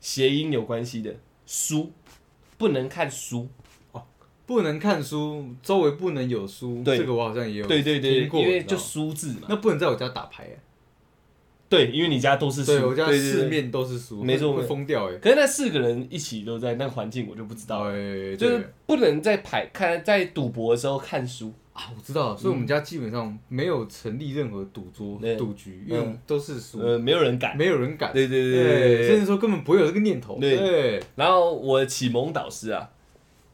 Speaker 1: 谐音有关系的书，不能看书。
Speaker 2: 不能看书，周围不能有书，
Speaker 1: 对
Speaker 2: 这个我好像也有
Speaker 1: 对对对，
Speaker 2: 听过
Speaker 1: 因为
Speaker 2: 你知
Speaker 1: 就
Speaker 2: 道吗
Speaker 1: 书字嘛。
Speaker 2: 那不能在我家打牌哎，
Speaker 1: 对，因为你家都是
Speaker 2: 对我
Speaker 1: 树，
Speaker 2: 家
Speaker 1: 对对
Speaker 2: 四
Speaker 1: 对
Speaker 2: 面都是书，
Speaker 1: 没错
Speaker 2: 会
Speaker 1: 没错
Speaker 2: 疯掉哎。
Speaker 1: 可是那四个人一起都在那个环境，我就不知道了。
Speaker 2: 哎，
Speaker 1: 就
Speaker 2: 对
Speaker 1: 是不能在排看在赌博的时候看书，
Speaker 2: 啊，我知道了，所以我们家基本上没有成立任何赌桌
Speaker 1: 嗯对、
Speaker 2: 赌局，
Speaker 1: 嗯
Speaker 2: 因为都是书，
Speaker 1: 呃，没有人敢。
Speaker 2: 没有人敢。
Speaker 1: 对对对对
Speaker 2: 对，
Speaker 1: 对
Speaker 2: 甚至说根本不会有这个念头。
Speaker 1: 对
Speaker 2: 对，
Speaker 1: 然后我的启蒙导师啊，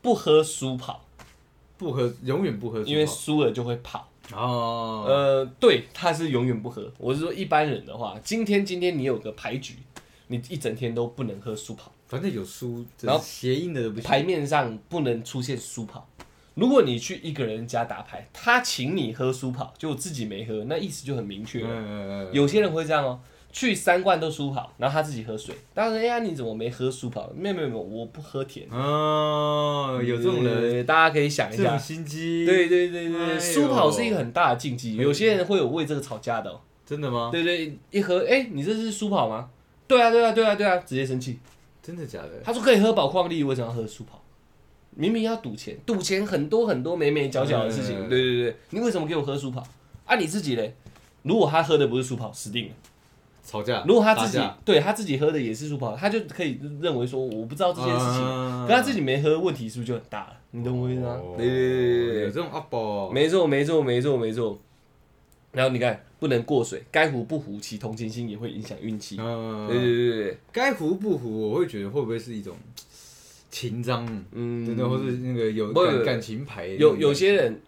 Speaker 1: 不喝输跑，
Speaker 2: 不喝，永远不喝书
Speaker 1: 因为输了就会跑。
Speaker 2: 跑。哦，
Speaker 1: 呃，对，他是永远不喝。我是说一般人的话，今天今天你有个牌局，你一整天都不能喝输跑，
Speaker 2: 反正有书，
Speaker 1: 然后
Speaker 2: 谐音的都不行。
Speaker 1: 牌面上不能出现输跑。如果你去一个人家打牌，他请你喝输跑，就自己没喝，那意思就很明确了。
Speaker 2: 嗯，
Speaker 1: 有些人会这样哦，去三罐都输跑，然后他自己喝水。当然，哎呀，你怎么没喝输跑？没有没有没有，我不喝甜。
Speaker 2: 哦，嗯有这种人，
Speaker 1: 对，大家可以想一
Speaker 2: 这种
Speaker 1: 下。
Speaker 2: 心机，
Speaker 1: 嗯对，对对对，
Speaker 2: 哎呦
Speaker 1: 输跑是一个很大的禁忌，有些人会有为这个吵架的、哦。
Speaker 2: 真的吗？
Speaker 1: 对对，一喝，哎，你这是输跑吗？对啊对啊对啊对啊，直接生气。
Speaker 2: 真的假的？
Speaker 1: 他说可以喝宝矿力，为什么要喝输跑？明明要赌钱，赌钱很多很多眉眉角角的事情。
Speaker 2: 嗯
Speaker 1: 对对对，你为什么给我喝输跑？啊，你自己嘞？如果他喝的不是输跑，死定了。
Speaker 2: 吵架，
Speaker 1: 如果他自己
Speaker 2: 打架
Speaker 1: 对他自己喝的也是舒跑，他就可以认为说我不知道这件事情，
Speaker 2: 啊
Speaker 1: 可他自己没喝，问题是不是就很大了？你懂我意思吗
Speaker 2: 哦？
Speaker 1: 对对
Speaker 2: 有
Speaker 1: 对对
Speaker 2: 这种阿宝啊
Speaker 1: 对，，没错没错没错没错。然后你看，不能过水，该胡不胡，其同情心也会影响运气。对对
Speaker 2: 嗯，
Speaker 1: 对对对，
Speaker 2: 该糊不糊，我会觉得会不会是一种情章，真的，
Speaker 1: 嗯，
Speaker 2: 或是那个有
Speaker 1: 不不
Speaker 2: 感感情牌，
Speaker 1: 有有，些人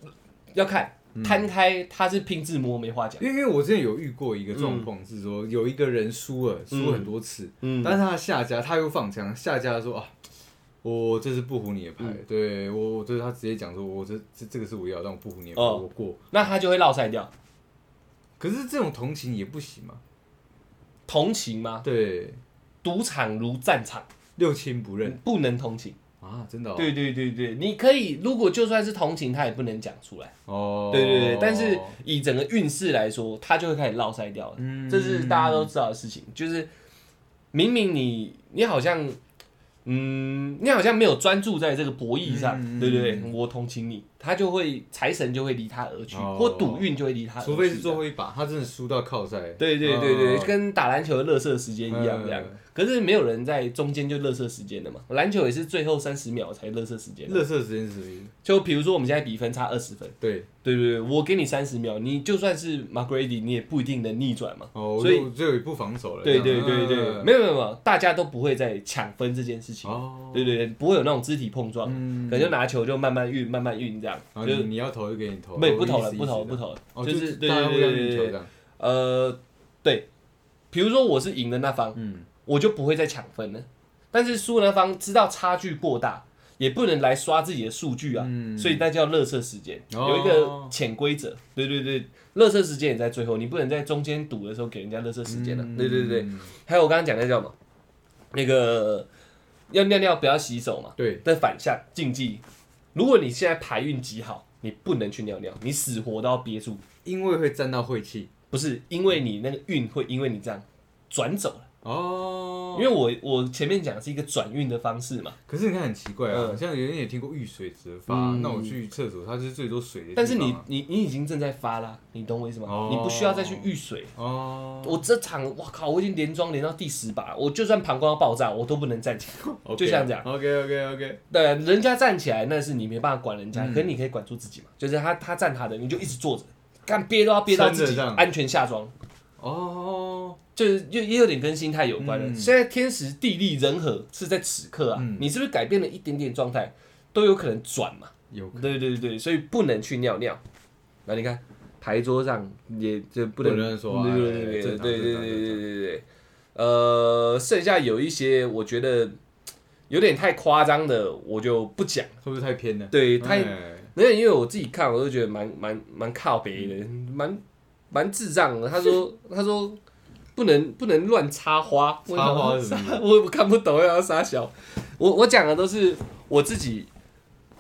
Speaker 1: 要看摊开，他是拼字摸没话讲。
Speaker 2: 因为因为我之前有遇过一个状况是说，有一个人输了，输很多次，
Speaker 1: 嗯，
Speaker 2: 但是他下家他又放枪，下家说啊，我这是不胡你的牌，对我我就是他直接讲说，我这这这个是我要，但我不胡你的牌，
Speaker 1: 哦
Speaker 2: 我过。
Speaker 1: 那他就会落塞掉。
Speaker 2: 可是这种同情也不行嘛，
Speaker 1: 同情
Speaker 2: 啊
Speaker 1: 吗？
Speaker 2: 对，
Speaker 1: 赌场如战场，
Speaker 2: 六亲不认
Speaker 1: 不能同情。
Speaker 2: 啊，真的哦，
Speaker 1: 对对对对，你可以，如果就算是同情，他也不能讲出来。
Speaker 2: 哦，
Speaker 1: 对对对，但是以整个运势来说，他就会开始落塞掉了。
Speaker 2: 嗯
Speaker 1: 这是大家都知道的事情，就是明明你你好像，嗯，你好像没有专注在这个博弈上，
Speaker 2: 嗯嗯嗯
Speaker 1: 对不对？我同情你，他就会财神就会离他而去，
Speaker 2: 哦
Speaker 1: 或赌运就会离他而去。
Speaker 2: 除非是最后一把，他真的输到靠赛，
Speaker 1: 对对对对，
Speaker 2: 哦
Speaker 1: 跟打篮球的热射时间一样
Speaker 2: 嗯
Speaker 1: 这样。可是没有人在中间就热射时间的嘛，篮球也是最后三十秒才热射时间的。
Speaker 2: 乐色时间是什么意思？
Speaker 1: 就比如说我们现在比分差二十分。
Speaker 2: 对，
Speaker 1: 对对对，我给你三十秒，你就算是 McGrady，你也不一定能逆转嘛。
Speaker 2: 哦，
Speaker 1: 所
Speaker 2: 所
Speaker 1: 以
Speaker 2: 以最后一步防守了，
Speaker 1: 对
Speaker 2: 这
Speaker 1: 对
Speaker 2: 样
Speaker 1: 对
Speaker 2: 啊
Speaker 1: 对，，没有没有没有，大家都不会在抢分这件事情。
Speaker 2: 嗯哦，
Speaker 1: 对对对，不会有那种肢体碰撞，
Speaker 2: 嗯
Speaker 1: 可能就拿球就慢慢运，慢慢运这样，
Speaker 2: 然后
Speaker 1: 就
Speaker 2: 啊你你要投就给你投，
Speaker 1: 没
Speaker 2: 哦
Speaker 1: 不投
Speaker 2: 意
Speaker 1: 了，
Speaker 2: 思
Speaker 1: 不投
Speaker 2: 意
Speaker 1: 了，
Speaker 2: 思
Speaker 1: 不投了，
Speaker 2: 哦，
Speaker 1: 就
Speaker 2: 就是
Speaker 1: 对
Speaker 2: 大家互
Speaker 1: 对
Speaker 2: 相
Speaker 1: 对
Speaker 2: 运
Speaker 1: 对
Speaker 2: 球这
Speaker 1: 对，
Speaker 2: 样，
Speaker 1: 呃，对，比如说我是赢的那方，
Speaker 2: 嗯，
Speaker 1: 我就不会再抢分了，但是输的那方知道差距过大。也不能来刷自己的数据啊，
Speaker 2: 嗯
Speaker 1: 所以那叫热射时间，
Speaker 2: 哦
Speaker 1: 有一个潜规则。对对对，热射时间也在最后，你不能在中间赌的时候给人家热射时间了、啊
Speaker 2: 嗯
Speaker 1: 对对对，，还有我刚刚讲的叫什么？那个要尿尿不要洗手嘛
Speaker 2: 对，
Speaker 1: 的反向禁忌。如果你现在排运极好，你不能去尿尿，你死活都要憋住。
Speaker 2: 因为会沾到晦气
Speaker 1: 不是因为你那个运会因为你这样转走了，
Speaker 2: 哦
Speaker 1: 因。为我我前面讲是一个转运的方式嘛，
Speaker 2: 可是你看很奇怪啊，
Speaker 1: 嗯
Speaker 2: 像有人也听过遇水则发，
Speaker 1: 嗯
Speaker 2: 那我去厕所，它是最多水的地方
Speaker 1: 但
Speaker 2: 啊。
Speaker 1: 是你你你已经正在发啦，你懂我意思吗
Speaker 2: 哦？
Speaker 1: 你不需要再去遇水。
Speaker 2: 哦，
Speaker 1: 我这场我靠，我已经连庄连到第十把，我就算膀胱要爆炸，我都不能站起来。 就像这样
Speaker 2: OK OK OK，
Speaker 1: 对，人家站起来那是你没办法管人
Speaker 2: 嗯
Speaker 1: 家，可是你可以管住自己嘛。就是他他站他的，你就一直坐着，干憋都要憋到自
Speaker 2: 撑着
Speaker 1: 己
Speaker 2: 这样
Speaker 1: 安全下庄，
Speaker 2: 哦，
Speaker 1: 就是又也有点跟心态有关了。
Speaker 2: 嗯
Speaker 1: 现在天时地利人和是在此刻啊，
Speaker 2: 嗯
Speaker 1: 你是不是改变了一点点状态，都有可能转嘛。
Speaker 2: 有
Speaker 1: 对对对，所以不能去尿尿。那你看牌桌上也就不能
Speaker 2: 不能说啊
Speaker 1: 对对对对
Speaker 2: 正常
Speaker 1: 对对
Speaker 2: 正
Speaker 1: 对
Speaker 2: 常正
Speaker 1: 对
Speaker 2: 常
Speaker 1: 对对。呃，剩下有一些我觉得有点太夸张的，我就不讲。
Speaker 2: 会不会太偏了？
Speaker 1: 对，太
Speaker 2: 哎
Speaker 1: 那因为我自己看，我就觉得蛮蛮蛮靠北的，蛮蛮智障的。他说他说不能不能乱插花，我
Speaker 2: 插花是什么意思？
Speaker 1: 我我看不懂要撒小。我我讲的都是我自己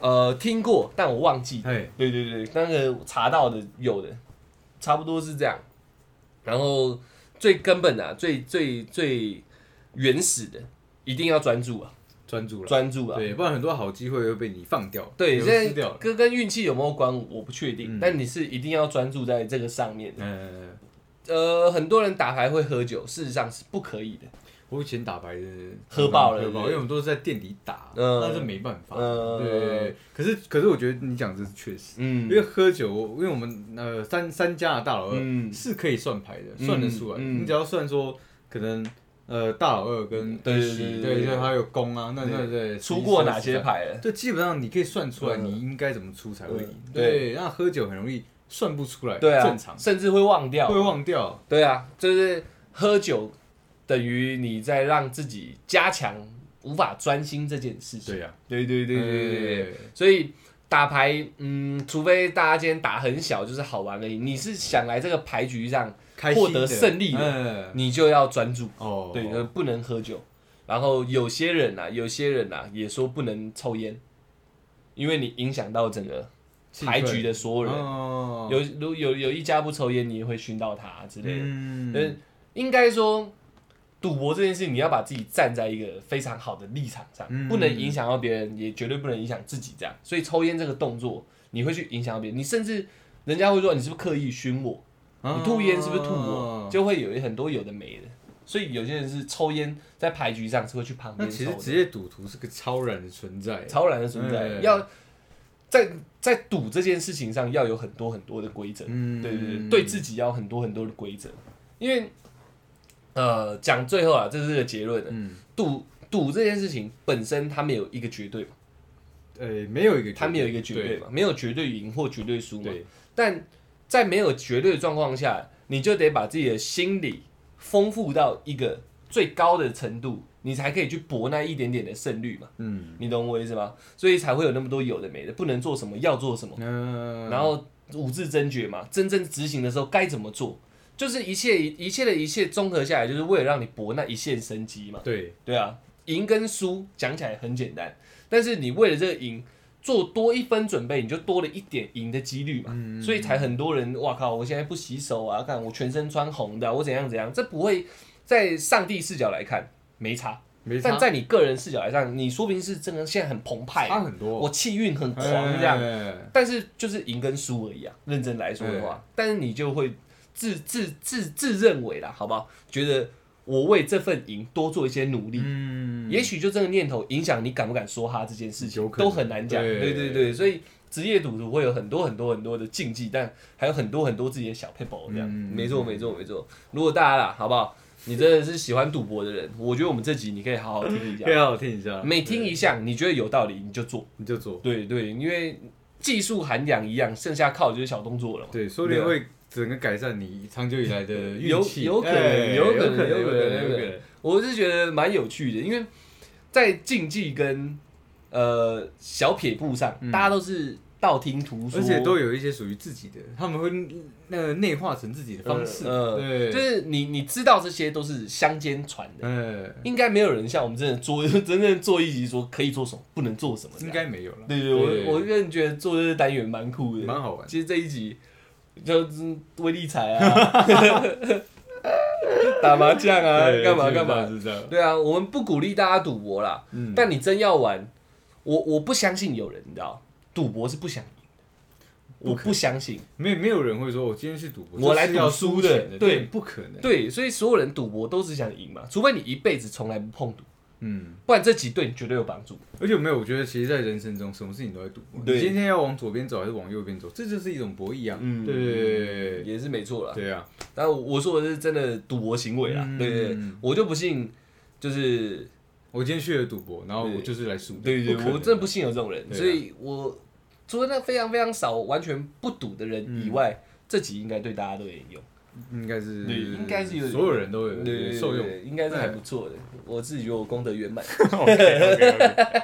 Speaker 1: 呃听过，但我忘记。
Speaker 2: 哎，
Speaker 1: 对对对，那个查到的有的差不多是这样。然后最根本的、啊、最最最原始的，一定要专注啊，
Speaker 2: 专注了，
Speaker 1: 专注啊。
Speaker 2: 对，不然很多好机会会被你放掉，
Speaker 1: 对，
Speaker 2: 流
Speaker 1: 现
Speaker 2: 失
Speaker 1: 在
Speaker 2: 掉了。
Speaker 1: 跟跟运气有没有关，我不确定。但你是一定要专注在这个上面的。
Speaker 2: 嗯，
Speaker 1: 呃，很多人打牌会喝酒，事实上是不可以的。
Speaker 2: 我以前打牌是
Speaker 1: 喝爆了
Speaker 2: 喝爆，
Speaker 1: 对
Speaker 2: 因
Speaker 1: 不对
Speaker 2: 为我们都是在店里打，
Speaker 1: 嗯
Speaker 2: 那是没办法。
Speaker 1: 嗯
Speaker 2: 对，可是可是我觉得你讲这是确实，
Speaker 1: 嗯
Speaker 2: 因为喝酒，我因为我们呃三三家的大老二
Speaker 1: 嗯
Speaker 2: 是可以算牌的，
Speaker 1: 嗯
Speaker 2: 算得出来。
Speaker 1: 嗯
Speaker 2: 你只要算说可能呃大老二跟
Speaker 1: 对对
Speaker 2: 一起
Speaker 1: 对对
Speaker 2: 对
Speaker 1: 对
Speaker 2: 还有公啊，那那
Speaker 1: 对
Speaker 2: 对
Speaker 1: 出过哪些？牌了？
Speaker 2: 对，基本上你可以算出来
Speaker 1: 嗯
Speaker 2: 你应该怎么出才会赢。
Speaker 1: 嗯
Speaker 2: 对，那喝酒很容易算不出来，
Speaker 1: 对啊，
Speaker 2: 正常
Speaker 1: 甚至会忘掉
Speaker 2: 会。忘掉。
Speaker 1: 对啊，就是喝酒等于你在让自己加强无法专心这件事情。
Speaker 2: 对呀，
Speaker 1: 对对对对对对
Speaker 2: 哎
Speaker 1: 对，所以打牌，嗯，除非大家今天打很小，就是好玩而已。你是想来这个牌局上
Speaker 2: 开心
Speaker 1: 获得胜利的，
Speaker 2: 的，嗯
Speaker 1: 你就要专注，
Speaker 2: 哦，
Speaker 1: 对，呃不能喝酒。然后有些人啊，有些人啊也说不能抽烟，因为你影响到整个
Speaker 2: 气氛
Speaker 1: 牌局的所有人。
Speaker 2: 哦，
Speaker 1: 有如有有一家不抽烟，你也会熏到他之类的。
Speaker 2: 嗯
Speaker 1: 嗯，应该说，赌博这件事，你要把自己站在一个非常好的立场上，
Speaker 2: 嗯
Speaker 1: 不能影响到别人，也绝对不能影响自己。这样，所以抽烟这个动作，你会去影响到别人，你甚至人家会说你是不是刻意熏我，呃你吐烟是不是吐我，
Speaker 2: 哦
Speaker 1: 就会有很多有的没的。所以有些人是抽烟在牌局上是会去旁
Speaker 2: 那
Speaker 1: 边
Speaker 2: 其
Speaker 1: 抽
Speaker 2: 实
Speaker 1: 的，
Speaker 2: 职业赌徒是个超然的存在，
Speaker 1: 超然的存在，
Speaker 2: 嗯
Speaker 1: 要在在赌这件事情上要有很多很多的规则。
Speaker 2: 嗯
Speaker 1: 对对对，对自己要很多很多的规则，因为呃，讲最后啊，这是个结论了。
Speaker 2: 嗯，
Speaker 1: 赌赌这件事情本身，它没有一个绝对嘛，
Speaker 2: 呃，没有一个，
Speaker 1: 它没有一个绝对嘛，没有绝对赢或绝对输嘛。
Speaker 2: 对，
Speaker 1: 但在没有绝对的状况下，你就得把自己的心理丰富到一个最高的程度，你才可以去搏那一点点的胜率嘛。
Speaker 2: 嗯，
Speaker 1: 你懂我意思吗？所以才会有那么多有的没的，不能做什么，要做什么。
Speaker 2: 嗯
Speaker 1: 然后五字真诀嘛，真正执行的时候该怎么做，就是一切一切的一切综合下来，就是为了让你搏那一线生机嘛。
Speaker 2: 对，
Speaker 1: 对啊，赢跟输讲起来很简单，但是你为了这个赢做多一分准备，你就多了一点赢的几率嘛。
Speaker 2: 嗯
Speaker 1: 所以才很多人，哇靠！我现在不洗手啊，看我全身穿红的啊、我怎样怎样，这不会在上帝视角来看没差，
Speaker 2: 没差
Speaker 1: 但在你个人视角来看，你说不定是真的现在很澎湃，
Speaker 2: 差很多，哎
Speaker 1: 我气运很狂这样，
Speaker 2: 样，
Speaker 1: 但是就是赢跟输而已啊，认真来说的话，
Speaker 2: 哎
Speaker 1: 但是你就会自自自自认为啦，好不好？觉得我为这份赢多做一些努力，
Speaker 2: 嗯，
Speaker 1: 也许就这个念头影响你敢不敢说哈这件事情
Speaker 2: 有，可能
Speaker 1: 都很难讲。
Speaker 2: 对
Speaker 1: 对对对，所以职业赌徒会有很多很多很多的禁忌，但还有很多很多自己的小 p a p e 这样。
Speaker 2: 嗯
Speaker 1: 没错没错没错。如果大家啦，好不好？你真的是喜欢赌博的人，我觉得我们这集你可以好好听一 下
Speaker 2: 可以，好好听一下，
Speaker 1: 每听一项你觉得有道理你就做。
Speaker 2: 你就做，
Speaker 1: 对对，因为技术涵养一样，剩下靠的就是小动作了嘛。
Speaker 2: 对，说不定会整个改善你长久以来的运气，
Speaker 1: 啊有有可能有
Speaker 2: 哎有
Speaker 1: 可能
Speaker 2: 能，
Speaker 1: 有
Speaker 2: 有
Speaker 1: 可能
Speaker 2: 有
Speaker 1: 有可
Speaker 2: 可能，
Speaker 1: 我是觉得蛮有趣的，因为在竞技跟呃小撇步上，
Speaker 2: 嗯
Speaker 1: 大家都是道听途说，
Speaker 2: 而且都有一些属于自己的，他们会那个内化成自己的方式，
Speaker 1: 呃
Speaker 2: 对，
Speaker 1: 就是你你知道这些都是乡间传的，
Speaker 2: 哎，
Speaker 1: 应该没有人像我们真的做 真正做一集说可以做什么，不能做什么这
Speaker 2: 应
Speaker 1: 样。
Speaker 2: 该没有了，
Speaker 1: 对对，我我个人觉得做这个单元蛮酷的，
Speaker 2: 蛮好玩的
Speaker 1: 其实这一集就是威力彩 啊， 打麻将啊，
Speaker 2: 对
Speaker 1: 干嘛
Speaker 2: 基
Speaker 1: 干
Speaker 2: 本上
Speaker 1: 嘛。
Speaker 2: 是这样，
Speaker 1: 对啊，我们不鼓励大家赌博啦，
Speaker 2: 嗯，
Speaker 1: 但你真要玩，我我不相信有人，你知道，赌博是不想赢的，我不相信。
Speaker 2: 没没有人会说，我今天去赌博，
Speaker 1: 我来
Speaker 2: 这是要
Speaker 1: 赌输
Speaker 2: 输钱
Speaker 1: 的
Speaker 2: 的，
Speaker 1: 对
Speaker 2: 不可能。
Speaker 1: 对，所以所有人赌博都只想赢嘛，除非你一辈子从来不碰赌，
Speaker 2: 嗯，
Speaker 1: 不然这集对你绝对有帮助。
Speaker 2: 而且没有，我觉得其实，在人生中，什么事情都在赌博。
Speaker 1: 对
Speaker 2: 你今天要往左边走还是往右边走，这就是一种博弈啊。
Speaker 1: 嗯
Speaker 2: 对对对
Speaker 1: 也是没错啦。
Speaker 2: 对啊，
Speaker 1: 但我我说的是真的赌博行为啦，
Speaker 2: 嗯
Speaker 1: 对对对，我就不信，就是
Speaker 2: 我今天去了赌博，然后我就是来输的。
Speaker 1: 对对
Speaker 2: 不可
Speaker 1: 对，
Speaker 2: 能
Speaker 1: 我真的不信有这种人，
Speaker 2: 对啊
Speaker 1: 所以我除了那非常非常少完全不赌的人以外，这集应该对大家都有点用，
Speaker 2: 应该是
Speaker 1: 对应该是有
Speaker 2: 所有人都有
Speaker 1: 对对
Speaker 2: 受用。
Speaker 1: 对应该是还不错的，我自己觉得我功德圆满。
Speaker 2: OK，OK，OK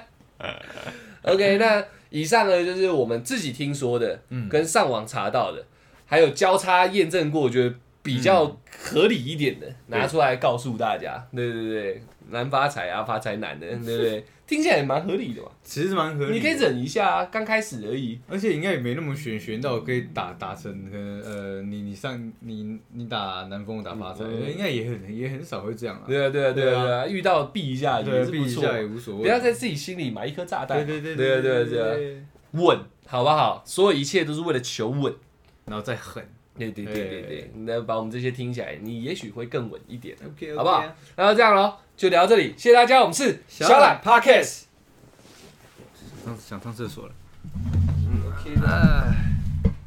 Speaker 1: OK，那以上呢就是我们自己听说的，跟上网查到的，还有交叉验证过，我觉得比较合理一点的，拿出来告诉大家。对对对，难发财啊，发财难的，对不对？听起来也蛮合理的嘛，
Speaker 2: 其实蛮合理。
Speaker 1: 你可以，忍一下啊，刚开始而已。
Speaker 2: 而且应该也没那么悬，悬到可以打打成可能呃，你你上你你打南风，我打发财，
Speaker 1: 嗯
Speaker 2: 应该也很也很少会这样啊。
Speaker 1: 对啊，对啊，对
Speaker 2: 对
Speaker 1: 啊，
Speaker 2: 啊
Speaker 1: 对啊，遇到避一下也
Speaker 2: 对，啊
Speaker 1: 是
Speaker 2: 避
Speaker 1: 不
Speaker 2: 一
Speaker 1: 错，
Speaker 2: 下也无所谓。
Speaker 1: 不要在自己心里埋一颗炸弹
Speaker 2: 对
Speaker 1: 嘛。
Speaker 2: 对对
Speaker 1: 对啊，对啊，对啊，
Speaker 2: 对，
Speaker 1: 稳，好不好？所有一切都是为了求稳。
Speaker 2: 然后再狠，
Speaker 1: 对对对对对，那把我们这些听起来，你也许会更稳一点。
Speaker 2: OK，
Speaker 1: 好不好？然后这样喽，就聊到这里，谢谢大家，我们是小懒 Podcast。
Speaker 2: 上想上厕所了。
Speaker 1: 嗯，OK 的。